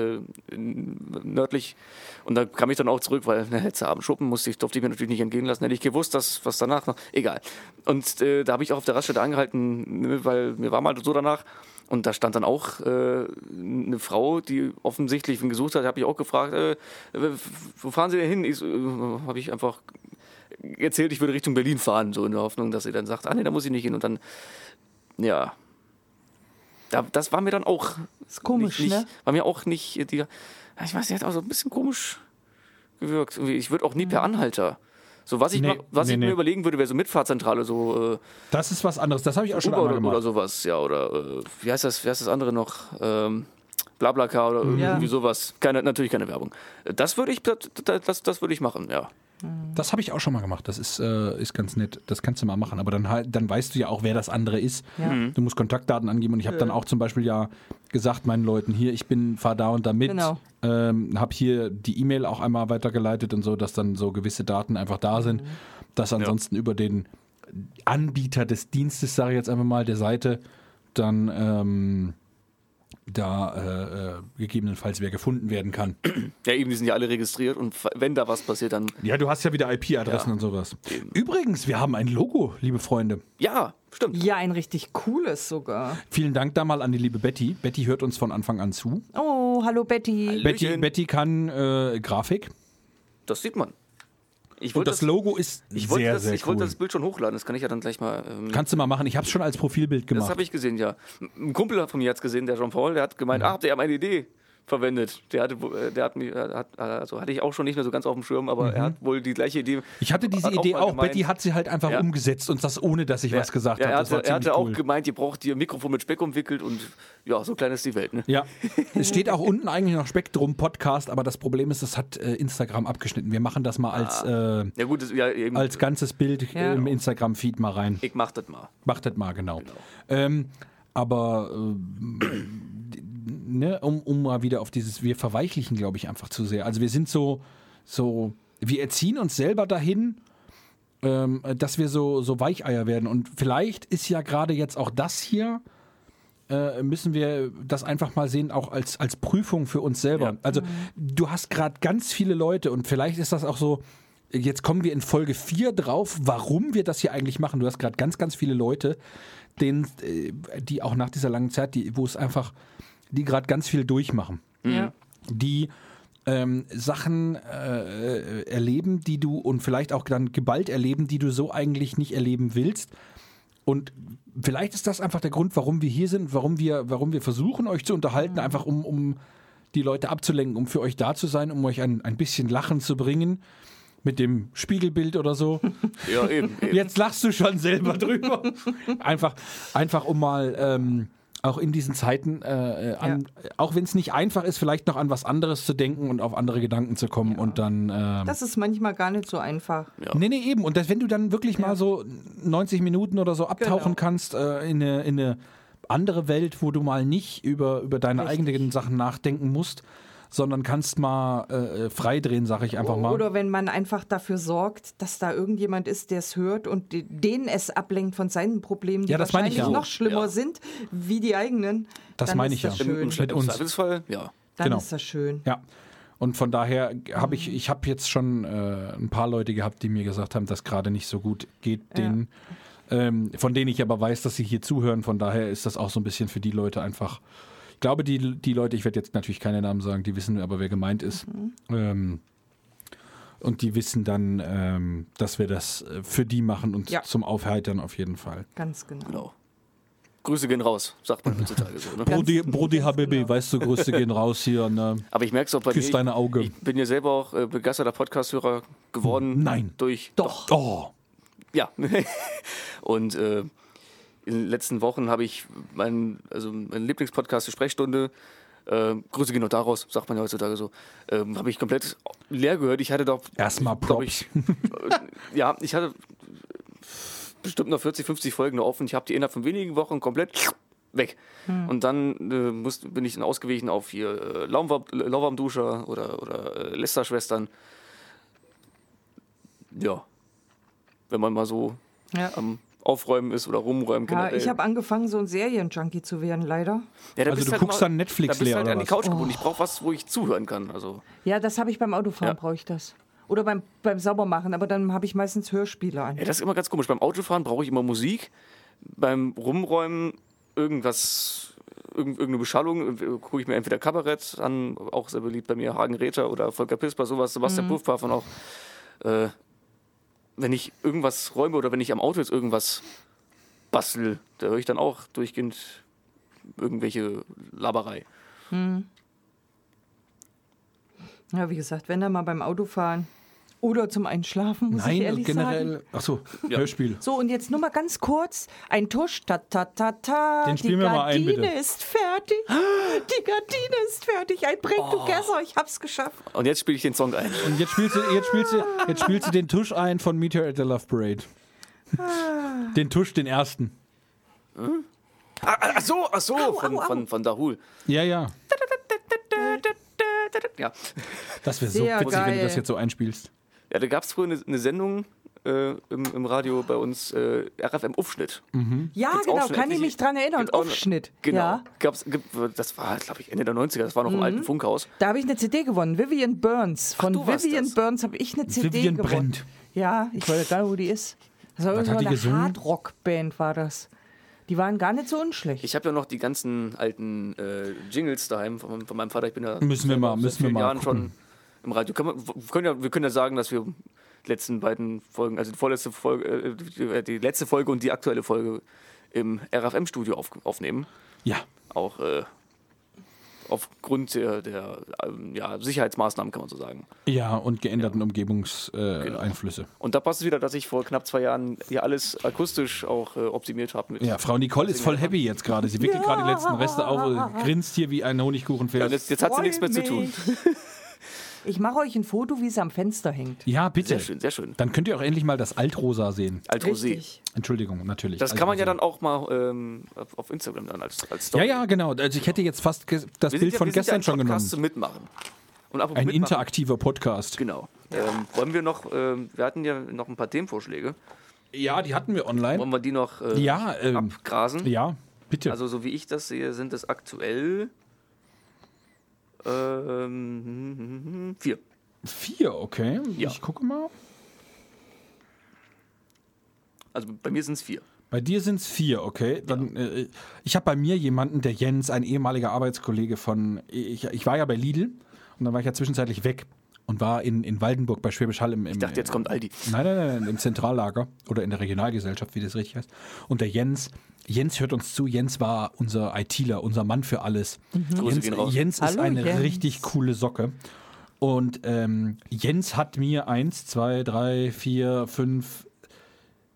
Speaker 2: äh, in, nördlich und da kam ich dann auch zurück, weil ne, hätte Abend schuppen, musste ich, durfte ich mir natürlich nicht entgehen lassen, hätte ich gewusst, dass, was danach noch, egal. Und äh, da habe ich auch auf der Raststätte angehalten, ne, weil mir war mal so danach und da stand dann auch äh, eine Frau, die offensichtlich wen gesucht hat, habe ich auch gefragt, äh, wo fahren Sie denn hin? Ich, so, äh, habe ich einfach erzählt, ich würde Richtung Berlin fahren, so in der Hoffnung, dass sie dann sagt, ah nee, da muss ich nicht hin. Und dann, ja. Da, das war mir dann auch.
Speaker 3: Ist komisch,
Speaker 2: nicht,
Speaker 3: ne?
Speaker 2: nicht, War mir auch nicht. äh, Die, ja, ich weiß, sie hat auch so ein bisschen komisch gewirkt. Irgendwie, Ich würde auch nie per Anhalter. So, was ich,
Speaker 1: Nee,
Speaker 2: mach, was
Speaker 1: nee,
Speaker 2: ich
Speaker 1: nee.
Speaker 2: mir überlegen würde, wäre so Mitfahrzentrale, so
Speaker 1: Das ist was anderes. Das habe ich auch
Speaker 2: äh,
Speaker 1: schon
Speaker 2: Uber
Speaker 1: einmal
Speaker 2: oder,
Speaker 1: gemacht.
Speaker 2: oder sowas, ja, oder äh, wie heißt das, wie heißt das andere noch? Ähm, Blablacar oder irgendwie sowas. Keine, natürlich keine Werbung. Äh, Das würde ich, das, das, das würde ich machen, ja.
Speaker 1: Das habe ich auch schon mal gemacht. Das ist, äh, ist ganz nett. Das kannst du mal machen. Aber dann, halt- dann weißt du ja auch, wer das andere ist. Du musst Kontaktdaten angeben. Und ich habe dann auch zum Beispiel ja gesagt meinen Leuten hier, ich bin, fahr da und da mit.
Speaker 3: Genau.
Speaker 1: Ähm, habe hier die E-Mail auch einmal weitergeleitet und so, dass dann so gewisse Daten einfach da sind. Dass ansonsten über den Anbieter des Dienstes, sage ich jetzt einfach mal, der Seite, dann ähm, da äh, äh, gegebenenfalls wer gefunden werden kann.
Speaker 2: Ja, eben, die sind ja alle registriert und fa- wenn da was passiert, dann
Speaker 1: Ja, du hast ja wieder IP-Adressen
Speaker 2: Ja.
Speaker 1: und sowas. Übrigens, wir haben ein Logo, liebe Freunde.
Speaker 2: Ja, stimmt.
Speaker 3: Ja, ein richtig cooles sogar.
Speaker 1: Vielen Dank da mal an die liebe Betty. Betty hört uns von Anfang an zu.
Speaker 3: Oh, hallo Betty.
Speaker 1: Betty,
Speaker 2: Hallöchen.
Speaker 1: Betty kann äh, Grafik.
Speaker 2: Das sieht man. Ich
Speaker 1: Und
Speaker 2: wollte
Speaker 1: das, Logo ist
Speaker 2: ich wollte
Speaker 1: sehr,
Speaker 2: das,
Speaker 1: sehr
Speaker 2: ich
Speaker 1: cool.
Speaker 2: wollte das Bild schon hochladen, das kann ich ja dann gleich mal. Ähm,
Speaker 1: Kannst du mal machen. Ich habe es schon als Profilbild
Speaker 2: das
Speaker 1: gemacht.
Speaker 2: habe ich gesehen, ja. Ein Kumpel von mir hat es gesehen, der Jean-Paul, der hat
Speaker 1: Mhm.
Speaker 2: gemeint, ah, habt ihr meine Idee verwendet. Der hatte, äh, der hat mich, äh, hat, also hatte ich auch schon nicht mehr so ganz auf dem Schirm, aber er hat wohl die gleiche Idee.
Speaker 1: Mhm. Ich hatte diese
Speaker 2: Hat
Speaker 1: Idee
Speaker 2: mal
Speaker 1: auch.
Speaker 2: gemeint,
Speaker 1: Betty hat sie halt einfach
Speaker 2: Ja.
Speaker 1: umgesetzt und das ohne, dass ich was gesagt
Speaker 2: ja,
Speaker 1: habe.
Speaker 2: Er
Speaker 1: Das war
Speaker 2: hatte, er
Speaker 1: ziemlich
Speaker 2: hatte
Speaker 1: cool.
Speaker 2: auch gemeint, ihr braucht ihr Mikrofon mit Speck umwickelt und ja, so klein ist die Welt. Ne?
Speaker 1: Ja, es steht auch unten eigentlich noch Spektrum Podcast, aber das Problem ist, das hat äh, Instagram abgeschnitten. Wir machen das mal als, äh,
Speaker 2: Ja gut, das, ja, eben,
Speaker 1: als ganzes Bild
Speaker 3: Ja.
Speaker 1: im Instagram-Feed mal rein.
Speaker 2: ich mach das mal.
Speaker 1: Macht das mal, genau. Ähm, aber ähm, ne, um, um mal wieder auf dieses, wir verweichlichen, glaube ich, einfach zu sehr. Also wir sind so, so, wir erziehen uns selber dahin, ähm, dass wir so, so Weicheier werden. Und vielleicht ist ja gerade jetzt auch das hier, äh, müssen wir das einfach mal sehen, auch als, als Prüfung für uns selber.
Speaker 2: Ja.
Speaker 1: Also du hast gerade ganz viele Leute und vielleicht ist das auch so, jetzt kommen wir in Folge 4 drauf, warum wir das hier eigentlich machen. Du hast gerade ganz, ganz viele Leute, denen, äh, die auch nach dieser langen Zeit, die, wo es einfach, die gerade ganz viel durchmachen
Speaker 2: Hm.
Speaker 3: Ja.
Speaker 1: die ähm, Sachen äh, erleben, die du und vielleicht auch dann geballt erleben, die du so eigentlich nicht erleben willst. Und vielleicht ist das einfach der Grund, warum wir hier sind, warum wir, warum wir versuchen, euch zu unterhalten, einfach um, um die Leute abzulenken, um für euch da zu sein, um euch ein, ein bisschen Lachen zu bringen. Mit dem Spiegelbild oder so.
Speaker 2: Ja, eben. eben.
Speaker 1: Jetzt lachst du schon selber drüber. Einfach, einfach um mal ähm, auch in diesen Zeiten, äh, äh, an, auch wenn es nicht einfach ist, vielleicht noch an was anderes zu denken und auf andere Gedanken zu kommen und dann. ähm,
Speaker 3: Das ist manchmal gar nicht so einfach.
Speaker 2: Ja.
Speaker 1: Nee, nee, eben. Und das, wenn du dann wirklich mal so 90 Minuten oder so abtauchen
Speaker 3: Genau.
Speaker 1: kannst äh, in, eine, in eine andere Welt, wo du mal nicht über, über deine eigenen Sachen nachdenken musst, sondern kannst mal äh, äh, freidrehen, sag ich einfach mal.
Speaker 3: Oder wenn man einfach dafür sorgt, dass da irgendjemand ist, der es hört und die- den es ablenkt von seinen Problemen, die
Speaker 1: Ja, das meine ich
Speaker 3: wahrscheinlich
Speaker 1: ja auch.
Speaker 3: noch schlimmer
Speaker 2: Ja.
Speaker 3: sind wie die eigenen.
Speaker 1: Das
Speaker 3: dann
Speaker 1: meine
Speaker 3: ist
Speaker 1: ich
Speaker 3: das
Speaker 1: ja.
Speaker 2: Im,
Speaker 3: Schön.
Speaker 2: im,
Speaker 1: Mit
Speaker 2: Im
Speaker 1: uns.
Speaker 2: Zweifelsfall, ja.
Speaker 3: Dann
Speaker 1: genau.
Speaker 3: ist das schön.
Speaker 1: Ja. Und von daher habe ich, ich habe jetzt schon äh, ein paar Leute gehabt, die mir gesagt haben, dass gerade nicht so gut geht, denen, ähm, von denen ich aber weiß, dass sie hier zuhören. Von daher ist das auch so ein bisschen für die Leute einfach. Ich glaube, die, die Leute, ich werde jetzt natürlich keine Namen sagen, die wissen aber, wer gemeint ist. Ähm, und die wissen dann, ähm, dass wir das äh, für die machen und
Speaker 3: Ja.
Speaker 1: zum Aufheitern auf jeden Fall.
Speaker 3: Ganz genau.
Speaker 2: Genau. Grüße gehen raus, sagt man heutzutage so. Ne?
Speaker 1: Brody, Brody Habibi, weißt du, Grüße gehen raus hier. Ne?
Speaker 2: Aber ich merke es auch bei
Speaker 1: Küss
Speaker 2: dir.
Speaker 1: deine Augen.
Speaker 2: Ich bin ja selber auch äh, begeisterter Podcast-Hörer geworden.
Speaker 1: Hm, Nein.
Speaker 2: Durch.
Speaker 3: Doch.
Speaker 1: Oh,
Speaker 2: Ja. Und äh, in den letzten Wochen habe ich meinen, also meinen Lieblingspodcast, die Sprechstunde, äh, Grüße gehen auch daraus, sagt man ja heutzutage so, ähm, habe ich komplett leer gehört. Ich hatte doch.
Speaker 1: Erstmal
Speaker 2: glaub
Speaker 1: Props.
Speaker 2: Ich, äh, ja, ich hatte bestimmt noch 40, 50 Folgen noch offen. Ich habe die innerhalb von wenigen Wochen komplett weg.
Speaker 3: Hm.
Speaker 2: Und dann äh, muss, bin ich dann ausgewichen auf hier äh, Lauwarm- Lauwarmduscher oder, oder äh, Lästerschwestern. Ja. Wenn man mal so
Speaker 3: Ja.
Speaker 2: am Aufräumen ist oder rumräumen
Speaker 3: Ja,
Speaker 2: generell.
Speaker 3: ich habe angefangen, so ein Serienjunkie zu werden, leider.
Speaker 2: Ja, da
Speaker 1: Also
Speaker 2: bist
Speaker 1: du guckst
Speaker 2: immer-
Speaker 1: dann Netflix
Speaker 2: da bist
Speaker 1: leer,
Speaker 2: halt
Speaker 1: oder
Speaker 2: an die
Speaker 1: was?
Speaker 2: Couch gebunden. Ich
Speaker 3: Oh.
Speaker 2: brauche was, wo ich zuhören kann. Also
Speaker 3: Ja, das habe ich beim Autofahren,
Speaker 2: Ja.
Speaker 3: brauche ich das. Oder beim, beim Saubermachen, aber dann habe ich meistens Hörspiele an.
Speaker 2: Ja, das ist immer ganz komisch. Beim Autofahren brauche ich immer Musik. Beim Rumräumen irgendwas, irgend- irgendeine Beschallung, äh, gucke ich mir entweder Kabarett an, auch sehr beliebt bei mir, Hagen Räther oder Volker Pisper, sowas, Sebastian mhm. Puffpaff und auch, äh, wenn ich irgendwas räume oder wenn ich am Auto jetzt irgendwas bastel, da höre ich dann auch durchgehend irgendwelche Laberei.
Speaker 3: Ja, wie gesagt, wenn dann mal beim Autofahren oder zum Einschlafen, muss ich
Speaker 1: Nein,
Speaker 3: ehrlich sagen.
Speaker 1: generell. Achso, Hörspiel.
Speaker 3: So, und jetzt nur mal ganz kurz. Ein Tusch, ta ta ta ta.
Speaker 1: Den
Speaker 3: Die
Speaker 1: spielen wir mal ein,
Speaker 3: Gardine
Speaker 1: bitte.
Speaker 3: ist fertig. Die Gardine ist fertig. Ein Break
Speaker 2: Oh.
Speaker 3: Together. Ich hab's geschafft.
Speaker 2: Und jetzt spiele ich den Song ein.
Speaker 1: Und jetzt spielst, du, jetzt, spielst du, jetzt spielst du den Tusch ein von Meteor at the Love Parade.
Speaker 3: Ah.
Speaker 1: Den Tusch, den ersten.
Speaker 2: Ah, ah, Ach so, ach so, von,
Speaker 3: au, au.
Speaker 2: von, von Dahul.
Speaker 1: Ja, ja.
Speaker 2: Ja.
Speaker 1: Das wäre so
Speaker 3: Sehr
Speaker 1: witzig, wenn du
Speaker 3: geil.
Speaker 1: das jetzt so einspielst.
Speaker 2: Ja, da gab es früher eine, eine Sendung äh, im, im Radio bei uns, äh, RFM Aufschnitt.
Speaker 1: Mhm.
Speaker 3: Ja,
Speaker 2: Gibt's auch
Speaker 3: genau.
Speaker 2: schon
Speaker 3: Kann ich
Speaker 2: etliche-
Speaker 3: mich dran erinnern.
Speaker 2: gibt's auch-
Speaker 3: Aufschnitt.
Speaker 2: Genau.
Speaker 3: Ja. Mhm.
Speaker 2: Gab's, gibt, das war, glaube ich, Ende der 90er, das war noch im alten Funkhaus.
Speaker 3: Da habe ich eine CD gewonnen. Vivian Burns. Von
Speaker 2: du warst
Speaker 3: Vivian
Speaker 2: das.
Speaker 3: Burns habe ich eine CD
Speaker 1: Vivian
Speaker 3: gewonnen.
Speaker 1: brennt.
Speaker 3: Ja, ich weiß gar nicht, wo die ist. Das war
Speaker 1: Was hat
Speaker 3: irgendwo
Speaker 1: die
Speaker 3: eine
Speaker 1: gesungen?
Speaker 3: Hardrock-Band war das. Die waren gar nicht so unschlecht.
Speaker 2: Ich habe ja noch die ganzen alten äh, Jingles daheim von, von meinem Vater. Ich bin ja
Speaker 1: Müssen wir
Speaker 2: selber
Speaker 1: mal-
Speaker 2: seit
Speaker 1: müssen wir
Speaker 2: vielen
Speaker 1: mal
Speaker 2: Jahren
Speaker 1: gucken.
Speaker 2: schon im Radio. Kann man, wir, können ja, wir können ja sagen, dass wir die letzten beiden Folgen, also die vorletzte Folge, äh, die, die letzte Folge und die aktuelle Folge im RFM-Studio auf, aufnehmen.
Speaker 1: Ja.
Speaker 2: auch äh, aufgrund der, der ähm, ja, Sicherheitsmaßnahmen, kann man so sagen.
Speaker 1: Ja, und geänderten Umgebungseinflüsse.
Speaker 2: Und da passt es wieder, dass ich vor knapp zwei Jahren hier alles akustisch auch äh, optimiert habe. mit-
Speaker 1: ja, Frau Nicole ist voll happy jetzt gerade. Sie wickelt gerade die letzten Reste auf und grinst hier wie ein
Speaker 2: Ja,
Speaker 1: Honigkuchenpferd.
Speaker 2: Jetzt, jetzt hat sie
Speaker 3: Freu
Speaker 2: nichts mehr zu tun.
Speaker 3: mich. Ich mache euch ein Foto, wie sie am Fenster hängt.
Speaker 1: Ja, bitte.
Speaker 2: Sehr schön, sehr schön.
Speaker 1: Dann könnt ihr auch endlich mal das Altrosa sehen.
Speaker 2: Altrosé.
Speaker 3: Richtig.
Speaker 1: Entschuldigung, natürlich.
Speaker 2: Das kann man ja
Speaker 1: Altrosa.
Speaker 2: dann auch mal ähm, auf- auf Instagram dann als,
Speaker 1: Ja,
Speaker 2: als Story.
Speaker 1: ja, genau. Also ich hätte jetzt fast ge- das
Speaker 2: Wir sind
Speaker 1: Bild
Speaker 2: ja-
Speaker 1: von
Speaker 2: wir sind ja
Speaker 1: gestern
Speaker 2: ein
Speaker 1: schon genommen.
Speaker 2: Podcast zum Mitmachen. Und apropos
Speaker 1: Ein
Speaker 2: Mitmachen,
Speaker 1: interaktiver Podcast.
Speaker 2: Genau. Ähm, wollen wir noch, ähm, wir hatten ja noch ein paar Themenvorschläge.
Speaker 1: Ja, die hatten wir online.
Speaker 2: Wollen wir die noch äh,
Speaker 1: Ja, ähm,
Speaker 2: abgrasen?
Speaker 1: ja, bitte.
Speaker 2: Also so wie ich das sehe, sind es aktuell ähm, vier.
Speaker 1: vier, okay.
Speaker 2: Ja.
Speaker 1: Ich gucke mal.
Speaker 2: Also bei mir sind es vier.
Speaker 1: Bei dir sind es vier, okay. Dann, äh, ich habe bei mir jemanden, der Jens, ein ehemaliger Arbeitskollege von, ich, ich war ja bei Lidl und dann war ich ja zwischenzeitlich weg. und war in, in Waldenburg bei Schwäbisch Hall im, im
Speaker 2: Ich dachte, jetzt kommt Aldi.
Speaker 1: Nein, nein, nein, im Zentrallager oder in der Regionalgesellschaft, wie das richtig heißt. Und der Jens, Jens hört uns zu, Jens war unser ITler, unser Mann für alles.
Speaker 2: Mhm. Grüße
Speaker 1: Jens,
Speaker 2: gehen raus.
Speaker 1: Jens ist
Speaker 3: Hallo,
Speaker 1: eine
Speaker 3: Jens.
Speaker 1: richtig coole Socke. Und ähm, Jens hat mir eins, zwei, drei, vier, fünf,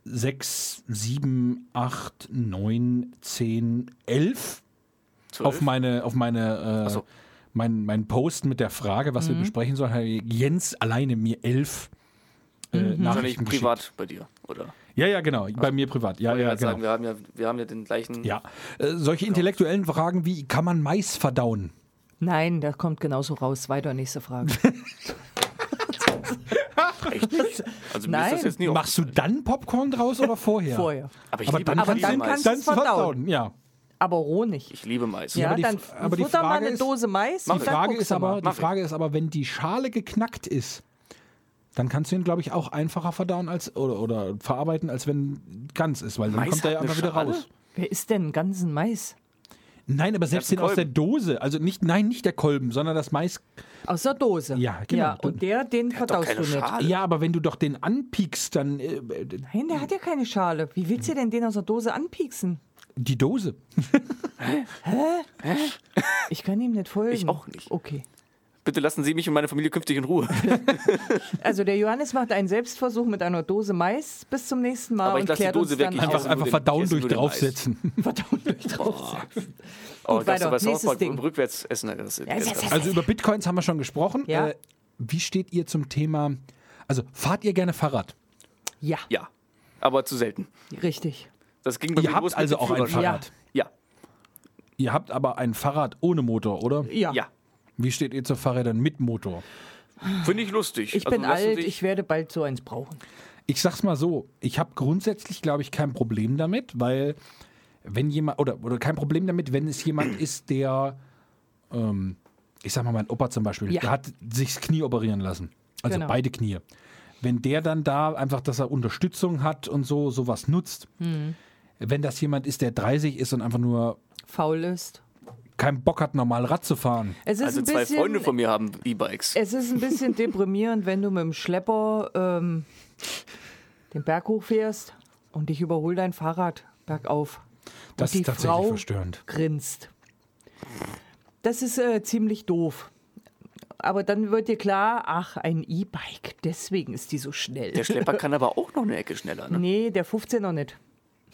Speaker 1: sechs, sieben, acht, neun, zehn, elf auf meine, auf meine, äh,
Speaker 2: so.
Speaker 1: mein, mein Post mit der Frage, was wir besprechen sollen, hat Jens alleine mir elf äh,
Speaker 2: Wahrscheinlich
Speaker 1: Nachrichten geschickt.
Speaker 2: privat bei dir, oder?
Speaker 1: Ja, ja, genau. Bei mir privat. Ja,
Speaker 2: Wollte
Speaker 1: ja,
Speaker 2: gerade
Speaker 1: genau.
Speaker 2: sagen, Genau. wir, haben ja, wir haben ja den gleichen.
Speaker 1: ja. Äh, solche intellektuellen Fragen wie, kann man Mais verdauen?
Speaker 3: Nein, das kommt genauso raus. Weiter, nächste Frage.
Speaker 2: Echt nicht? Also mir ist das
Speaker 3: Nein.
Speaker 2: jetzt nie auf-
Speaker 1: Machst du dann Popcorn draus oder vorher?
Speaker 3: Vorher.
Speaker 2: Aber ich
Speaker 1: Aber
Speaker 2: liebe,
Speaker 1: dann-
Speaker 2: ich
Speaker 1: aber
Speaker 2: liebe
Speaker 3: dann
Speaker 2: Mais.
Speaker 3: kannst-
Speaker 1: Dann verdauen, ja.
Speaker 3: Aber Honig.
Speaker 2: Ich liebe Mais.
Speaker 3: Ja,
Speaker 1: aber die
Speaker 3: dann
Speaker 1: F- aber die
Speaker 3: futter mal
Speaker 1: Frage
Speaker 3: eine
Speaker 1: ist-
Speaker 3: Dose Mais.
Speaker 2: Mach
Speaker 1: Die
Speaker 3: und dann
Speaker 1: Frage,
Speaker 3: guckst
Speaker 1: ist
Speaker 3: du mal.
Speaker 1: aber, die
Speaker 2: Mach ich.
Speaker 1: Frage ist aber, wenn die Schale geknackt ist, dann kannst du ihn, glaube ich, auch einfacher verdauen als oder, oder verarbeiten, als wenn ganz ist, weil dann
Speaker 2: Mais
Speaker 1: kommt er
Speaker 2: hat
Speaker 1: ja
Speaker 2: eine
Speaker 1: einfach wieder
Speaker 2: Schale?
Speaker 1: raus.
Speaker 3: Wer isst denn ganzen Mais?
Speaker 1: Nein, aber selbst
Speaker 2: Ja,
Speaker 1: den aus der
Speaker 2: Kolben.
Speaker 1: Dose. Also nicht, nein, nicht der Kolben, sondern das Mais.
Speaker 3: Aus der Dose.
Speaker 1: Ja, genau.
Speaker 3: Ja, und der, den
Speaker 2: Doch
Speaker 3: verdaust du
Speaker 2: keine
Speaker 3: nicht.
Speaker 2: Schale.
Speaker 1: Ja, aber wenn du doch den anpiekst, dann äh,
Speaker 3: Nein,
Speaker 2: Hm.
Speaker 3: der hat ja keine Schale. Wie willst du denn den aus der Dose anpieksen?
Speaker 1: die Dose.
Speaker 3: Ich kann ihm nicht folgen.
Speaker 2: Ich auch nicht.
Speaker 3: Okay.
Speaker 2: Bitte lassen Sie mich und meine Familie künftig in Ruhe.
Speaker 3: Also der Johannes macht einen Selbstversuch mit einer Dose Mais. Bis zum nächsten Mal
Speaker 2: Aber ich
Speaker 3: und
Speaker 2: lass die
Speaker 3: klärt
Speaker 2: Dose
Speaker 3: uns
Speaker 2: weg.
Speaker 3: dann
Speaker 2: Ich
Speaker 3: auf.
Speaker 1: Einfach,
Speaker 2: esse nur
Speaker 1: einfach
Speaker 2: den-
Speaker 1: verdauen
Speaker 2: ich esse
Speaker 1: durch
Speaker 2: nur den
Speaker 1: draufsetzen.
Speaker 3: Verdammt durch draufsetzen.
Speaker 2: Oh, darfst
Speaker 3: weiter.
Speaker 2: du bei South
Speaker 3: Nächstes
Speaker 2: Park
Speaker 3: Ding.
Speaker 2: rückwärts essen. Das
Speaker 3: Ja, ja, ja, ja.
Speaker 1: Also über Bitcoins haben wir schon gesprochen.
Speaker 3: Ja.
Speaker 1: Äh, wie steht ihr zum Thema? Also fahrt ihr gerne Fahrrad?
Speaker 3: Ja,
Speaker 2: ja, aber zu selten.
Speaker 3: richtig.
Speaker 2: Das ging bei
Speaker 1: Ihr
Speaker 2: mir los
Speaker 1: habt
Speaker 2: mit
Speaker 1: also
Speaker 2: dem
Speaker 1: auch ein
Speaker 2: Führerschein.
Speaker 1: Fahrrad.
Speaker 2: Ja,
Speaker 1: Ihr habt aber ein Fahrrad ohne Motor, oder?
Speaker 3: Ja.
Speaker 2: ja.
Speaker 1: Wie steht ihr zu Fahrrädern mit Motor?
Speaker 2: Finde ich lustig.
Speaker 3: Ich
Speaker 2: Also
Speaker 3: bin
Speaker 2: lassen
Speaker 3: alt,
Speaker 2: sich-
Speaker 3: ich werde bald so eins brauchen.
Speaker 1: Ich sag's mal so, ich habe grundsätzlich, glaube ich, kein Problem damit, weil wenn jemand, oder, oder kein Problem damit, wenn es jemand ist, der, ähm, ich sag mal, mein Opa zum Beispiel,
Speaker 3: Ja.
Speaker 1: der hat sich das Knie operieren lassen. Also
Speaker 3: Genau.
Speaker 1: beide Knie. Wenn der dann da einfach, dass er Unterstützung hat und so, sowas nutzt.
Speaker 3: Hm.
Speaker 1: Wenn das jemand ist, der 30 ist und einfach nur
Speaker 3: Faul ist.
Speaker 1: keinen Bock hat, normal Rad zu fahren.
Speaker 3: Es ist
Speaker 2: also
Speaker 3: ein
Speaker 2: zwei
Speaker 3: bisschen, Äh,
Speaker 2: Freunde von mir haben E-Bikes.
Speaker 3: Es ist ein bisschen deprimierend, wenn du mit dem Schlepper ähm, den Berg hochfährst und dich überholt dein Fahrrad bergauf.
Speaker 1: Das
Speaker 3: und die
Speaker 1: ist tatsächlich
Speaker 3: Frau
Speaker 1: verstörend.
Speaker 3: grinst. Das ist äh, ziemlich doof. Aber dann wird dir klar, ach, ein E-Bike, deswegen ist die so schnell.
Speaker 2: Der Schlepper kann aber auch noch eine Ecke schneller. Ne?
Speaker 3: nee, der 15er nicht.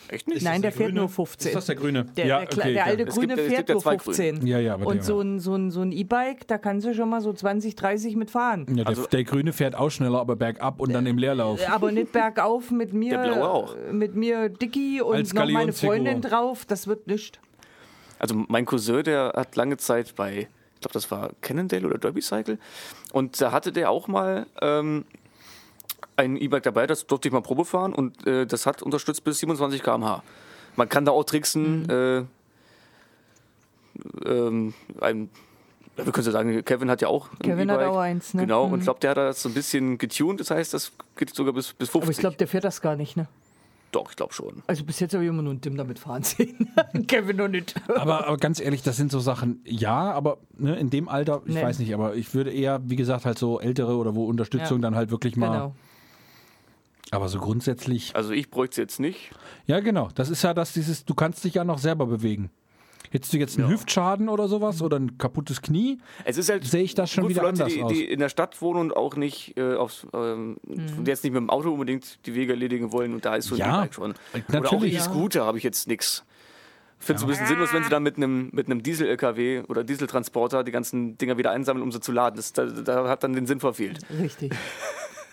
Speaker 2: Echt nicht?
Speaker 3: Nein, der, fährt nur 15.
Speaker 1: der Grüne?
Speaker 3: Der, der, Kle- der alte
Speaker 2: Es
Speaker 3: Grüne
Speaker 2: gibt ja- es
Speaker 3: fährt
Speaker 2: gibt ja
Speaker 3: nur
Speaker 2: zwei
Speaker 3: 15.
Speaker 1: Ja, ja, aber
Speaker 3: Und
Speaker 1: der-
Speaker 3: so ein, so ein, so ein E-Bike, da kannst du schon mal so 20, 30 mitfahren.
Speaker 1: Ja, der, der Grüne fährt auch schneller, aber bergab und dann im Leerlauf.
Speaker 3: Aber nicht bergauf mit mir,
Speaker 2: Der blaue auch.
Speaker 3: mit mir Dicky und
Speaker 1: Als
Speaker 3: noch meine
Speaker 1: Galionsfigur.
Speaker 3: Freundin drauf. Das wird nicht.
Speaker 2: Also mein Cousin, der hat lange Zeit bei, ich glaube, das war Cannondale oder Derby Cycle. Und da hatte der auch mal ähm, ein E-Bike dabei, das durfte ich mal Probe fahren und äh, das hat unterstützt bis 27 km/h. Man kann da auch tricksen.
Speaker 3: Mhm.
Speaker 2: Äh, ähm, ein, ja, wir können ja sagen, Kevin hat ja auch ein
Speaker 3: Kevin hat
Speaker 2: E-Bike.
Speaker 3: auch eins, ne?
Speaker 2: Genau, und ich glaube, der hat das so ein bisschen getuned. Das heißt, das geht sogar bis, bis 50.
Speaker 3: Aber ich glaube, der fährt das gar nicht, ne?
Speaker 2: Doch, ich glaube schon.
Speaker 3: Also bis jetzt habe ich immer nur einen Tim damit fahren sehen. Kevin noch nicht.
Speaker 1: Aber, aber ganz ehrlich, das sind so Sachen, ja, aber ne, in dem Alter, ich
Speaker 3: Nee.
Speaker 1: weiß nicht, aber ich würde eher, wie gesagt, halt so ältere oder wo Unterstützung
Speaker 3: Ja.
Speaker 1: dann halt wirklich mal.
Speaker 3: Genau.
Speaker 1: Aber so grundsätzlich,
Speaker 2: Also ich bräuchte es jetzt nicht.
Speaker 1: ja genau, das ist ja das, dieses, du kannst dich ja noch selber bewegen. Hättest du jetzt einen Hüftschaden oder sowas oder ein kaputtes Knie?
Speaker 2: Es ist halt
Speaker 1: Sehe ich das schon
Speaker 2: gut
Speaker 1: wieder
Speaker 2: für Leute,
Speaker 1: anders
Speaker 2: die,
Speaker 1: aus.
Speaker 2: die in der Stadt wohnen und auch nicht äh, aufs, ähm,
Speaker 3: Mhm.
Speaker 2: und jetzt nicht mit dem Auto unbedingt die Wege erledigen wollen und da ist so ein
Speaker 1: Ja,
Speaker 2: E-Bike schon. Oder auch
Speaker 1: natürlich.
Speaker 2: E-Scooter habe ich jetzt nichts. Finde es ein bisschen sinnlos, wenn sie dann mit einem, mit einem Diesel-LKW oder Dieseltransporter die ganzen Dinger wieder einsammeln, um sie zu laden. Das, da, da hat dann den Sinn verfehlt.
Speaker 3: Richtig.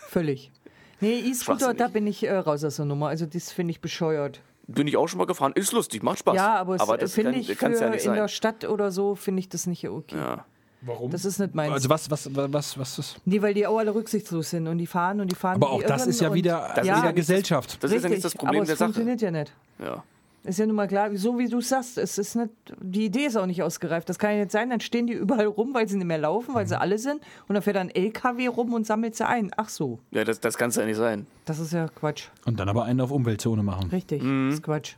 Speaker 3: Völlig. Nee, E-Scooter,
Speaker 2: Schwachsinnig.
Speaker 3: da bin ich äh, raus aus der Nummer. Also das finde ich bescheuert.
Speaker 2: Bin ich auch schon mal gefahren. Ist lustig, macht Spaß.
Speaker 3: Ja, aber,
Speaker 2: das
Speaker 3: es finde
Speaker 2: kann-
Speaker 3: ich für
Speaker 2: kann's ja nicht
Speaker 3: in
Speaker 2: sein.
Speaker 3: der Stadt oder so finde ich das nicht okay.
Speaker 2: Ja.
Speaker 1: Warum?
Speaker 3: Das ist nicht meins.
Speaker 1: Also was, was, was, was ist?
Speaker 3: nee, weil die auch alle rücksichtslos sind und die fahren und die fahren.
Speaker 1: Aber
Speaker 3: wie
Speaker 1: auch
Speaker 3: die
Speaker 1: das
Speaker 3: Irren
Speaker 1: ist ja
Speaker 3: und-
Speaker 1: wieder,
Speaker 2: Das ist
Speaker 1: wieder
Speaker 2: ja nicht-
Speaker 1: Gesellschaft.
Speaker 2: Das ist ja
Speaker 3: Richtig,
Speaker 2: nicht das Problem
Speaker 3: aber
Speaker 2: der
Speaker 3: es
Speaker 2: Sache.
Speaker 3: funktioniert ja nicht.
Speaker 2: Ja.
Speaker 3: Ist ja nun mal klar, so wie du es sagst, es ist nicht, die Idee ist auch nicht ausgereift. Das kann ja nicht sein, dann stehen die überall rum, weil sie nicht mehr laufen, weil
Speaker 1: Mhm.
Speaker 3: sie alle sind. Und dann fährt ein LKW rum und sammelt sie ein. Ach so,
Speaker 2: Ja, das, das kann es ja nicht sein.
Speaker 3: das ist ja Quatsch.
Speaker 1: Und dann aber einen auf Umweltzone machen.
Speaker 3: Richtig,
Speaker 2: Mhm.
Speaker 3: ist Quatsch.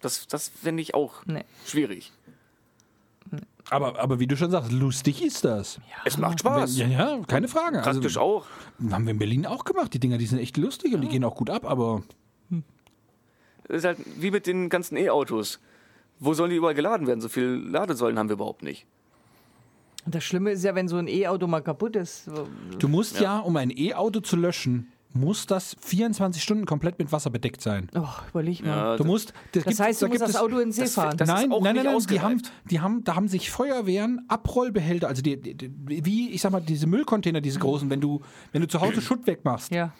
Speaker 2: Das, das finde ich auch
Speaker 3: Hm. Nee.
Speaker 2: schwierig.
Speaker 1: Aber, aber wie du schon sagst, lustig ist das.
Speaker 2: Es macht Spaß.
Speaker 1: Ja, ja, keine Frage.
Speaker 2: Praktisch
Speaker 1: also,
Speaker 2: auch.
Speaker 1: Haben wir in Berlin auch gemacht. Die Dinger, die sind echt lustig und die gehen auch gut ab, aber
Speaker 2: Es ist halt wie mit den ganzen E-Autos. Wo sollen die überall geladen werden? So viele Ladesäulen haben wir überhaupt nicht.
Speaker 3: Und das Schlimme ist ja, wenn so ein E-Auto mal kaputt ist. so-
Speaker 1: du musst ja, um ein E-Auto zu löschen, muss das 24 Stunden komplett mit Wasser bedeckt sein.
Speaker 3: Och, oh, überleg mal.
Speaker 2: Ja,
Speaker 1: Du musst, das,
Speaker 3: das heißt, du musst das Auto in den See
Speaker 2: das-
Speaker 3: fahren.
Speaker 2: Also, das- ist
Speaker 1: nein,
Speaker 2: auch
Speaker 1: nein,
Speaker 2: nicht
Speaker 1: nein, nein, die haben,
Speaker 2: ausgereift.
Speaker 1: die haben, da haben sich Feuerwehren Abrollbehälter, also die, die, die, wie, ich sag mal, diese Müllcontainer, diese großen, wenn du, wenn du zu Hause Schutt wegmachst,
Speaker 3: ja.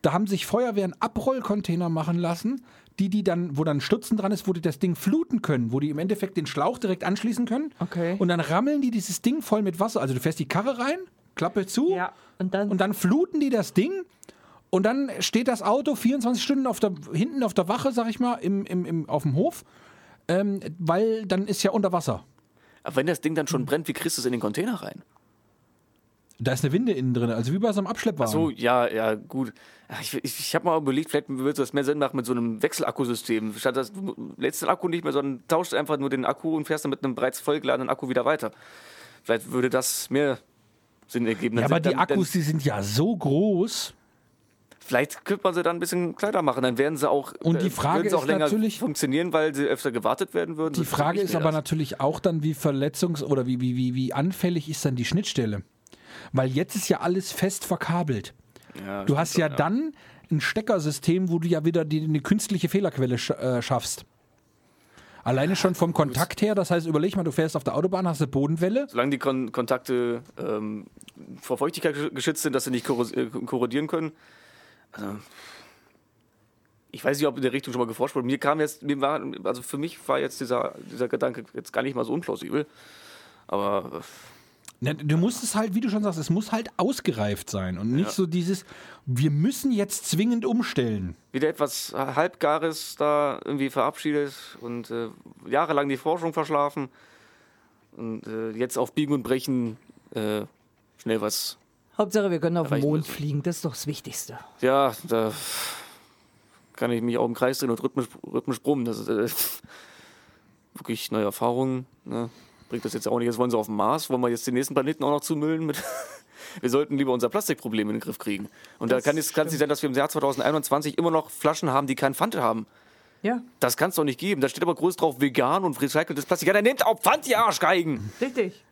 Speaker 1: da haben sich Feuerwehren Abrollcontainer machen lassen, die, die dann, wo dann Stutzen dran ist, wo die das Ding fluten können, wo die im Endeffekt den Schlauch direkt anschließen können.
Speaker 3: Okay.
Speaker 1: Und dann rammeln die dieses Ding voll mit Wasser. Also du fährst die Karre rein, Klappe zu
Speaker 3: ja. Und dann.
Speaker 1: und dann fluten die das Ding und dann steht das Auto 24 Stunden auf der, hinten auf der Wache, sag ich mal, im, im, im, auf dem Hof, ähm, weil dann ist ja unter Wasser.
Speaker 2: Aber wenn das Ding dann schon brennt, wie kriegst du es in den Container rein?
Speaker 1: Ah. Da ist eine Winde innen drin, also wie bei so einem Abschleppwagen.
Speaker 2: So, ja, ja, gut. Ach, Ich, ich, ich habe mal überlegt, vielleicht würde das mehr Sinn machen mit so einem Wechselakkusystem. Statt das, du lädst den Akku nicht mehr, sondern tauscht einfach nur den Akku und fährst dann mit einem bereits vollgeladenen Akku wieder weiter. Vielleicht würde das mehr Sinn ergeben.
Speaker 1: ja,
Speaker 2: Dann
Speaker 1: aber
Speaker 2: sind-
Speaker 1: die
Speaker 2: dann-
Speaker 1: Akkus, die sind ja so groß.
Speaker 2: Dann, vielleicht könnte man sie dann ein bisschen kleiner machen, dann werden sie auch,
Speaker 1: Und die
Speaker 2: äh,
Speaker 1: Frage
Speaker 2: würden sie auch
Speaker 1: ist
Speaker 2: länger
Speaker 1: natürlich-
Speaker 2: funktionieren, weil sie öfter gewartet werden würden.
Speaker 1: Die
Speaker 2: Sonst
Speaker 1: Frage
Speaker 2: ich
Speaker 1: ist
Speaker 2: mir
Speaker 1: aber
Speaker 2: das.
Speaker 1: natürlich auch dann, wie verletzungs- oder wie, wie, wie, wie anfällig ist dann die Schnittstelle? Weil jetzt ist ja alles fest verkabelt.
Speaker 2: Ja,
Speaker 1: Du hast ja dann ein Steckersystem, wo du ja wieder die, eine künstliche Fehlerquelle sch äh, schaffst. Alleine schon vom Kontakt her, das heißt, überleg mal, du fährst auf der Autobahn, hast eine Bodenwelle.
Speaker 2: Solange die Kon Kontakte ähm, vor Feuchtigkeit gesch- geschützt sind, dass sie nicht korros- äh, korrodieren können. Also, ich weiß nicht, ob in der Richtung schon mal geforscht wurde. Mir kam jetzt, mir war, also für mich war jetzt dieser, dieser Gedanke jetzt gar nicht mal so unplausibel. Aber äh,
Speaker 1: Ne, Du musst es halt, wie du schon sagst, es muss halt ausgereift sein und nicht so dieses, wir müssen jetzt zwingend umstellen.
Speaker 2: äh, wieder etwas Halbgares da irgendwie verabschiedet und äh, jahrelang die Forschung verschlafen. Und äh, jetzt auf Biegen und Brechen äh, schnell was.
Speaker 3: Hauptsache, wir können auf den
Speaker 2: Erreichen
Speaker 3: Mond
Speaker 2: müssen.
Speaker 3: fliegen. Das ist doch das Wichtigste.
Speaker 2: Ja, da kann ich mich auch im Kreis drehen und rhythmisch, rhythmisch brummen. Das ist äh, wirklich neue Erfahrungen. Ne? Bringt das jetzt auch nicht. Jetzt wollen sie auf dem Mars, wollen wir jetzt den nächsten Planeten auch noch zumüllen mit. Wir sollten lieber unser Plastikproblem in den Griff kriegen. Und da kann es kann es nicht sein, dass wir im Jahr 2021 immer noch Flaschen haben, die kein Pfand haben.
Speaker 3: Ja,
Speaker 2: Das kann es doch nicht geben. Da steht aber groß drauf vegan und recyceltes Plastik. Ja, dann nehmt auch Pfand, ihr Arschgeigen!
Speaker 3: richtig.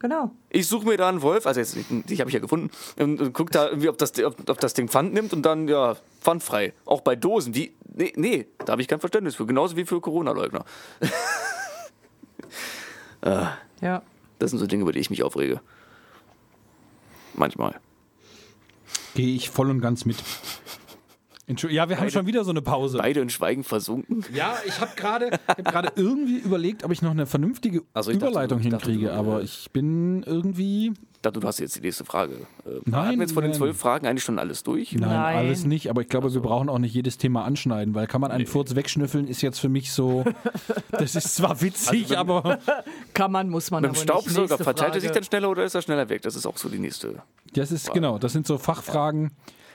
Speaker 3: Genau.
Speaker 2: Ich suche mir da einen Wolf, also jetzt, dich habe ich ja gefunden, und, und guck da irgendwie, ob das, ob, ob das Ding Pfand nimmt und dann, ja, pfandfrei. Auch bei Dosen, die, nee, nee da habe ich kein Verständnis für. Genauso wie für Corona-Leugner.
Speaker 3: Ja.
Speaker 2: Das sind so Dinge, über die ich mich aufrege. Manchmal.
Speaker 1: Gehe ich voll und ganz mit. Entschu- ja, wir haben schon wieder so eine Pause.
Speaker 2: Beide in Schweigen versunken.
Speaker 1: Ja, ich habe gerade ich hab gerade irgendwie überlegt, ob ich noch eine vernünftige
Speaker 2: Also ich dachte,
Speaker 1: Überleitung
Speaker 2: ich dachte,
Speaker 1: hinkriege,
Speaker 2: du, äh,
Speaker 1: aber ich bin irgendwie.
Speaker 2: Ich dachte, du hast jetzt die nächste Frage. Äh,
Speaker 1: Nein,
Speaker 2: hatten wir jetzt von den
Speaker 1: nein.
Speaker 2: zwölf Fragen eigentlich schon alles durch?
Speaker 1: Nein,
Speaker 3: Nein.
Speaker 1: alles nicht, aber ich glaube,
Speaker 2: Also.
Speaker 1: wir brauchen auch nicht jedes Thema anschneiden, weil kann man einen Furz wegschnüffeln, ist jetzt für mich so. Das ist
Speaker 2: Also
Speaker 1: zwar witzig, aber.
Speaker 3: Kann man, muss man.
Speaker 2: Mit dem
Speaker 3: aber nicht.
Speaker 2: Staubsauger
Speaker 3: Nächste
Speaker 2: verteilt er sich
Speaker 3: Frage.
Speaker 2: dann schneller oder ist er schneller weg? Das ist auch so die nächste.
Speaker 1: Das ist genau, das sind so Fachfragen.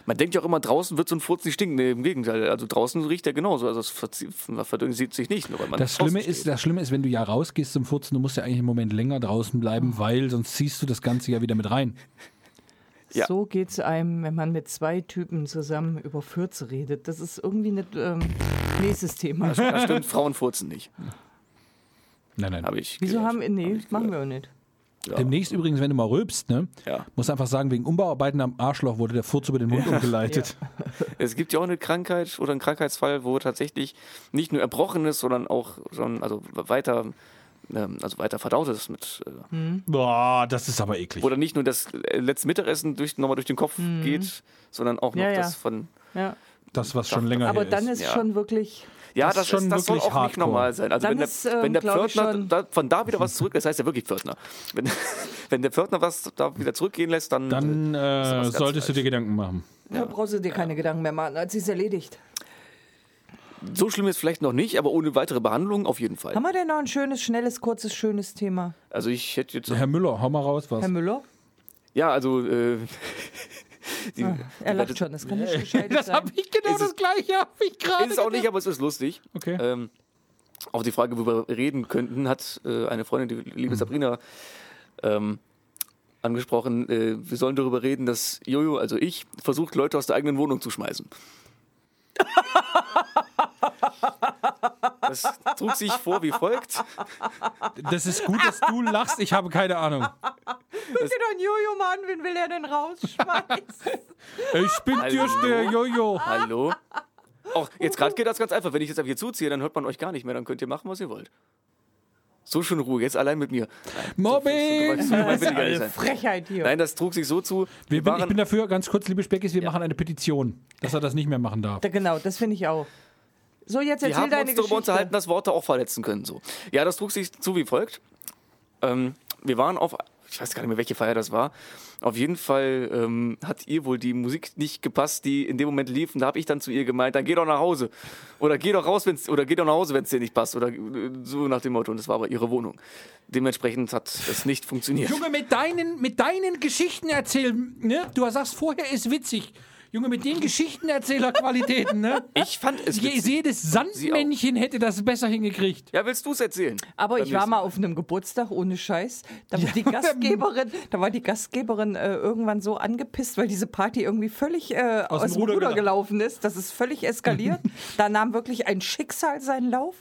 Speaker 2: Man denkt ja auch immer, draußen wird so ein Furz nicht stinken. Nee, im Gegenteil. Also draußen riecht er genauso. Also es verzie- verdünnt sieht sich nicht. Nur weil man
Speaker 1: Das
Speaker 2: draußen
Speaker 1: Schlimme, ist,
Speaker 2: steht.
Speaker 1: das Schlimme ist, wenn du ja rausgehst zum Furzen, du musst ja eigentlich im Moment länger draußen
Speaker 2: Hm.
Speaker 1: bleiben, weil sonst ziehst du das Ganze ja wieder mit rein.
Speaker 2: Ja.
Speaker 3: So geht es einem, wenn man mit zwei Typen zusammen über Fürze redet. Das ist irgendwie nicht. Ähm, nächstes Thema.
Speaker 2: Das stimmt, Frauen furzen nicht.
Speaker 1: Nein, nein.
Speaker 2: Habe ich.
Speaker 3: Wieso
Speaker 2: gehört.
Speaker 3: haben. Nee,
Speaker 2: ich
Speaker 3: machen wir auch nicht.
Speaker 2: Ja.
Speaker 1: Demnächst übrigens, wenn du mal rülpst, ne,
Speaker 2: Ja.
Speaker 1: musst du einfach sagen, wegen Umbauarbeiten am Arschloch wurde der Furz über den Mund umgeleitet.
Speaker 2: Es gibt ja auch eine Krankheit oder einen Krankheitsfall, wo tatsächlich nicht nur Erbrochenes, sondern auch schon, also weiter, ähm, also weiter verdautes mit.
Speaker 3: Hm.
Speaker 2: Äh,
Speaker 1: Boah, das ist aber eklig.
Speaker 2: wo dann nicht nur das äh, letzte Mittagessen durch, nochmal durch den Kopf geht, sondern auch noch
Speaker 3: Hm. Ja, ja.
Speaker 2: das von.
Speaker 3: Ja.
Speaker 1: Das, was schon länger
Speaker 3: Aber
Speaker 1: her
Speaker 3: dann
Speaker 1: ist.
Speaker 3: ist
Speaker 2: Ja.
Speaker 3: schon wirklich.
Speaker 2: Ja,
Speaker 1: Das
Speaker 2: das,
Speaker 1: ist schon
Speaker 2: ist, das soll auch
Speaker 1: wirklich
Speaker 2: nicht
Speaker 1: hardcore.
Speaker 2: normal sein. Also
Speaker 3: Dann
Speaker 2: wenn der,
Speaker 3: ist, ähm,
Speaker 2: wenn der
Speaker 3: glaub ich
Speaker 2: Pförtner
Speaker 3: schon-
Speaker 2: da, von da wieder was zurück, das heißt ja wirklich Pförtner, wenn, wenn der Pförtner was da wieder zurückgehen lässt, dann,
Speaker 1: Dann
Speaker 2: ist was
Speaker 1: äh,
Speaker 2: ganz
Speaker 1: solltest du dir Gedanken machen.
Speaker 3: Da brauchst du dir keine Gedanken mehr machen. Als ist erledigt.
Speaker 2: So schlimm ist vielleicht noch nicht, aber ohne weitere Behandlung auf jeden Fall.
Speaker 3: Haben wir denn noch ein schönes, schnelles, kurzes, schönes Thema?
Speaker 2: Also ich hätte jetzt.
Speaker 1: Herr Müller, hau mal raus was.
Speaker 3: Herr Müller?
Speaker 2: Ja, also. Äh, die,
Speaker 3: Ah, Er lacht schon, das kann nicht gescheit sein.
Speaker 1: ich genau
Speaker 2: Ist es-
Speaker 1: gleiche, hab ich gerade.
Speaker 2: Ist es auch nicht, aber es ist lustig.
Speaker 1: Okay.
Speaker 2: Ähm, Auf die Frage, worüber wir reden könnten, hat äh, eine Freundin, die
Speaker 3: Mhm.
Speaker 2: liebe Sabrina, ähm, angesprochen, äh, wir sollen darüber reden, dass Jojo, also ich, versucht, Leute aus der eigenen Wohnung zu schmeißen. Das trug sich vor wie folgt.
Speaker 1: Das ist gut, dass du lachst. Ich habe keine Ahnung.
Speaker 3: Guck dir doch einen Jojo mal an, wen will er denn rausschmeißen?
Speaker 1: Ich bin
Speaker 2: Hallo?
Speaker 1: der Jojo.
Speaker 2: Hallo? Auch jetzt gerade geht das ganz einfach. Wenn ich jetzt einfach hier zuziehe, dann hört man euch gar nicht mehr. Dann könnt ihr machen, was ihr wollt. So schon Ruhe, jetzt allein mit mir.
Speaker 1: Mobbing!
Speaker 2: So gemein will ich gar nicht
Speaker 3: Eine
Speaker 2: sein.
Speaker 3: Frechheit hier.
Speaker 2: Nein, das trug sich so zu.
Speaker 1: Wir bin, ich
Speaker 2: waren-
Speaker 1: bin dafür, ganz kurz, liebe Speckis, wir machen eine Petition, dass er das nicht mehr machen darf.
Speaker 3: Da, genau, das finde ich auch. So, jetzt
Speaker 2: Wir
Speaker 3: erzähl
Speaker 2: haben
Speaker 3: deine
Speaker 2: uns darüber unterhalten,
Speaker 3: Geschichte.
Speaker 2: dass Worte auch verletzen können. So. Ja, das trug sich zu wie folgt. Ähm, wir waren auf, ich weiß gar nicht mehr, welche Feier das war. Auf jeden Fall ähm, hat ihr wohl die Musik nicht gepasst, die in dem Moment lief. Und da habe ich dann zu ihr gemeint, dann geh doch nach Hause. Oder geh doch raus, wenn's, oder geh doch nach Hause, wenn es dir nicht passt. Oder äh, so nach dem Motto. Und das war aber ihre Wohnung. Dementsprechend hat es nicht funktioniert.
Speaker 1: Junge, mit deinen, mit deinen Geschichten erzählen, ne? Du sagst vorher ist witzig. Junge, mit den Geschichtenerzählerqualitäten, ne?
Speaker 2: Ich fand es
Speaker 1: Je,
Speaker 2: witzig.
Speaker 1: jedes Sandmännchen hätte das besser hingekriegt.
Speaker 2: Ja, willst du es erzählen?
Speaker 3: Aber ich
Speaker 2: Beim
Speaker 3: war
Speaker 2: nächsten
Speaker 3: mal auf einem Geburtstag ohne Scheiß. Da war die Gastgeberin, da war die Gastgeberin äh, irgendwann so angepisst, weil diese Party irgendwie völlig äh, aus, dem Ruder,
Speaker 1: gela-
Speaker 3: gelaufen ist. Das ist völlig eskaliert. da nahm wirklich ein Schicksal seinen Lauf,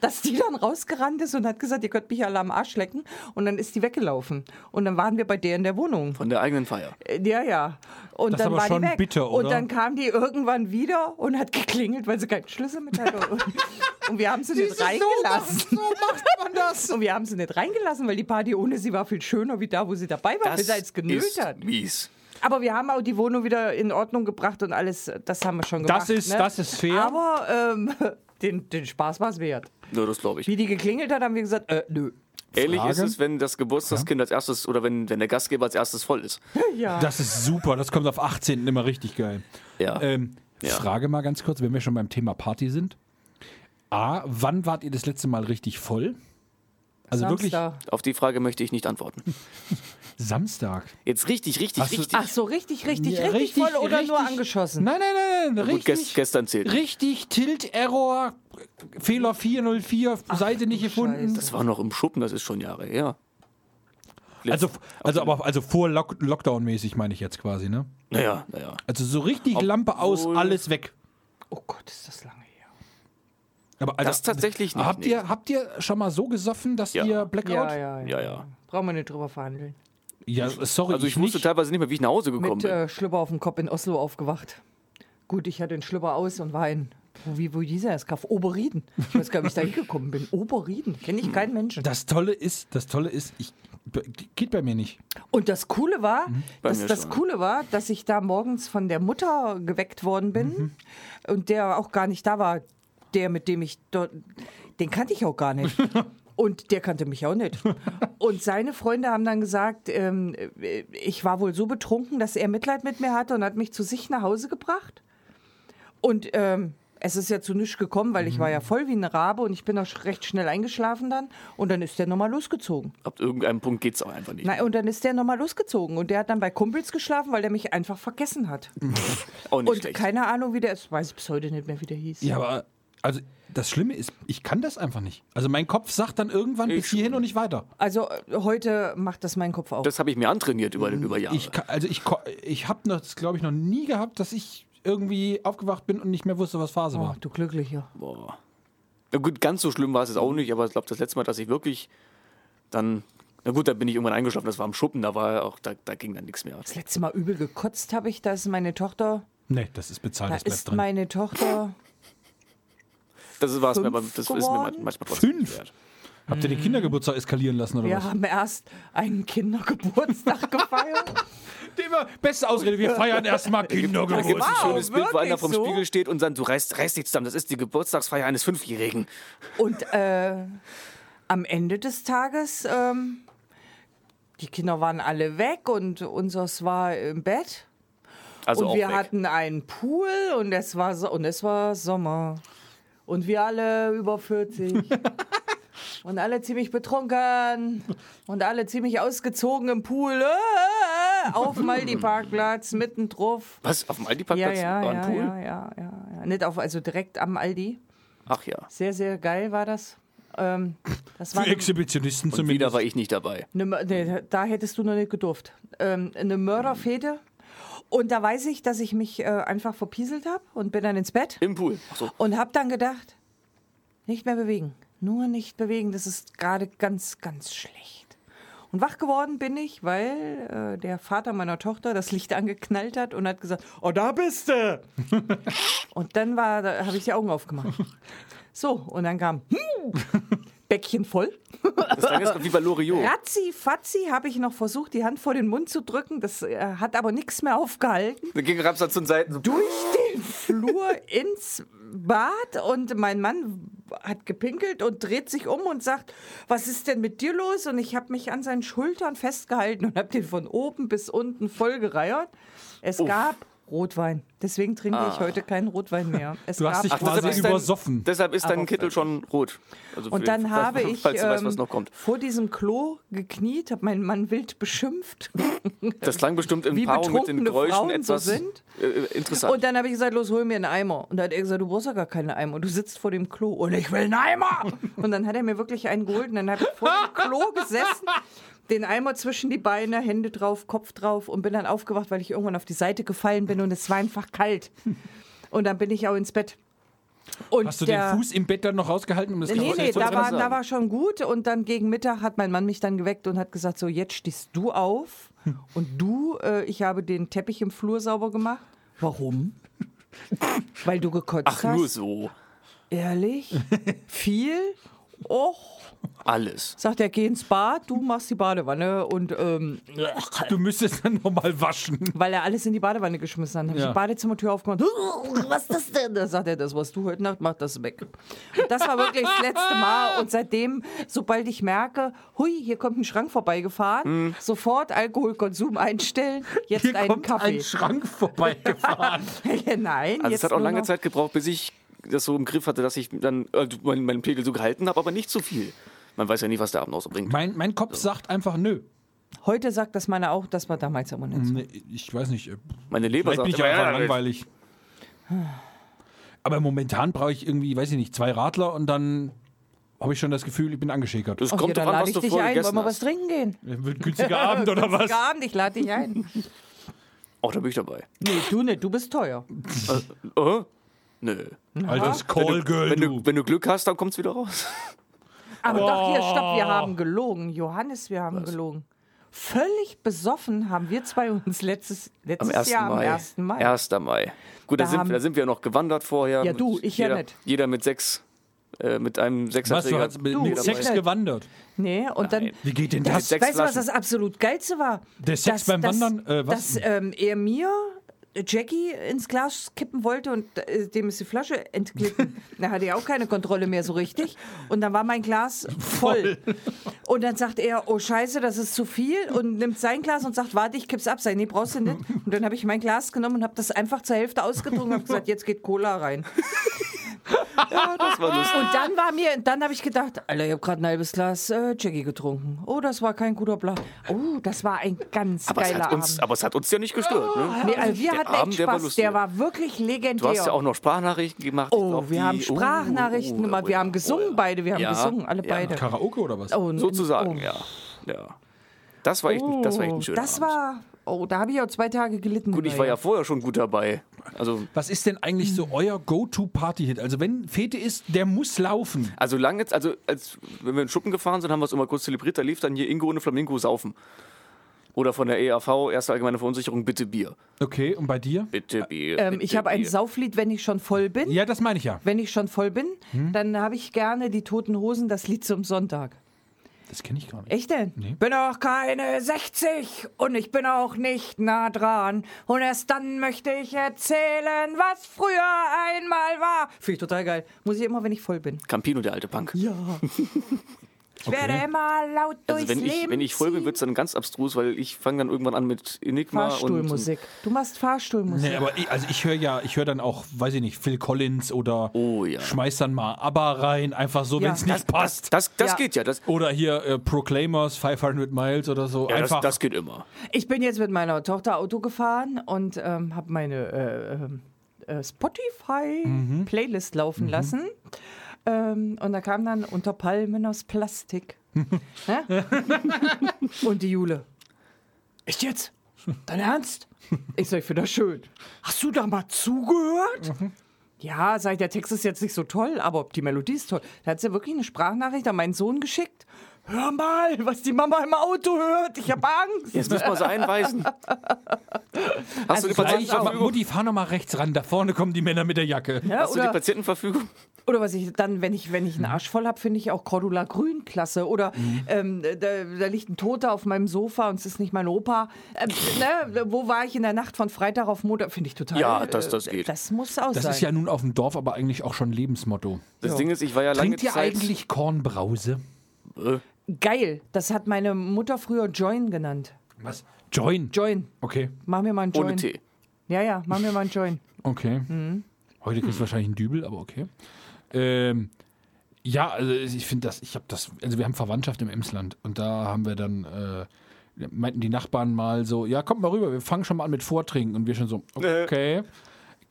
Speaker 3: dass die dann rausgerannt ist und hat gesagt, ihr könnt mich alle am Arsch lecken. Und dann ist die weggelaufen. Und dann waren wir bei der in der Wohnung.
Speaker 2: Von der eigenen Feier.
Speaker 3: Äh, Ja, ja. Und
Speaker 1: Das ist
Speaker 3: dann
Speaker 1: aber
Speaker 3: war
Speaker 1: schon
Speaker 3: die weg.
Speaker 1: bitter, oder?
Speaker 3: Und dann kam die irgendwann wieder und hat geklingelt, weil sie keinen Schlüssel mit hatte. Und- und wir haben sie nicht reingelassen.
Speaker 1: So macht man das.
Speaker 3: Und wir haben sie nicht reingelassen, weil die Party ohne sie war viel schöner wie da, wo sie dabei war,
Speaker 2: Das
Speaker 3: bis er es genötigt
Speaker 2: ist
Speaker 3: hat.
Speaker 2: mies.
Speaker 3: Aber wir haben auch die Wohnung wieder in Ordnung gebracht und alles, das haben wir schon gemacht.
Speaker 1: Das ist,
Speaker 3: ne?
Speaker 1: das ist fair.
Speaker 3: Aber ähm, den, den Spaß war es wert.
Speaker 2: Ja, das glaube ich.
Speaker 3: Wie die geklingelt hat, haben wir gesagt, äh, nö.
Speaker 2: Ähnlich
Speaker 1: Frage?
Speaker 2: ist es, wenn das Geburtstagskind als erstes oder wenn, wenn der Gastgeber als erstes voll ist.
Speaker 3: Ja.
Speaker 1: Das ist super, das kommt auf 18. immer richtig geil.
Speaker 2: Ja.
Speaker 1: Ähm,
Speaker 2: Ja.
Speaker 1: Frage mal ganz kurz, wenn wir schon beim Thema Party sind. A, wann wart ihr das letzte Mal richtig voll? Also wirklich
Speaker 3: Samstag.
Speaker 2: Auf die Frage möchte ich nicht antworten.
Speaker 1: Samstag.
Speaker 2: Jetzt richtig, richtig,
Speaker 1: Hast du-
Speaker 2: richtig.
Speaker 3: Ach so, richtig, richtig,
Speaker 1: Ja,
Speaker 3: richtig,
Speaker 1: richtig,
Speaker 3: voll oder nur
Speaker 1: richtig.
Speaker 3: angeschossen?
Speaker 1: Nein, nein, nein, nein.
Speaker 2: Gut, gest,
Speaker 1: Richtig,
Speaker 2: gestern zählt. nicht.
Speaker 1: richtig Tilt Error Fehler 404 Seite nicht gefunden.
Speaker 2: Das war noch im Schuppen, das ist schon Jahre her.
Speaker 1: Also, also aber also vor Lock Lockdown mäßig meine ich jetzt quasi, ne?
Speaker 2: Naja, naja.
Speaker 1: Also so richtig Lampe aus,
Speaker 2: Obwohl-
Speaker 1: alles weg.
Speaker 3: Oh Gott, ist das lange her.
Speaker 1: Aber also,
Speaker 2: Das tatsächlich nicht,
Speaker 1: Habt
Speaker 2: nee.
Speaker 1: ihr habt ihr schon mal so gesoffen, dass
Speaker 2: Ja.
Speaker 1: ihr Blackout?
Speaker 3: Ja, ja, ja.
Speaker 2: Ja, ja.
Speaker 3: Brauchen wir nicht drüber verhandeln.
Speaker 1: Ja, sorry,
Speaker 2: Also ich wusste
Speaker 1: nicht.
Speaker 2: teilweise nicht mehr, wie ich nach Hause gekommen
Speaker 3: Mit
Speaker 2: bin.
Speaker 3: äh, Schlüpper auf dem Kopf in Oslo aufgewacht. Gut, ich hatte den Schlüpper aus und war in, wo, wie, wo dieser ist, Kaff Oberrieden. Ich weiß gar nicht, wie ich da hingekommen bin. Oberrieden, kenne ich keinen Menschen.
Speaker 1: Das Tolle ist, das Tolle ist, ich b- geht bei mir nicht.
Speaker 3: Und das Coole war,
Speaker 2: Mhm. Bei
Speaker 3: das,
Speaker 2: mir
Speaker 3: das
Speaker 2: schon.
Speaker 3: Coole war, dass ich da morgens von der Mutter geweckt worden bin
Speaker 2: Mhm.
Speaker 3: und der auch gar nicht da war. Der, mit dem ich dort, den kannte ich auch gar nicht. Und der kannte mich auch nicht. Und seine Freunde haben dann gesagt, ähm, ich war wohl so betrunken, dass er Mitleid mit mir hatte und hat mich zu sich nach Hause gebracht. Und ähm, es ist ja zu nichts gekommen, weil ich war
Speaker 2: Mhm.
Speaker 3: ja voll wie eine Rabe und ich bin auch sch- recht schnell eingeschlafen dann. Und dann ist der nochmal losgezogen.
Speaker 2: Ab irgendeinem Punkt geht es auch einfach nicht.
Speaker 3: Nein, und dann ist der nochmal losgezogen und der hat dann bei Kumpels geschlafen, weil der mich einfach vergessen hat.
Speaker 2: Auch nicht
Speaker 3: Und
Speaker 2: schlecht.
Speaker 3: keine Ahnung, wie der ist. Weiß ich bis heute nicht mehr, wie der hieß.
Speaker 1: Ja, aber also das Schlimme ist, ich kann das einfach nicht. Also mein Kopf sagt dann irgendwann bis
Speaker 2: Ich-
Speaker 1: hierhin und nicht weiter.
Speaker 3: Also äh, heute macht das meinen Kopf auf.
Speaker 2: Das habe ich mir antrainiert über, über Jahre.
Speaker 1: Ich kann, also ich ko- ich habe das glaube ich noch nie gehabt, dass ich irgendwie aufgewacht bin und nicht mehr wusste, was Phase
Speaker 3: oh,
Speaker 1: war.
Speaker 3: du Glücklicher.
Speaker 2: Boah. Na gut, ganz so schlimm war es jetzt auch nicht, aber ich glaube, das letzte Mal, dass ich wirklich dann. Na gut, da bin ich irgendwann eingeschlafen, das war im Schuppen, da war auch, da, da ging dann nichts mehr.
Speaker 3: Das letzte Mal übel gekotzt habe ich, da ist meine Tochter.
Speaker 1: Nee, das ist bezahlt,
Speaker 3: Da
Speaker 1: das bleibt
Speaker 3: ist
Speaker 1: drin.
Speaker 3: meine Tochter.
Speaker 2: Das war es mir,
Speaker 3: Fünf
Speaker 2: aber das ist mir
Speaker 3: geworden?
Speaker 2: manchmal trotzdem
Speaker 1: Fünf?
Speaker 2: wert.
Speaker 1: Habt ihr den Kindergeburtstag eskalieren lassen oder
Speaker 3: Wir
Speaker 1: was?
Speaker 3: haben erst einen Kindergeburtstag gefeiert.
Speaker 1: Immer beste Ausrede, wir feiern erstmal
Speaker 2: Da gibt es
Speaker 1: Kindergeburtstag.
Speaker 2: ein
Speaker 3: Wow,
Speaker 2: schönes Bild, wo einer
Speaker 3: wirklich
Speaker 2: vom
Speaker 3: so?
Speaker 2: Spiegel steht und sagt, du reißt, reißt dich zusammen, das ist die Geburtstagsfeier eines Fünfjährigen.
Speaker 3: Und äh, am Ende des Tages, ähm, die Kinder waren alle weg und unseres war im Bett.
Speaker 2: Also
Speaker 3: und
Speaker 2: auch
Speaker 3: wir
Speaker 2: weg.
Speaker 3: hatten einen Pool und es war so und es war Sommer. Und wir alle über 40. und alle ziemlich betrunken. Und alle ziemlich ausgezogen im Pool. Äh, Auf Maldi-Parkplatz, mitten drauf.
Speaker 2: Was, auf dem
Speaker 3: Ja,
Speaker 2: Aldi-Parkplatz
Speaker 3: ja,
Speaker 2: war ein
Speaker 3: ja,
Speaker 2: Pool?
Speaker 3: ja, ja, ja, ja. Nicht auf, also direkt am Aldi.
Speaker 2: Ach ja.
Speaker 3: Sehr, sehr geil war das. Ähm, das war
Speaker 1: Für
Speaker 3: eine,
Speaker 1: Exhibitionisten
Speaker 2: Und wieder
Speaker 1: zumindest.
Speaker 2: war ich nicht dabei.
Speaker 3: eine, Mör- nee, da hättest du noch nicht gedurft. Ähm, eine Mörderfehde. Und da weiß ich, dass ich mich äh, einfach verpieselt habe und bin dann ins Bett
Speaker 2: Im Pool. Ach so.
Speaker 3: und habe dann gedacht, nicht mehr bewegen. Nur nicht bewegen, das ist gerade ganz, ganz schlecht. Und wach geworden bin ich, weil äh, der Vater meiner Tochter das Licht angeknallt hat und hat gesagt, oh, da bist du. und dann war, da habe ich die Augen aufgemacht. So, und dann kam, hm, Bäckchen voll.
Speaker 2: Das klang jetzt wie bei Loriot.
Speaker 3: Ratzi, fatzi habe ich noch versucht, die Hand vor den Mund zu drücken. Das äh, hat aber nichts mehr aufgehalten
Speaker 2: Dann ging Rapsat zu den Seiten. So.
Speaker 3: durch den Flur ins Bad und mein Mann hat gepinkelt und dreht sich um und sagt, was ist denn mit dir los? Und ich habe mich an seinen Schultern festgehalten und habe den von oben bis unten vollgereiert. Es gab Rotwein. Deswegen trinke
Speaker 2: Ah.
Speaker 3: ich heute keinen Rotwein mehr. Es
Speaker 1: Du hast
Speaker 3: gab also
Speaker 1: dich
Speaker 3: Rotwein.
Speaker 1: quasi übersoffen.
Speaker 2: Dein, deshalb ist
Speaker 3: Aber
Speaker 2: dein Kittel schon rot. Also für-
Speaker 3: Und dann
Speaker 2: falls-
Speaker 3: habe ich
Speaker 2: Falls du weißt, was
Speaker 3: ähm,
Speaker 2: noch kommt.
Speaker 3: vor diesem Klo gekniet, habe meinen Mann wild beschimpft.
Speaker 2: Das klang bestimmt in
Speaker 3: wie
Speaker 2: Paarung mit den
Speaker 3: betrunkene
Speaker 2: Geräuschen
Speaker 3: Frauen so
Speaker 2: etwas
Speaker 3: sind.
Speaker 2: Äh, interessant.
Speaker 3: Und dann habe ich gesagt, los, hol mir einen Eimer. Und dann hat er gesagt, du brauchst ja gar keinen Eimer. Du sitzt vor dem Klo. Und ich will einen Eimer. Und dann hat er mir wirklich einen geholt. Und dann habe ich vor dem Klo gesessen, den Eimer zwischen die Beine, Hände drauf, Kopf drauf. Und bin dann aufgewacht, weil ich irgendwann auf die Seite gefallen bin. Und es war einfach kalt. Und dann bin ich auch ins Bett. Und
Speaker 1: Hast du
Speaker 3: der-
Speaker 1: den Fuß im Bett dann noch rausgehalten, um das
Speaker 3: Nee,
Speaker 1: Klo-
Speaker 3: nee,
Speaker 2: wollte
Speaker 3: da
Speaker 2: ich
Speaker 3: war,
Speaker 2: sagen.
Speaker 3: da war schon gut. Und dann gegen Mittag hat mein Mann mich dann geweckt und hat gesagt: So, jetzt stehst du auf. Und du, äh, ich habe den Teppich im Flur sauber gemacht. Warum? Weil du gekotzt
Speaker 2: Ach,
Speaker 3: hast.
Speaker 2: nur so.
Speaker 3: Ehrlich? Viel? Och,
Speaker 2: Alles.
Speaker 3: sagt er, geh ins Bad, du machst die Badewanne. Und ähm,
Speaker 1: Du müsstest dann nochmal waschen.
Speaker 3: weil er alles in die Badewanne geschmissen hat, habe ich
Speaker 1: Ja.
Speaker 3: die Badezimmertür aufgemacht. Was ist das denn? Da sagt er, das, was du heute Nacht machst, das weg. Und das war wirklich das letzte Mal. Und seitdem, sobald ich merke, hui, hier kommt ein Schrank
Speaker 2: Mhm.
Speaker 3: vorbeigefahren, sofort Alkoholkonsum einstellen, jetzt
Speaker 1: Hier
Speaker 3: einen
Speaker 1: kommt
Speaker 3: Kaffee.
Speaker 1: ein Schrank vorbeigefahren.
Speaker 3: Nein,
Speaker 2: Also
Speaker 3: jetzt
Speaker 2: es hat auch
Speaker 3: nur
Speaker 2: lange
Speaker 3: noch-
Speaker 2: Zeit gebraucht, bis ich das so im Griff hatte, dass ich dann äh, meinen, meinen Pegel so gehalten habe, aber nicht zu viel. Man weiß ja nie, was der Abend noch so bringt.
Speaker 1: mein, mein Kopf sagt einfach nö.
Speaker 3: Heute sagt das meine auch, das war damals immer
Speaker 2: Mhm.
Speaker 3: nicht so.
Speaker 1: Nee, ich weiß nicht. äh,
Speaker 2: Meine Leber
Speaker 1: Vielleicht
Speaker 2: sagt
Speaker 1: bin ich
Speaker 2: immer,
Speaker 1: einfach
Speaker 2: ja,
Speaker 1: langweilig. Aber momentan brauche ich irgendwie, weiß ich nicht, zwei Radler und dann habe ich schon das Gefühl, ich bin angeschäkert.
Speaker 2: Das
Speaker 3: Ach, ja,
Speaker 2: kommt
Speaker 3: dann
Speaker 2: doch an,
Speaker 3: lade
Speaker 2: was
Speaker 3: ich
Speaker 2: du
Speaker 3: dich
Speaker 2: vorher
Speaker 3: ein, wollen
Speaker 2: gegessen
Speaker 3: wir was
Speaker 2: hast.
Speaker 3: trinken gehen?
Speaker 1: Äh, Wird günstiger Abend oder was?
Speaker 3: Guten Abend, ich lade dich ein.
Speaker 2: Oh, da bin ich dabei.
Speaker 3: Nee, du nicht, du bist teuer.
Speaker 2: Oh? Nö.
Speaker 1: Alter, Call Girl,
Speaker 2: Wenn
Speaker 1: du.
Speaker 2: du, wenn du Glück hast, dann kommt's wieder raus.
Speaker 3: Aber doch, hier, stopp, wir haben gelogen. Johannes, wir haben gelogen. Völlig besoffen haben wir zwei uns letztes,
Speaker 2: Am
Speaker 3: letztes
Speaker 2: 1.
Speaker 3: Jahr
Speaker 2: Mai.
Speaker 3: am 1. Mai.
Speaker 2: 1. Mai. Gut, da,
Speaker 3: Da
Speaker 2: sind,
Speaker 3: haben-
Speaker 2: da sind wir noch gewandert vorher.
Speaker 3: Ja, du, ich ja
Speaker 2: jeder,
Speaker 3: nicht.
Speaker 2: Jeder mit sechs, äh, mit einem
Speaker 1: Was, du
Speaker 2: Sechserträger.
Speaker 1: hast mit,
Speaker 3: Du,
Speaker 1: mit
Speaker 3: ich
Speaker 1: Sex
Speaker 3: nicht.
Speaker 1: gewandert.
Speaker 3: Nee, und dann.
Speaker 2: Nein.
Speaker 1: Wie geht denn
Speaker 2: das?
Speaker 1: das?
Speaker 2: Sechs
Speaker 3: weißt du, was
Speaker 2: Flaschen.
Speaker 3: das absolut Geilste war?
Speaker 1: Der Sex beim Wandern? Äh, was?
Speaker 3: Dass ähm, er mir äh, Jackie ins Glas kippen wollte und äh, dem ist die Flasche entglitten. da hatte er auch keine Kontrolle mehr so richtig. Und dann war mein Glas voll. Und dann sagt er, oh Scheiße, das ist zu viel. Und nimmt sein Glas und sagt, warte, ich kipp's ab. Sei, nee, brauchst du nicht. Und dann habe ich mein Glas genommen und habe das einfach zur Hälfte ausgetrunken und habe gesagt, jetzt geht Cola rein.
Speaker 2: Das war lustig.
Speaker 3: Und dann war mir, dann habe ich gedacht, Alter, ich habe gerade ein halbes Glas äh, Jackie getrunken. Oh, das war kein guter Plan. Oh, das war ein ganz
Speaker 2: Aber es,
Speaker 3: geiler
Speaker 2: hat uns,
Speaker 3: Abend.
Speaker 2: aber es hat uns ja nicht gestört. Ne?
Speaker 3: Nee, also wir
Speaker 2: der
Speaker 3: hatten
Speaker 2: Abend,
Speaker 3: echt
Speaker 2: der war
Speaker 3: Spaß.
Speaker 2: lustig.
Speaker 3: Der war wirklich legendär.
Speaker 2: Du hast ja auch noch Sprachnachrichten gemacht. Ich
Speaker 3: oh,
Speaker 2: glaub, die-
Speaker 3: wir haben Sprachnachrichten
Speaker 2: oh, oh,
Speaker 3: gemacht.
Speaker 2: oh,
Speaker 3: Wir haben
Speaker 2: oh,
Speaker 3: gesungen
Speaker 2: ja.
Speaker 3: beide. Wir haben
Speaker 2: Ja,
Speaker 3: gesungen, alle
Speaker 2: ja.
Speaker 3: beide.
Speaker 1: Karaoke oder was?
Speaker 3: Oh,
Speaker 2: Sozusagen,
Speaker 3: oh.
Speaker 2: ja. ja. Das war echt, ein- das war echt ein schöner
Speaker 3: Das
Speaker 2: Abend.
Speaker 3: war, oh, da habe ich auch zwei Tage gelitten.
Speaker 2: Gut, ich war ja vorher schon gut dabei. Also,
Speaker 1: Was ist denn eigentlich so euer Go-To-Party-Hit? Also wenn Fete ist, der muss laufen.
Speaker 2: also lange, also als, wenn wir in Schuppen gefahren sind, haben wir es immer kurz zelebriert. Da lief dann hier Ingo ohne Flamingo saufen. Oder von der EAV, erste allgemeine Verunsicherung, bitte Bier.
Speaker 1: Okay, und bei dir?
Speaker 2: Bitte Bier.
Speaker 3: Ähm,
Speaker 2: bitte
Speaker 3: ich habe ein
Speaker 2: Bier.
Speaker 3: Sauflied, wenn ich schon voll bin.
Speaker 1: Ja, das meine ich ja.
Speaker 3: Wenn ich schon voll bin, dann habe ich gerne die Toten Hosen, das Lied zum Sonntag.
Speaker 1: Das kenne ich gar nicht.
Speaker 3: Echt denn? Bin auch keine 60 und ich bin auch nicht nah dran. Und erst dann möchte ich erzählen, was früher einmal war. Finde ich total geil. Muss ich immer, wenn ich voll bin.
Speaker 2: Campino, der alte Punk.
Speaker 3: Ja. Ich werde immer laut
Speaker 2: also
Speaker 3: durchs
Speaker 2: wenn ich,
Speaker 3: Leben
Speaker 2: wenn ich voll bin, wird es dann ganz abstrus, weil ich fange dann irgendwann an mit Enigma und, und
Speaker 3: Fahrstuhlmusik. Du machst Fahrstuhlmusik.
Speaker 1: Nee, aber ich, also ich höre ja, ich höre dann auch, weiß ich nicht, Phil Collins oder
Speaker 2: Oh, ja.
Speaker 1: schmeiß dann mal ABBA rein, einfach so,
Speaker 3: Ja.
Speaker 1: wenn es nicht passt.
Speaker 2: Das, das
Speaker 3: Ja.
Speaker 2: geht ja, das,
Speaker 1: oder hier äh, Proclaimers 500 Miles oder so.
Speaker 2: ja das,
Speaker 1: einfach
Speaker 2: das geht immer.
Speaker 3: Ich bin jetzt mit meiner Tochter Auto gefahren und ähm, habe meine äh, ähm, äh, Spotify-Playlist laufen lassen. Ähm, und da kam dann unter Palmen aus Plastik. ne? und die Jule. Echt jetzt? Dein Ernst? Ich sag, ich finde das schön. Hast du da mal zugehört? Ja, sag ich, der Text ist jetzt nicht so toll, aber die Melodie ist toll. Da hat sie wirklich eine Sprachnachricht an meinen Sohn geschickt. Hör mal, was die Mama im Auto hört. Ich hab Angst.
Speaker 2: Jetzt müssen wir sie einweisen. Hast du die
Speaker 1: Also Eigentlich, aber
Speaker 2: Patientenverfügung?
Speaker 1: Mutti, fahr noch mal rechts ran. Da vorne kommen die Männer mit der Jacke.
Speaker 3: Ja,
Speaker 2: Hast du Mhm. die
Speaker 3: oder,
Speaker 2: Patientenverfügung?
Speaker 3: oder was ich dann, wenn ich, wenn ich einen Arsch voll hab, finde ich auch Cordula Grün klasse. Oder
Speaker 2: Mhm.
Speaker 3: ähm, da, da liegt ein Toter auf meinem Sofa und es ist nicht mein Opa. Ähm, ne, wo war ich in der Nacht von Freitag auf Montag? Finde ich total.
Speaker 2: Ja, das- das
Speaker 3: äh,
Speaker 2: geht.
Speaker 3: Das muss aus
Speaker 1: Das
Speaker 3: sein.
Speaker 1: ist ja nun auf dem Dorf aber eigentlich auch schon Lebensmotto.
Speaker 2: Das Ding ist, ich war ja lange
Speaker 1: Trinkt ihr
Speaker 2: Zeit... äh,
Speaker 1: eigentlich Kornbrause?
Speaker 3: Geil. Das hat meine Mutter früher Join genannt.
Speaker 1: Was? Join.
Speaker 3: Join.
Speaker 1: Okay,
Speaker 3: Mach mir mal einen Join.
Speaker 2: Ohne Tee.
Speaker 3: Ja, ja, mach mir mal einen Join.
Speaker 1: okay.
Speaker 3: Mhm.
Speaker 1: Heute kriegst du wahrscheinlich einen Dübel, aber okay. Ähm, ja, also ich finde das, ich habe das, also wir haben Verwandtschaft im Emsland und da haben wir dann, äh, meinten die Nachbarn mal so, ja, kommt mal rüber, wir fangen schon mal an mit Vortrinken und wir schon so, okay.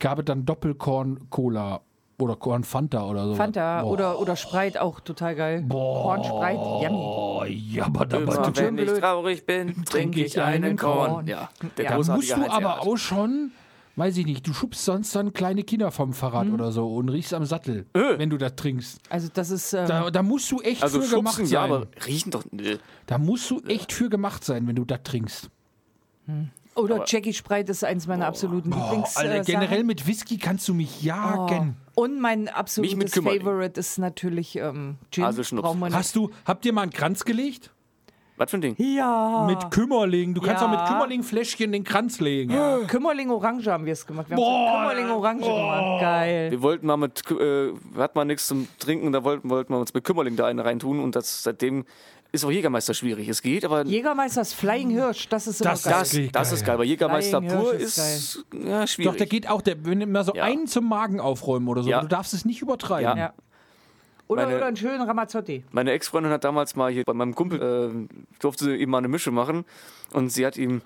Speaker 1: Gab es dann Doppelkorn-Cola oder Korn-Fanta oder so.
Speaker 3: Fanta
Speaker 1: Boah.
Speaker 3: oder, oder Spreit auch total geil. Boah. Korn, Spreit, yummy.
Speaker 1: Oh, jabba, dabba,
Speaker 2: Immer
Speaker 1: du,
Speaker 2: wenn ich
Speaker 3: blöd.
Speaker 2: traurig bin, trinke ich einen Korn. Ja, der
Speaker 3: Ja.
Speaker 1: da
Speaker 2: großartige
Speaker 1: musst du
Speaker 2: Heinz
Speaker 1: aber
Speaker 2: Erhardt.
Speaker 1: auch schon, weiß ich nicht, du schubst sonst dann kleine Kinder vom Fahrrad
Speaker 3: Mhm.
Speaker 1: oder so und riechst am Sattel,
Speaker 3: Äh.
Speaker 1: wenn du das trinkst.
Speaker 3: Also das ist, äh,
Speaker 1: Da, da musst du echt
Speaker 2: Also
Speaker 1: für gemacht
Speaker 2: schubsen,
Speaker 1: sein.
Speaker 2: ja, aber riechen doch... Nö.
Speaker 1: da musst du echt für gemacht sein, wenn du das trinkst.
Speaker 3: oder Jackie Spreit ist eins meiner absoluten Lieblings.
Speaker 1: Alter,
Speaker 3: äh,
Speaker 1: generell
Speaker 3: Sachen.
Speaker 1: mit Whisky kannst du mich jagen.
Speaker 3: Und mein absolutes
Speaker 2: Kümmerling.
Speaker 3: Favorite ist natürlich ähm, Gin.
Speaker 2: Haselschnupf.
Speaker 3: Braucht man
Speaker 1: Hast du, habt ihr mal einen Kranz gelegt?
Speaker 2: Was für ein Ding?
Speaker 3: nicht. ja.
Speaker 1: Mit Kümmerling. Du kannst
Speaker 3: Ah. Ja.
Speaker 1: auch mit Kümmerlingfläschchen den Kranz legen.
Speaker 3: Kümmerling Orange haben wir es gemacht. Wir haben so Kümmerling Orange gemacht. Geil.
Speaker 2: Wir wollten mal mit, Kü- äh, hat mal nichts zum Trinken, da wollten, wollten wir uns mit Kümmerling da einen reintun und das seitdem ist auch Jägermeister schwierig. Es geht, aber
Speaker 3: Jägermeisters Flying Hirsch, das ist immer
Speaker 1: Das-
Speaker 3: geil.
Speaker 2: das,
Speaker 1: geht
Speaker 2: das
Speaker 1: geil.
Speaker 2: ist geil. Bei Jägermeister
Speaker 3: Flying Hirsch
Speaker 2: pur
Speaker 3: ist
Speaker 2: ist ja, schwierig.
Speaker 1: Doch, der geht auch, der, wenn immer so
Speaker 2: Ja.
Speaker 1: einen zum Magen aufräumen oder so.
Speaker 2: Ja.
Speaker 1: Du darfst es nicht übertreiben.
Speaker 2: Ja.
Speaker 3: Ja. Oder,
Speaker 2: Meine-
Speaker 3: oder einen schönen Ramazzotti.
Speaker 2: Meine Ex-Freundin hat damals mal hier bei meinem Kumpel, äh, durfte sie ihm mal eine Mische machen und sie hat ihm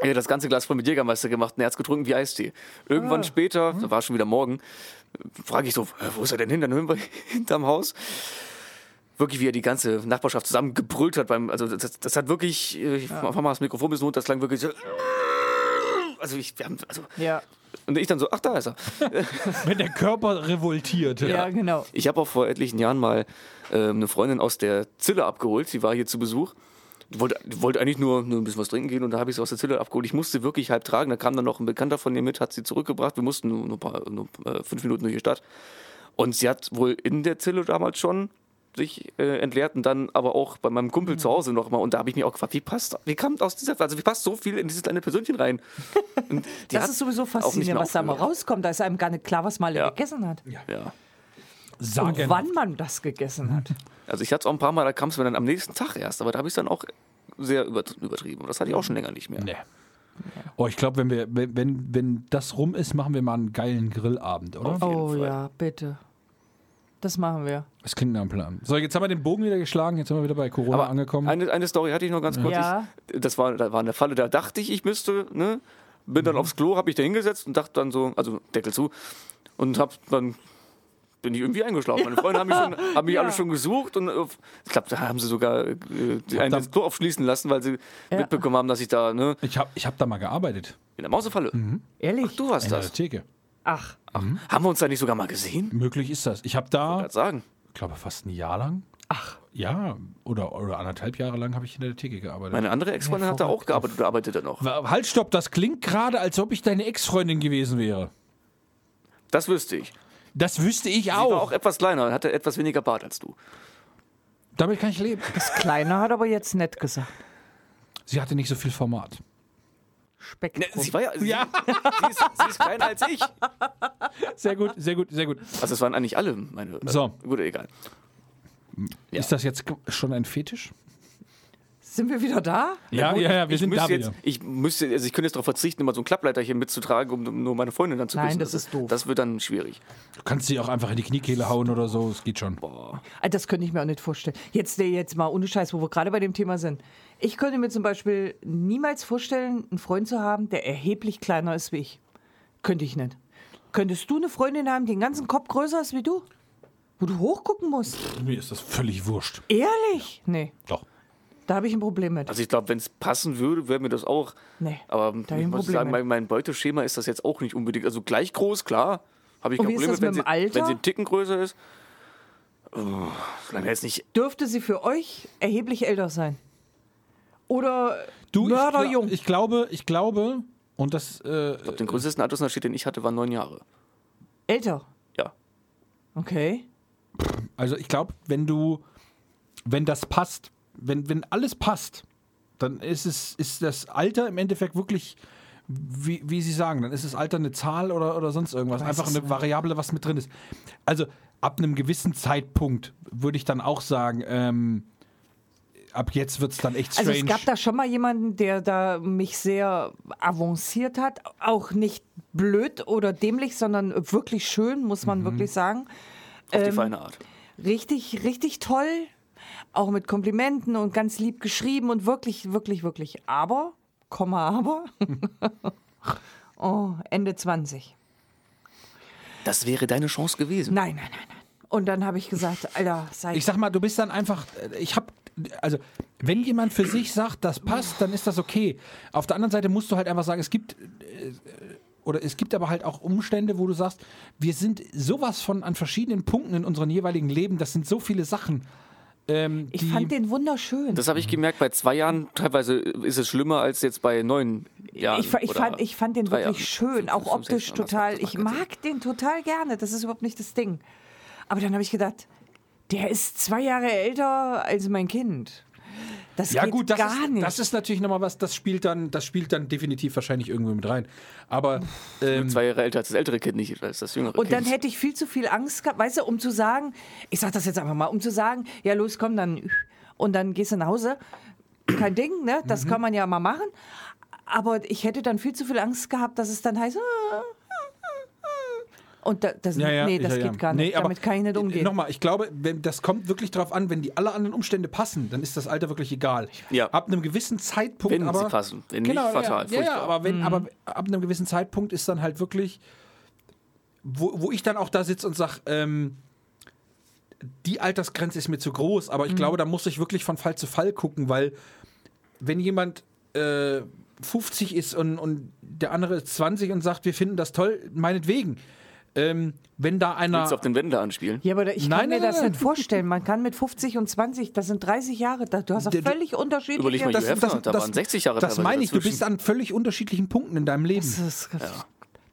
Speaker 2: äh, das ganze Glas voll mit Jägermeister gemacht und er hat es getrunken wie Eistee. Irgendwann später, da war schon wieder morgen, frage ich so, "Äh, wo ist er denn hin? Dann hören wir hinterm Haus. Wirklich, wie er die ganze Nachbarschaft zusammengebrüllt hat. Beim, also das, das hat wirklich, äh, ich mach mal das Mikrofon bis runter, das klang wirklich so. Also ich, wir haben, also,
Speaker 3: Ja.
Speaker 2: und ich dann so, ach, da ist er.
Speaker 1: Wenn der Körper revoltiert.
Speaker 3: ja, genau.
Speaker 2: Ich habe auch vor etlichen Jahren mal ähm, eine Freundin aus der Zille abgeholt. Sie war hier zu Besuch. Die wollte, die wollte eigentlich nur, nur ein bisschen was trinken gehen und da habe ich sie aus der Zille abgeholt. Ich musste wirklich halb tragen. Da kam dann noch ein Bekannter von ihr mit, hat sie zurückgebracht. Wir mussten nur, nur, ein paar, nur äh, fünf Minuten durch die Stadt. Und sie hat wohl in der Zille damals schon sich äh, entleert und dann aber auch bei meinem
Speaker 3: Mhm.
Speaker 2: Kumpel zu Hause nochmal. Und da habe ich mich auch gefragt, wie passt, wie kommt aus dieser, also wie passt so viel in dieses kleine Persönchen rein? Und die
Speaker 3: Das
Speaker 2: hat
Speaker 3: ist sowieso
Speaker 2: auch nicht mehr
Speaker 3: faszinierend, was da mal
Speaker 2: aufgehört.
Speaker 3: rauskommt. Da ist einem gar nicht klar, was man
Speaker 2: Ja.
Speaker 3: gegessen hat.
Speaker 2: Ja.
Speaker 1: Sagen.
Speaker 3: Und wann man das gegessen hat.
Speaker 2: Also ich hatte es auch ein paar Mal, da kam es mir dann am nächsten Tag erst, aber da habe ich es dann auch sehr übert- übertrieben. Das hatte ich auch schon länger nicht mehr.
Speaker 1: Nee. Oh, ich glaube, wenn, wir- wenn, wenn, wenn das rum ist, machen wir mal einen geilen Grillabend, oder?
Speaker 2: Auf jeden
Speaker 3: Oh
Speaker 2: Fall.
Speaker 3: ja, bitte. Das machen wir.
Speaker 1: Das klingt nach einem Plan. So, jetzt haben wir den Bogen wieder geschlagen, jetzt sind wir wieder bei Corona
Speaker 2: Aber
Speaker 1: angekommen.
Speaker 2: Eine, eine Story hatte ich noch ganz kurz.
Speaker 3: Ja.
Speaker 2: Ich, das war, da war eine Falle, da dachte ich, ich müsste, ne? Bin dann aufs Klo, habe ich da hingesetzt und dachte dann so, also Deckel zu, und hab dann bin ich irgendwie eingeschlafen. Meine Freunde haben mich, schon, haben mich alle schon gesucht und äh, ich glaube, da haben sie sogar äh, die einen
Speaker 1: da-
Speaker 2: das Klo aufschließen lassen, weil sie mitbekommen haben, dass ich da ne,
Speaker 1: Ich habe ich hab da mal gearbeitet.
Speaker 2: in der Mausefalle.
Speaker 3: Ehrlich?
Speaker 2: Du warst
Speaker 1: In der
Speaker 2: das.
Speaker 1: Theke.
Speaker 3: Ach,
Speaker 2: Haben wir uns da nicht sogar mal gesehen?
Speaker 1: Möglich ist das. Ich habe da,
Speaker 2: Kann sagen.
Speaker 1: ich glaube, fast ein Jahr lang. Ach. Ja, oder, oder anderthalb Jahre lang habe ich in der Theke gearbeitet.
Speaker 2: Meine andere Ex-Freundin hat da auch gearbeitet oder arbeitet da noch.
Speaker 1: Wa- halt, stopp, das klingt gerade, als ob ich deine Ex-Freundin gewesen wäre.
Speaker 2: Das wüsste ich.
Speaker 1: Das wüsste ich
Speaker 2: Sie war
Speaker 1: auch.
Speaker 2: auch etwas kleiner und hatte etwas weniger Bart als du.
Speaker 1: Damit kann ich leben.
Speaker 3: das Kleine hat aber jetzt nett gesagt.
Speaker 1: Sie hatte nicht so viel Format.
Speaker 2: Ne,
Speaker 3: Spektrum.
Speaker 2: sie war ja. Sie, sie, ist, sie ist kleiner als ich.
Speaker 1: Sehr gut, sehr gut, sehr gut.
Speaker 2: Also, es waren eigentlich alle meine.
Speaker 1: So.
Speaker 2: Gut, egal. Ja.
Speaker 1: Ist das jetzt ge- schon ein Fetisch?
Speaker 3: Sind wir wieder da?
Speaker 1: Ja, ja, ja, wir
Speaker 2: ich
Speaker 1: sind
Speaker 2: müsste
Speaker 1: da
Speaker 2: jetzt,
Speaker 1: wieder.
Speaker 2: ich müsste, also ich könnte jetzt darauf verzichten, immer so ein Klappleiterchen mitzutragen, um um nur meine Freundin dann zu
Speaker 3: Nein,
Speaker 2: küssen.
Speaker 3: das ist doof.
Speaker 2: Das wird dann schwierig.
Speaker 1: Du kannst sie auch einfach in die Kniekehle hauen oder so, es geht schon.
Speaker 3: Ah, Das könnte ich mir auch nicht vorstellen. Jetzt, der- jetzt mal ohne Scheiß, wo wir gerade bei dem Thema sind. Ich könnte mir zum Beispiel niemals vorstellen, einen Freund zu haben, der erheblich kleiner ist wie ich. Könnte ich nicht. Könntest du eine Freundin haben, die den ganzen Kopf größer ist wie du? wo du hochgucken musst.
Speaker 1: Mir ist das völlig wurscht.
Speaker 3: Ehrlich? Nee,
Speaker 1: Doch.
Speaker 3: da habe ich ein Problem mit.
Speaker 2: Also ich glaube, wenn es passen würde, wäre mir das auch.
Speaker 3: Nee,
Speaker 2: Aber
Speaker 3: da hab
Speaker 2: ich
Speaker 3: ein
Speaker 2: muss
Speaker 3: Problem
Speaker 2: sagen,
Speaker 3: mit.
Speaker 2: mein, mein Beuteschema ist das jetzt auch nicht unbedingt. Also gleich groß, klar. Habe ich
Speaker 3: Und
Speaker 2: kein
Speaker 3: wie ist
Speaker 2: Problem
Speaker 3: das
Speaker 2: wenn,
Speaker 3: mit dem
Speaker 2: sie,
Speaker 3: Alter?
Speaker 2: wenn sie einen Ticken größer ist. Oh, solange jetzt nicht.
Speaker 3: Dürfte sie für euch erheblich älter sein? Oder
Speaker 1: ich gla-
Speaker 3: mörderjung?
Speaker 1: Ich glaube, ich glaube, und das, äh,
Speaker 2: Den
Speaker 3: Mhm.
Speaker 2: größten Altersunterschied, den ich hatte, waren neun Jahre.
Speaker 3: älter?
Speaker 2: Ja.
Speaker 3: Okay.
Speaker 1: also ich glaube, wenn du, wenn das passt, wenn, wenn alles passt, dann ist es, ist das Alter im Endeffekt wirklich, wie, wie sie sagen, dann ist das Alter eine Zahl oder, oder sonst irgendwas.
Speaker 3: Weiß
Speaker 1: Einfach
Speaker 3: es
Speaker 1: eine
Speaker 3: nicht.
Speaker 1: Variable, was mit drin ist. Also ab einem gewissen Zeitpunkt würde ich dann auch sagen, ähm, ab jetzt wird es dann echt strange.
Speaker 3: Also es gab da schon mal jemanden, der da mich sehr avanciert hat. Auch nicht blöd oder dämlich, sondern wirklich schön, muss
Speaker 1: Mhm.
Speaker 3: man wirklich sagen.
Speaker 2: Auf
Speaker 3: Ähm.
Speaker 2: die feine Art.
Speaker 3: Richtig, richtig toll. Auch mit Komplimenten und ganz lieb geschrieben und wirklich, wirklich, wirklich. Aber, Komma, aber. oh, Ende 20.
Speaker 2: Das wäre deine Chance gewesen.
Speaker 3: Nein, nein, nein, nein. Und dann habe ich gesagt, Alter, sei
Speaker 1: ich sag mal, du bist dann einfach, äh, ich hab, also wenn jemand für sich sagt, das passt, dann ist das okay. Auf der anderen Seite musst du halt einfach sagen, es gibt, äh, oder es gibt aber halt auch Umstände, wo du sagst, wir sind sowas von an verschiedenen Punkten in unserem jeweiligen Leben, das sind so viele Sachen. Ähm,
Speaker 3: Ich
Speaker 1: die,
Speaker 3: fand den wunderschön.
Speaker 2: Das habe ich gemerkt, bei zwei Jahren teilweise ist es schlimmer als jetzt bei neun Jahren.
Speaker 3: ich, fa- ich,
Speaker 2: oder
Speaker 3: fand, ich fand den
Speaker 2: drei
Speaker 3: wirklich
Speaker 2: Jahren.
Speaker 3: schön,
Speaker 2: Fünf,
Speaker 3: auch
Speaker 2: fünf,
Speaker 3: optisch
Speaker 2: sechs, anders,
Speaker 3: total.
Speaker 2: das macht
Speaker 3: Ich
Speaker 2: keinen Sinn.
Speaker 3: mag den total gerne, das ist überhaupt nicht das Ding. Aber dann habe ich gedacht, der ist zwei Jahre älter als mein Kind. Das
Speaker 1: ja
Speaker 3: geht
Speaker 1: gut, das
Speaker 3: gar
Speaker 1: ist,
Speaker 3: nicht.
Speaker 1: das ist natürlich nochmal was, das spielt dann, das spielt dann definitiv wahrscheinlich irgendwo mit rein. Aber ähm,
Speaker 2: Zwei Jahre älter als das ältere Kind, nicht als das jüngere
Speaker 3: und
Speaker 2: Kind.
Speaker 3: dann hätte ich viel zu viel Angst gehabt, weißt du, um zu sagen, ich sag das jetzt einfach mal, um zu sagen, ja los, komm dann und dann gehst du nach Hause. Kein Ding, ne? Das
Speaker 1: Mhm.
Speaker 3: kann man ja mal machen. Aber ich hätte dann viel zu viel Angst gehabt, dass es dann heißt, ah, und da, das,
Speaker 1: Ja, ja,
Speaker 3: nee, das
Speaker 1: ja, ja.
Speaker 3: geht gar nicht.
Speaker 1: Nee, aber äh,
Speaker 3: Damit kann ich nicht umgehen.
Speaker 1: Nochmal, ich glaube, wenn, das kommt wirklich darauf an, wenn die alle anderen Umstände passen, dann ist das Alter wirklich egal.
Speaker 2: Ja.
Speaker 1: Ab einem gewissen Zeitpunkt
Speaker 2: Wenn
Speaker 1: aber.
Speaker 2: sie passen. Wenn
Speaker 1: Genau,
Speaker 2: nicht, fatal.
Speaker 1: ja, ja, ja,
Speaker 2: furchtbar.
Speaker 1: aber, wenn, aber ab einem gewissen Zeitpunkt ist dann halt wirklich, wo, wo ich dann auch da sitze und sage, ähm, die Altersgrenze ist mir zu groß, aber ich glaube, da muss ich wirklich von Fall zu Fall gucken, weil wenn jemand äh, 50 ist und, und der andere ist 20 und sagt, wir finden das toll, meinetwegen. Ähm, wenn da einer.
Speaker 2: Willst du auf den Wendler anspielen?
Speaker 3: Ja, aber ich
Speaker 1: Nein,
Speaker 3: kann mir
Speaker 1: nein,
Speaker 3: das
Speaker 1: nein.
Speaker 3: nicht vorstellen. Man kann mit 50 und 20, das sind 30 Jahre, da- du hast doch
Speaker 1: Der- du-
Speaker 3: völlig unterschiedliche...
Speaker 2: Überleg mal,
Speaker 3: das,
Speaker 2: Hugh Hefner, da waren 60 Jahre
Speaker 1: Das
Speaker 2: teilweise
Speaker 1: meine ich, du
Speaker 2: dazwischen.
Speaker 1: bist an völlig unterschiedlichen Punkten in deinem Leben.
Speaker 3: das, ist-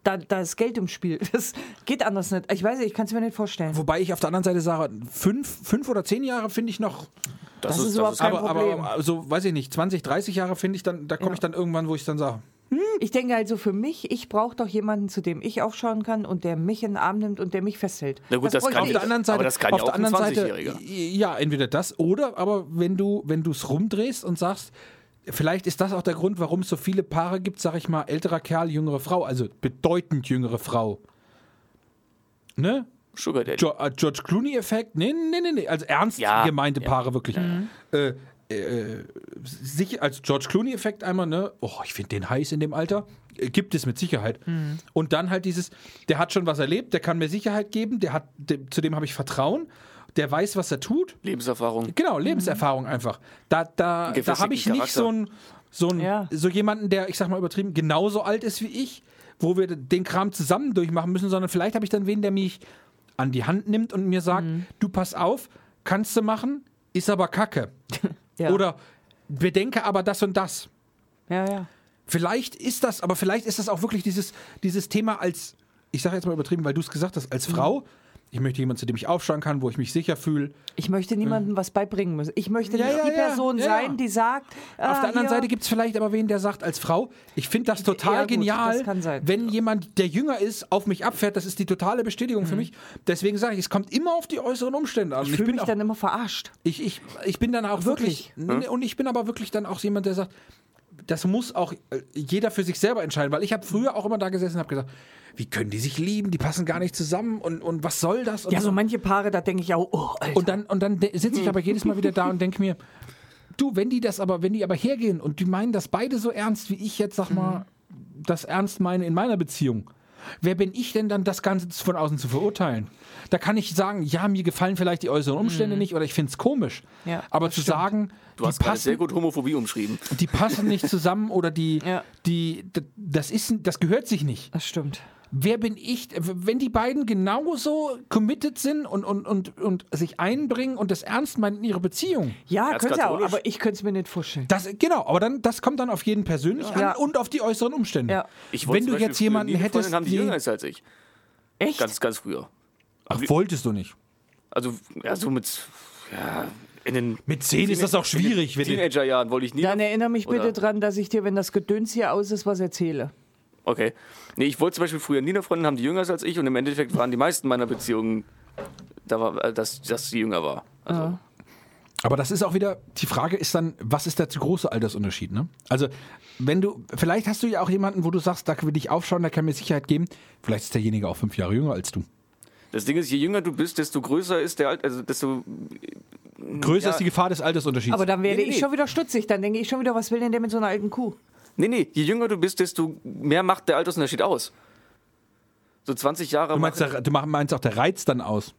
Speaker 3: da, da ist Geld im Spiel. Das geht anders nicht. Ich weiß nicht, ich kann es mir nicht vorstellen.
Speaker 1: Wobei ich auf der anderen Seite sage, fünf, fünf oder zehn Jahre finde ich noch,
Speaker 3: Das ist überhaupt
Speaker 2: halt
Speaker 3: kein
Speaker 1: aber,
Speaker 3: Problem.
Speaker 1: aber so weiß ich nicht, 20, 30 Jahre finde ich dann, da komme ich dann irgendwann, wo ich dann sage,
Speaker 3: Ich denke also für mich, ich brauche doch jemanden, zu dem ich aufschauen kann und der mich in den Arm nimmt und der mich festhält.
Speaker 2: Na gut, das
Speaker 3: bräuchte
Speaker 2: kann
Speaker 1: auf
Speaker 3: ich.
Speaker 1: der anderen Seite,
Speaker 2: Aber das kann ja
Speaker 1: auf der
Speaker 2: auch ein
Speaker 1: anderen Seite,
Speaker 2: 20-Jähriger.
Speaker 1: ja, entweder das oder, aber wenn du, wenn du es rumdrehst und sagst, vielleicht ist das auch der Grund, warum es so viele Paare gibt, sag ich mal, älterer Kerl, jüngere Frau, also bedeutend jüngere Frau. Ne?
Speaker 2: Sugar Daddy.
Speaker 1: Jo äh, George Clooney-Effekt? Nee, nee, nee, nee. Also ernst
Speaker 2: Ja. Mhm.
Speaker 1: gemeinte Paare wirklich. Äh, äh, sich, als George Clooney-Effekt einmal, ne? Oh, ich finde den heiß in dem Alter. Äh, Gibt es mit Sicherheit.
Speaker 2: Mhm.
Speaker 1: Und dann halt dieses, der hat schon was erlebt, der kann mir Sicherheit geben, der hat, dem, zu dem habe ich Vertrauen, der weiß, was er tut.
Speaker 2: Lebenserfahrung.
Speaker 1: Genau,
Speaker 3: Mhm.
Speaker 1: Lebenserfahrung einfach. Da, da, da
Speaker 2: Gefestigten
Speaker 1: habe ich nicht
Speaker 2: Charakter.
Speaker 1: so, einen, so, einen,
Speaker 3: Ja.
Speaker 1: so jemanden, der, ich sag mal übertrieben, genauso alt ist wie ich, wo wir den Kram zusammen durchmachen müssen, sondern vielleicht habe ich dann wen, der mich an die Hand nimmt und mir sagt,
Speaker 3: Mhm.
Speaker 1: du pass auf, kannst du machen, ist aber kacke.
Speaker 3: Ja.
Speaker 1: Oder bedenke aber das und das.
Speaker 3: Ja, ja.
Speaker 1: Vielleicht ist das, aber vielleicht ist das auch wirklich dieses, dieses Thema als, ich sage jetzt mal übertrieben, weil du es gesagt hast,
Speaker 3: Mhm.
Speaker 1: als Frau, ich möchte jemanden, zu dem ich aufschauen kann, wo ich mich sicher fühle.
Speaker 3: Ich möchte
Speaker 2: Hm.
Speaker 3: niemandem was beibringen müssen. Ich möchte
Speaker 1: Ja,
Speaker 3: nicht
Speaker 1: ja,
Speaker 3: die
Speaker 1: ja,
Speaker 3: Person
Speaker 1: ja, ja.
Speaker 3: sein, die sagt... ah,
Speaker 1: Auf der anderen
Speaker 3: hier,
Speaker 1: Seite gibt es vielleicht aber wen, der sagt als Frau, ich finde das total
Speaker 3: Ja, gut,
Speaker 1: genial,
Speaker 3: das kann sein.
Speaker 1: wenn jemand, der jünger ist, auf mich abfährt. Das ist die totale Bestätigung für mich. Deswegen sage ich, es kommt immer auf die äußeren Umstände an. Und
Speaker 3: Mhm. Ich fühle
Speaker 1: bin
Speaker 3: mich
Speaker 1: auch,
Speaker 3: dann immer verarscht.
Speaker 1: ich, ich, ich bin dann auch wirklich, Nee, und ich bin aber wirklich dann auch jemand, der sagt, das muss auch äh, jeder für sich selber entscheiden, weil ich habe früher auch immer da gesessen und habe gesagt, wie können die sich lieben, die passen gar nicht zusammen und, und was soll das? Und
Speaker 3: Ja, so manche Paare, da denke ich auch, oh, Alter.
Speaker 1: und dann, und dann sitze
Speaker 2: Hm.
Speaker 1: ich aber jedes Mal wieder da und denke mir, du, wenn die das aber, wenn die aber
Speaker 2: Hm.
Speaker 1: hergehen und die meinen das beide so ernst, wie ich jetzt, sag mal, das ernst meine in meiner Beziehung, wer bin ich denn dann, das Ganze von außen zu verurteilen? Da kann ich sagen, ja, mir gefallen vielleicht die äußeren
Speaker 2: Hm.
Speaker 1: Umstände nicht oder ich finde es komisch.
Speaker 3: Ja,
Speaker 1: Aber zu sagen,
Speaker 2: Du hast
Speaker 1: die
Speaker 2: gerade sehr
Speaker 1: passen,
Speaker 2: gut Homophobie umschrieben.
Speaker 1: die passen nicht zusammen oder die,
Speaker 3: Ja.
Speaker 1: die, d- das ist, das gehört sich nicht.
Speaker 3: Das stimmt.
Speaker 1: Wer bin ich, wenn die beiden genauso committed sind und, und, und, und sich einbringen und das ernst meinen in ihre Beziehung?
Speaker 3: Ja, könnte ja auch,
Speaker 2: katholisch.
Speaker 3: aber ich könnte es mir nicht vorstellen.
Speaker 1: Das, genau, aber dann, das kommt dann auf jeden persönlich an
Speaker 3: Ja.
Speaker 1: und auf die äußeren Umstände.
Speaker 3: Ja.
Speaker 2: Ich wollte
Speaker 1: Wenn
Speaker 2: zum
Speaker 1: du
Speaker 2: Beispiel
Speaker 1: jetzt
Speaker 2: früher
Speaker 1: jemanden
Speaker 2: nie eine
Speaker 1: hättest,
Speaker 2: Freundin haben, die
Speaker 1: die-
Speaker 2: jünger ist als ich.
Speaker 3: Echt?
Speaker 2: Ganz, ganz früher.
Speaker 1: Ach, wolltest du nicht.
Speaker 2: Also, ja, so mit. Ja, in den.
Speaker 1: Mit 10 ist das auch schwierig. Wenn du,
Speaker 2: Teenagerjahren wollte ich nie.
Speaker 3: Dann erinnere mich bitte
Speaker 2: Oder-
Speaker 3: dran, dass ich dir, wenn das Gedöns hier aus ist, was erzähle.
Speaker 2: Okay. Nee, ich wollte zum Beispiel früher nie eine Freundin haben, die jünger ist als ich und im Endeffekt waren die meisten meiner Beziehungen, da war, äh, dass, dass sie jünger war. Also,
Speaker 1: aber das ist auch wieder, die Frage ist dann, was ist der zu große Altersunterschied? Ne? Also, wenn du, vielleicht hast du ja auch jemanden, wo du sagst, da will ich aufschauen, da kann mir Sicherheit geben. Vielleicht ist derjenige auch fünf Jahre jünger als du.
Speaker 2: Das Ding ist, je jünger du bist, desto größer ist der Alt, also desto.
Speaker 1: Größer
Speaker 2: Ja.
Speaker 1: ist die Gefahr des Altersunterschieds.
Speaker 3: Aber dann werde
Speaker 2: Nee, nee,
Speaker 3: ich
Speaker 2: nee.
Speaker 3: schon wieder stutzig. Dann denke ich schon wieder, was will denn der mit so einer alten Kuh?
Speaker 2: Nee, nee, je jünger du bist, desto mehr macht der Altersunterschied aus. So 20 Jahre.
Speaker 1: du, meinst,
Speaker 2: machen-
Speaker 1: der- du meinst auch, der Reiz dann aus.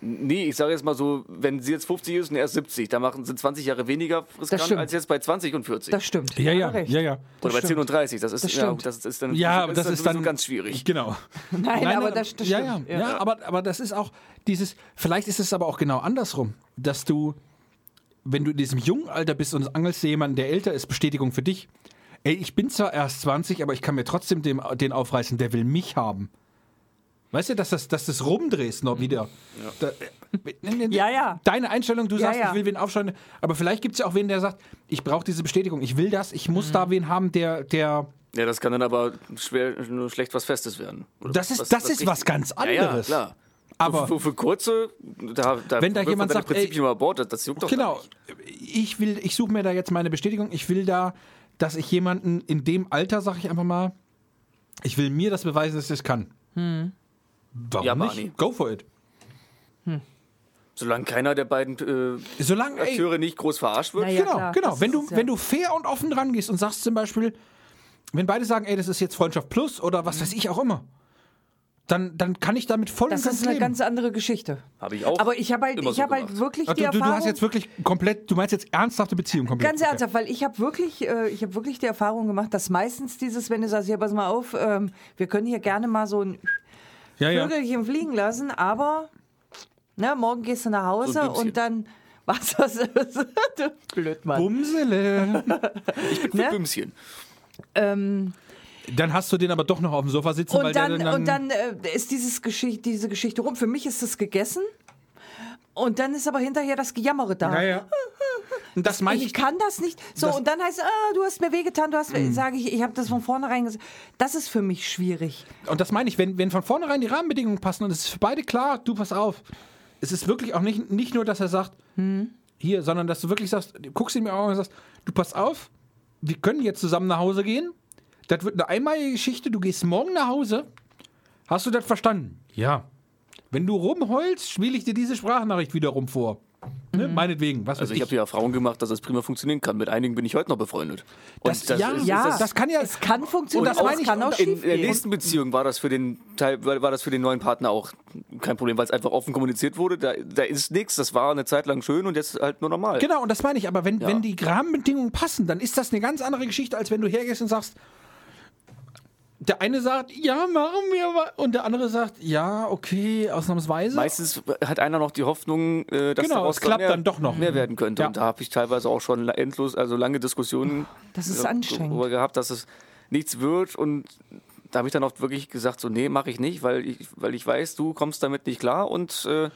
Speaker 2: nee, ich sage jetzt mal so, wenn sie jetzt 50 ist und er ist 70, da machen sie 20 Jahre weniger riskant
Speaker 3: stimmt.
Speaker 2: als jetzt bei 20 und 40.
Speaker 3: Das stimmt.
Speaker 1: Ja, ja,
Speaker 3: Hat er recht.
Speaker 1: ja, ja.
Speaker 2: Oder bei
Speaker 3: stimmt.
Speaker 2: 10 und 30. Das ist,
Speaker 3: Das
Speaker 2: ja,
Speaker 3: stimmt.
Speaker 2: Äh, das ist dann,
Speaker 1: Ja, aber das
Speaker 2: dann
Speaker 1: ist
Speaker 2: sowieso
Speaker 1: dann
Speaker 2: ganz schwierig.
Speaker 1: Genau.
Speaker 3: Nein, aber das, das
Speaker 1: ja, ja,
Speaker 3: stimmt.
Speaker 1: ja. aber, aber das ist auch dieses, vielleicht ist es aber auch genau andersrum, dass du, wenn du in diesem jungen Alter bist und angelst dir jemanden, der älter ist, Bestätigung für dich. Ey, ich bin zwar erst 20, aber ich kann mir trotzdem dem, den aufreißen, der will mich haben. Weißt du, dass das, dass das rumdrehst
Speaker 2: Mhm.
Speaker 1: noch wieder. Da, äh,
Speaker 3: Ja, ja.
Speaker 1: Deine Einstellung, du
Speaker 3: Ja,
Speaker 1: sagst,
Speaker 3: ja.
Speaker 1: ich will wen aufschauen, aber vielleicht gibt es ja auch wen, der sagt, ich brauche diese Bestätigung, ich will das, ich
Speaker 3: Mhm.
Speaker 1: muss da wen haben, der, der,
Speaker 2: Ja, das kann dann aber schwer, nur schlecht was Festes werden. Oder
Speaker 1: Das ist- das ist
Speaker 2: richtig-
Speaker 1: was ganz
Speaker 2: Ja, ja
Speaker 1: anderes.
Speaker 2: klar.
Speaker 1: aber...
Speaker 2: Für, für kurze, da, da
Speaker 1: Wenn da
Speaker 2: wirft man
Speaker 1: jemand
Speaker 2: seine
Speaker 1: sagt, ey-
Speaker 2: Prinzipien über Bord, das, das juckt doch
Speaker 1: Genau.
Speaker 2: gar nicht.
Speaker 1: Ich will, ich suche mir da jetzt meine Bestätigung. Ich will da, dass ich jemanden in dem Alter, sag ich einfach mal, ich will mir das beweisen, dass ich es kann. Warum
Speaker 2: Hm. Ja, Barney.
Speaker 1: nicht? Go for it.
Speaker 2: Solange keiner der beiden äh,
Speaker 1: Solange, ey,
Speaker 2: Akteure nicht groß verarscht wird.
Speaker 3: Naja.
Speaker 1: genau,
Speaker 3: klar,
Speaker 1: genau.
Speaker 3: das
Speaker 1: Wenn
Speaker 3: ist
Speaker 1: du,
Speaker 3: es, ja.
Speaker 1: wenn du fair und offen rangehst und sagst zum Beispiel, wenn beide sagen, ey, das ist jetzt Freundschaft plus oder
Speaker 3: Mhm.
Speaker 1: was weiß ich auch immer, dann, dann kann ich damit voll
Speaker 3: Das
Speaker 1: und ganz
Speaker 3: ist eine
Speaker 1: leben.
Speaker 3: ganz andere Geschichte.
Speaker 2: Habe ich auch.
Speaker 3: Aber ich habe halt,
Speaker 2: immer
Speaker 3: ich
Speaker 2: so
Speaker 3: habe halt
Speaker 2: gemacht.
Speaker 3: wirklich
Speaker 1: Ach,
Speaker 3: die
Speaker 1: du, du, du
Speaker 3: Erfahrung.
Speaker 1: hast jetzt wirklich komplett, du meinst jetzt ernsthafte Beziehung komplett.
Speaker 3: Ganz ernsthaft, weil ich habe wirklich, äh, ich habe wirklich die Erfahrung gemacht, dass meistens dieses, wenn du sagst, ja, pass mal auf, ähm, wir können hier gerne mal so ein
Speaker 1: Ja, ja.
Speaker 3: Vögelchen fliegen lassen, aber ne, morgen gehst du nach
Speaker 2: So ein
Speaker 3: Hause
Speaker 2: Dümpchen.
Speaker 3: und dann was das ist. Du Blödmann.
Speaker 1: Bumsele.
Speaker 2: Mit
Speaker 1: ne?
Speaker 2: Bümschen.
Speaker 3: Ähm,
Speaker 1: Dann hast du den aber doch noch auf dem Sofa sitzen, weil
Speaker 3: und, dann,
Speaker 1: der also dann,
Speaker 3: und dann äh, ist dieses Geschicht, diese Geschichte rum. Für mich ist das gegessen. Und dann ist aber hinterher das Gejammere da.
Speaker 1: Naja. Und das meine
Speaker 3: Ich
Speaker 1: ich.
Speaker 3: kann das nicht. So,
Speaker 1: Das- Hm.
Speaker 3: und dann heißt es, ah, du hast mir wehgetan, du hast mir, sage ich, ich habe das von vornherein gesagt. Das ist für mich schwierig.
Speaker 1: Und das meine ich, wenn, wenn von vornherein die Rahmenbedingungen passen und es ist für beide klar, du pass auf. Es ist wirklich auch nicht, nicht nur, dass er sagt, hier, sondern dass du wirklich sagst, du guckst ihm in die Augen und sagst, du pass auf, wir können jetzt zusammen nach Hause gehen. Das wird eine einmalige Geschichte, du gehst morgen nach Hause. Hast du das verstanden? Ja. Wenn du rumheulst, spiele ich dir diese Sprachnachricht wiederum vor. Ne? Meinetwegen, was
Speaker 2: Also
Speaker 1: weiß
Speaker 2: ich habe ja Erfahrungen gemacht, dass das prima funktionieren kann. Mit einigen bin ich heute noch befreundet. Und
Speaker 1: Das- ja,
Speaker 2: ist-
Speaker 3: Ja,
Speaker 1: das- das kann ja-
Speaker 3: Es kann funktionieren,
Speaker 1: Und das
Speaker 3: aber
Speaker 1: meine
Speaker 3: es
Speaker 1: ich,
Speaker 3: kann auch
Speaker 1: und
Speaker 2: in
Speaker 3: schief
Speaker 2: der
Speaker 3: gehen.
Speaker 2: nächsten Beziehung war das für den Teil, war war das für den neuen Partner auch kein Problem, weil es einfach offen kommuniziert wurde. Da, da ist nichts, das war eine Zeit lang schön und jetzt halt nur normal.
Speaker 1: Genau, und das meine ich. Aber wenn,
Speaker 2: Ja.
Speaker 1: wenn die Rahmenbedingungen passen, dann ist das eine ganz andere Geschichte, als wenn du hergehst und sagst, der eine sagt, ja, machen wir, aber- und der andere sagt, ja, okay, ausnahmsweise.
Speaker 2: Meistens hat einer noch die Hoffnung, äh, dass
Speaker 1: Genau,
Speaker 2: daraus
Speaker 1: es klappt
Speaker 2: mehr,
Speaker 1: dann doch noch.
Speaker 2: mehr werden könnte.
Speaker 1: Ja. Oh,
Speaker 2: Und da habe ich teilweise auch schon la- endlos, also lange Diskussionen
Speaker 3: Das ist
Speaker 2: äh,
Speaker 3: anstrengend.
Speaker 2: darüber gehabt, dass es nichts wird und da habe ich dann oft wirklich gesagt, so nee, mache ich nicht, weil ich, weil ich weiß, du kommst damit nicht klar und äh,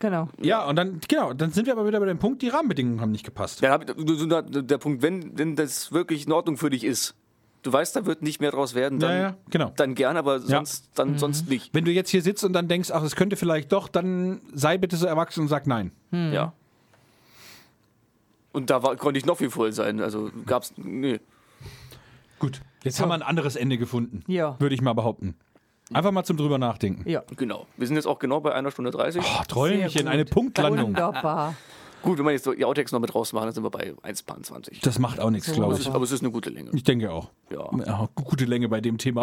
Speaker 3: Genau.
Speaker 1: ja, und dann, genau, dann sind wir aber wieder bei dem Punkt, die Rahmenbedingungen haben nicht gepasst.
Speaker 2: Dann hab ich, so- so- der Punkt, wenn denn das wirklich in Ordnung für dich ist, du weißt, da wird nicht mehr draus werden, dann,
Speaker 1: Ja, ja, Mhm. genau.
Speaker 2: dann gern, aber sonst, dann sonst nicht.
Speaker 1: Wenn du jetzt hier sitzt und dann denkst, ach, es könnte vielleicht doch, dann sei bitte so erwachsen und sag nein.
Speaker 2: Ja. Und da war, konnte ich noch viel voll sein. Also gab's. Nee.
Speaker 1: Gut, jetzt haben wir ein anderes Ende gefunden.
Speaker 3: Ja.
Speaker 1: Würde ich mal behaupten. Einfach mal zum drüber nachdenken.
Speaker 3: Ja.
Speaker 2: Genau. Wir sind jetzt auch genau bei einer Stunde 30.
Speaker 1: Oh, Träumchen,
Speaker 3: gut.
Speaker 1: eine Punktlandung.
Speaker 3: Wunderbar.
Speaker 2: Gut, wenn man jetzt so die Outtakes noch mit rausmachen, dann sind wir bei 1,20.
Speaker 1: Das macht auch nichts, glaube
Speaker 2: Aber, es
Speaker 1: ich.
Speaker 2: ist- aber es ist eine gute Länge.
Speaker 1: Ich denke auch.
Speaker 2: Ja.
Speaker 1: Ja, gute Länge bei dem Thema.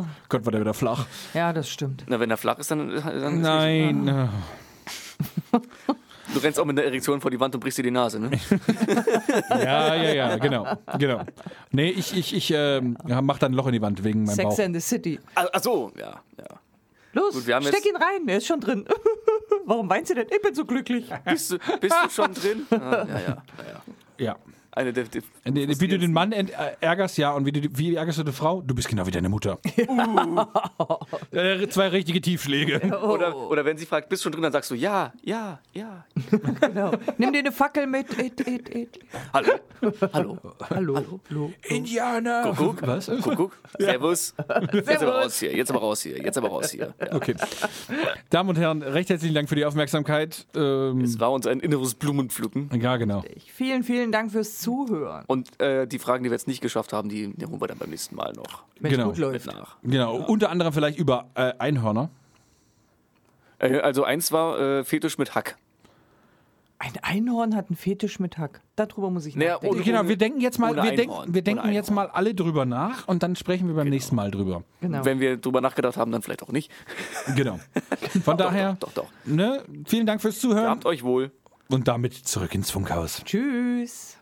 Speaker 1: Oh, Gott, war der wieder flach.
Speaker 3: Ja, das stimmt.
Speaker 2: Na, wenn er flach ist, dann. dann
Speaker 1: Nein.
Speaker 2: Du rennst auch mit einer Erektion vor die Wand und brichst dir die Nase, ne?
Speaker 1: Ja, ja, ja, genau. genau. Nee, ich, ich, ich ähm, mach dann ein Loch in die Wand wegen meinem
Speaker 3: Sex
Speaker 1: Bauch.
Speaker 3: and the City.
Speaker 2: Ah, Ach, ach so, ja. ja.
Speaker 3: Los,
Speaker 2: Gut, wir haben
Speaker 3: steck
Speaker 2: jetzt-
Speaker 3: ihn rein, er ist schon drin. Warum weinst du denn? Ich bin so glücklich.
Speaker 2: Bist, du, bist du schon drin? Ah, ja, ja, ja, ja.
Speaker 1: Ja.
Speaker 2: Eine der, der
Speaker 1: Äh, Nee, nee, Wie du den Mann ent- äh, ärgerst, ja, und wie, du, die- wie ärgerst du eine Frau? Du bist genau wie deine Mutter. Uh. Äh, zwei richtige Tiefschläge.
Speaker 2: oder,
Speaker 3: Oh.
Speaker 2: oder wenn sie fragt, bist du schon drin, dann sagst du ja, ja, ja.
Speaker 3: Genau. Nimm dir eine Fackel mit. It, it, it.
Speaker 2: Hallo. Hallo.
Speaker 3: Hallo. Hallo.
Speaker 1: Indianer.
Speaker 2: Kuckuck.
Speaker 1: Was?
Speaker 2: Kuckuck. Servus. Jetzt aber raus hier. Jetzt aber raus hier. Jetzt aber raus hier. Ja.
Speaker 1: Okay. Damen und Herren, recht herzlichen Dank für die Aufmerksamkeit. Ähm,
Speaker 2: Es war uns ein inneres Blumenpflücken.
Speaker 1: ja, genau.
Speaker 3: Vielen, vielen Dank fürs Zuhören.
Speaker 2: Und äh, die Fragen, die wir jetzt nicht geschafft haben, die, die holen wir dann beim nächsten Mal noch
Speaker 3: Wenn's
Speaker 1: Genau.
Speaker 3: gut läuft.
Speaker 2: mit nach.
Speaker 1: Genau. Unter anderem vielleicht über äh, Einhörner.
Speaker 2: Äh, also eins war äh, Fetisch mit Hack.
Speaker 3: Ein Einhorn hat einen Fetisch mit Hack. Darüber muss ich
Speaker 2: Naja,
Speaker 3: nachdenken.
Speaker 2: Oh, ohne-
Speaker 1: Genau, wir denken jetzt mal,
Speaker 2: Ohne
Speaker 1: wir
Speaker 2: Einhorn.
Speaker 1: denken, wir denken
Speaker 2: Ohne
Speaker 1: jetzt mal
Speaker 2: Einhorn.
Speaker 1: alle drüber nach und dann sprechen wir beim nächsten Mal drüber.
Speaker 3: Genau.
Speaker 2: Wenn wir drüber nachgedacht haben, dann vielleicht auch nicht.
Speaker 1: Genau. Von daher,
Speaker 2: Doch, doch.
Speaker 1: Ne, vielen Dank fürs Zuhören
Speaker 2: Habt euch wohl.
Speaker 1: und damit zurück ins Funkhaus.
Speaker 3: Tschüss.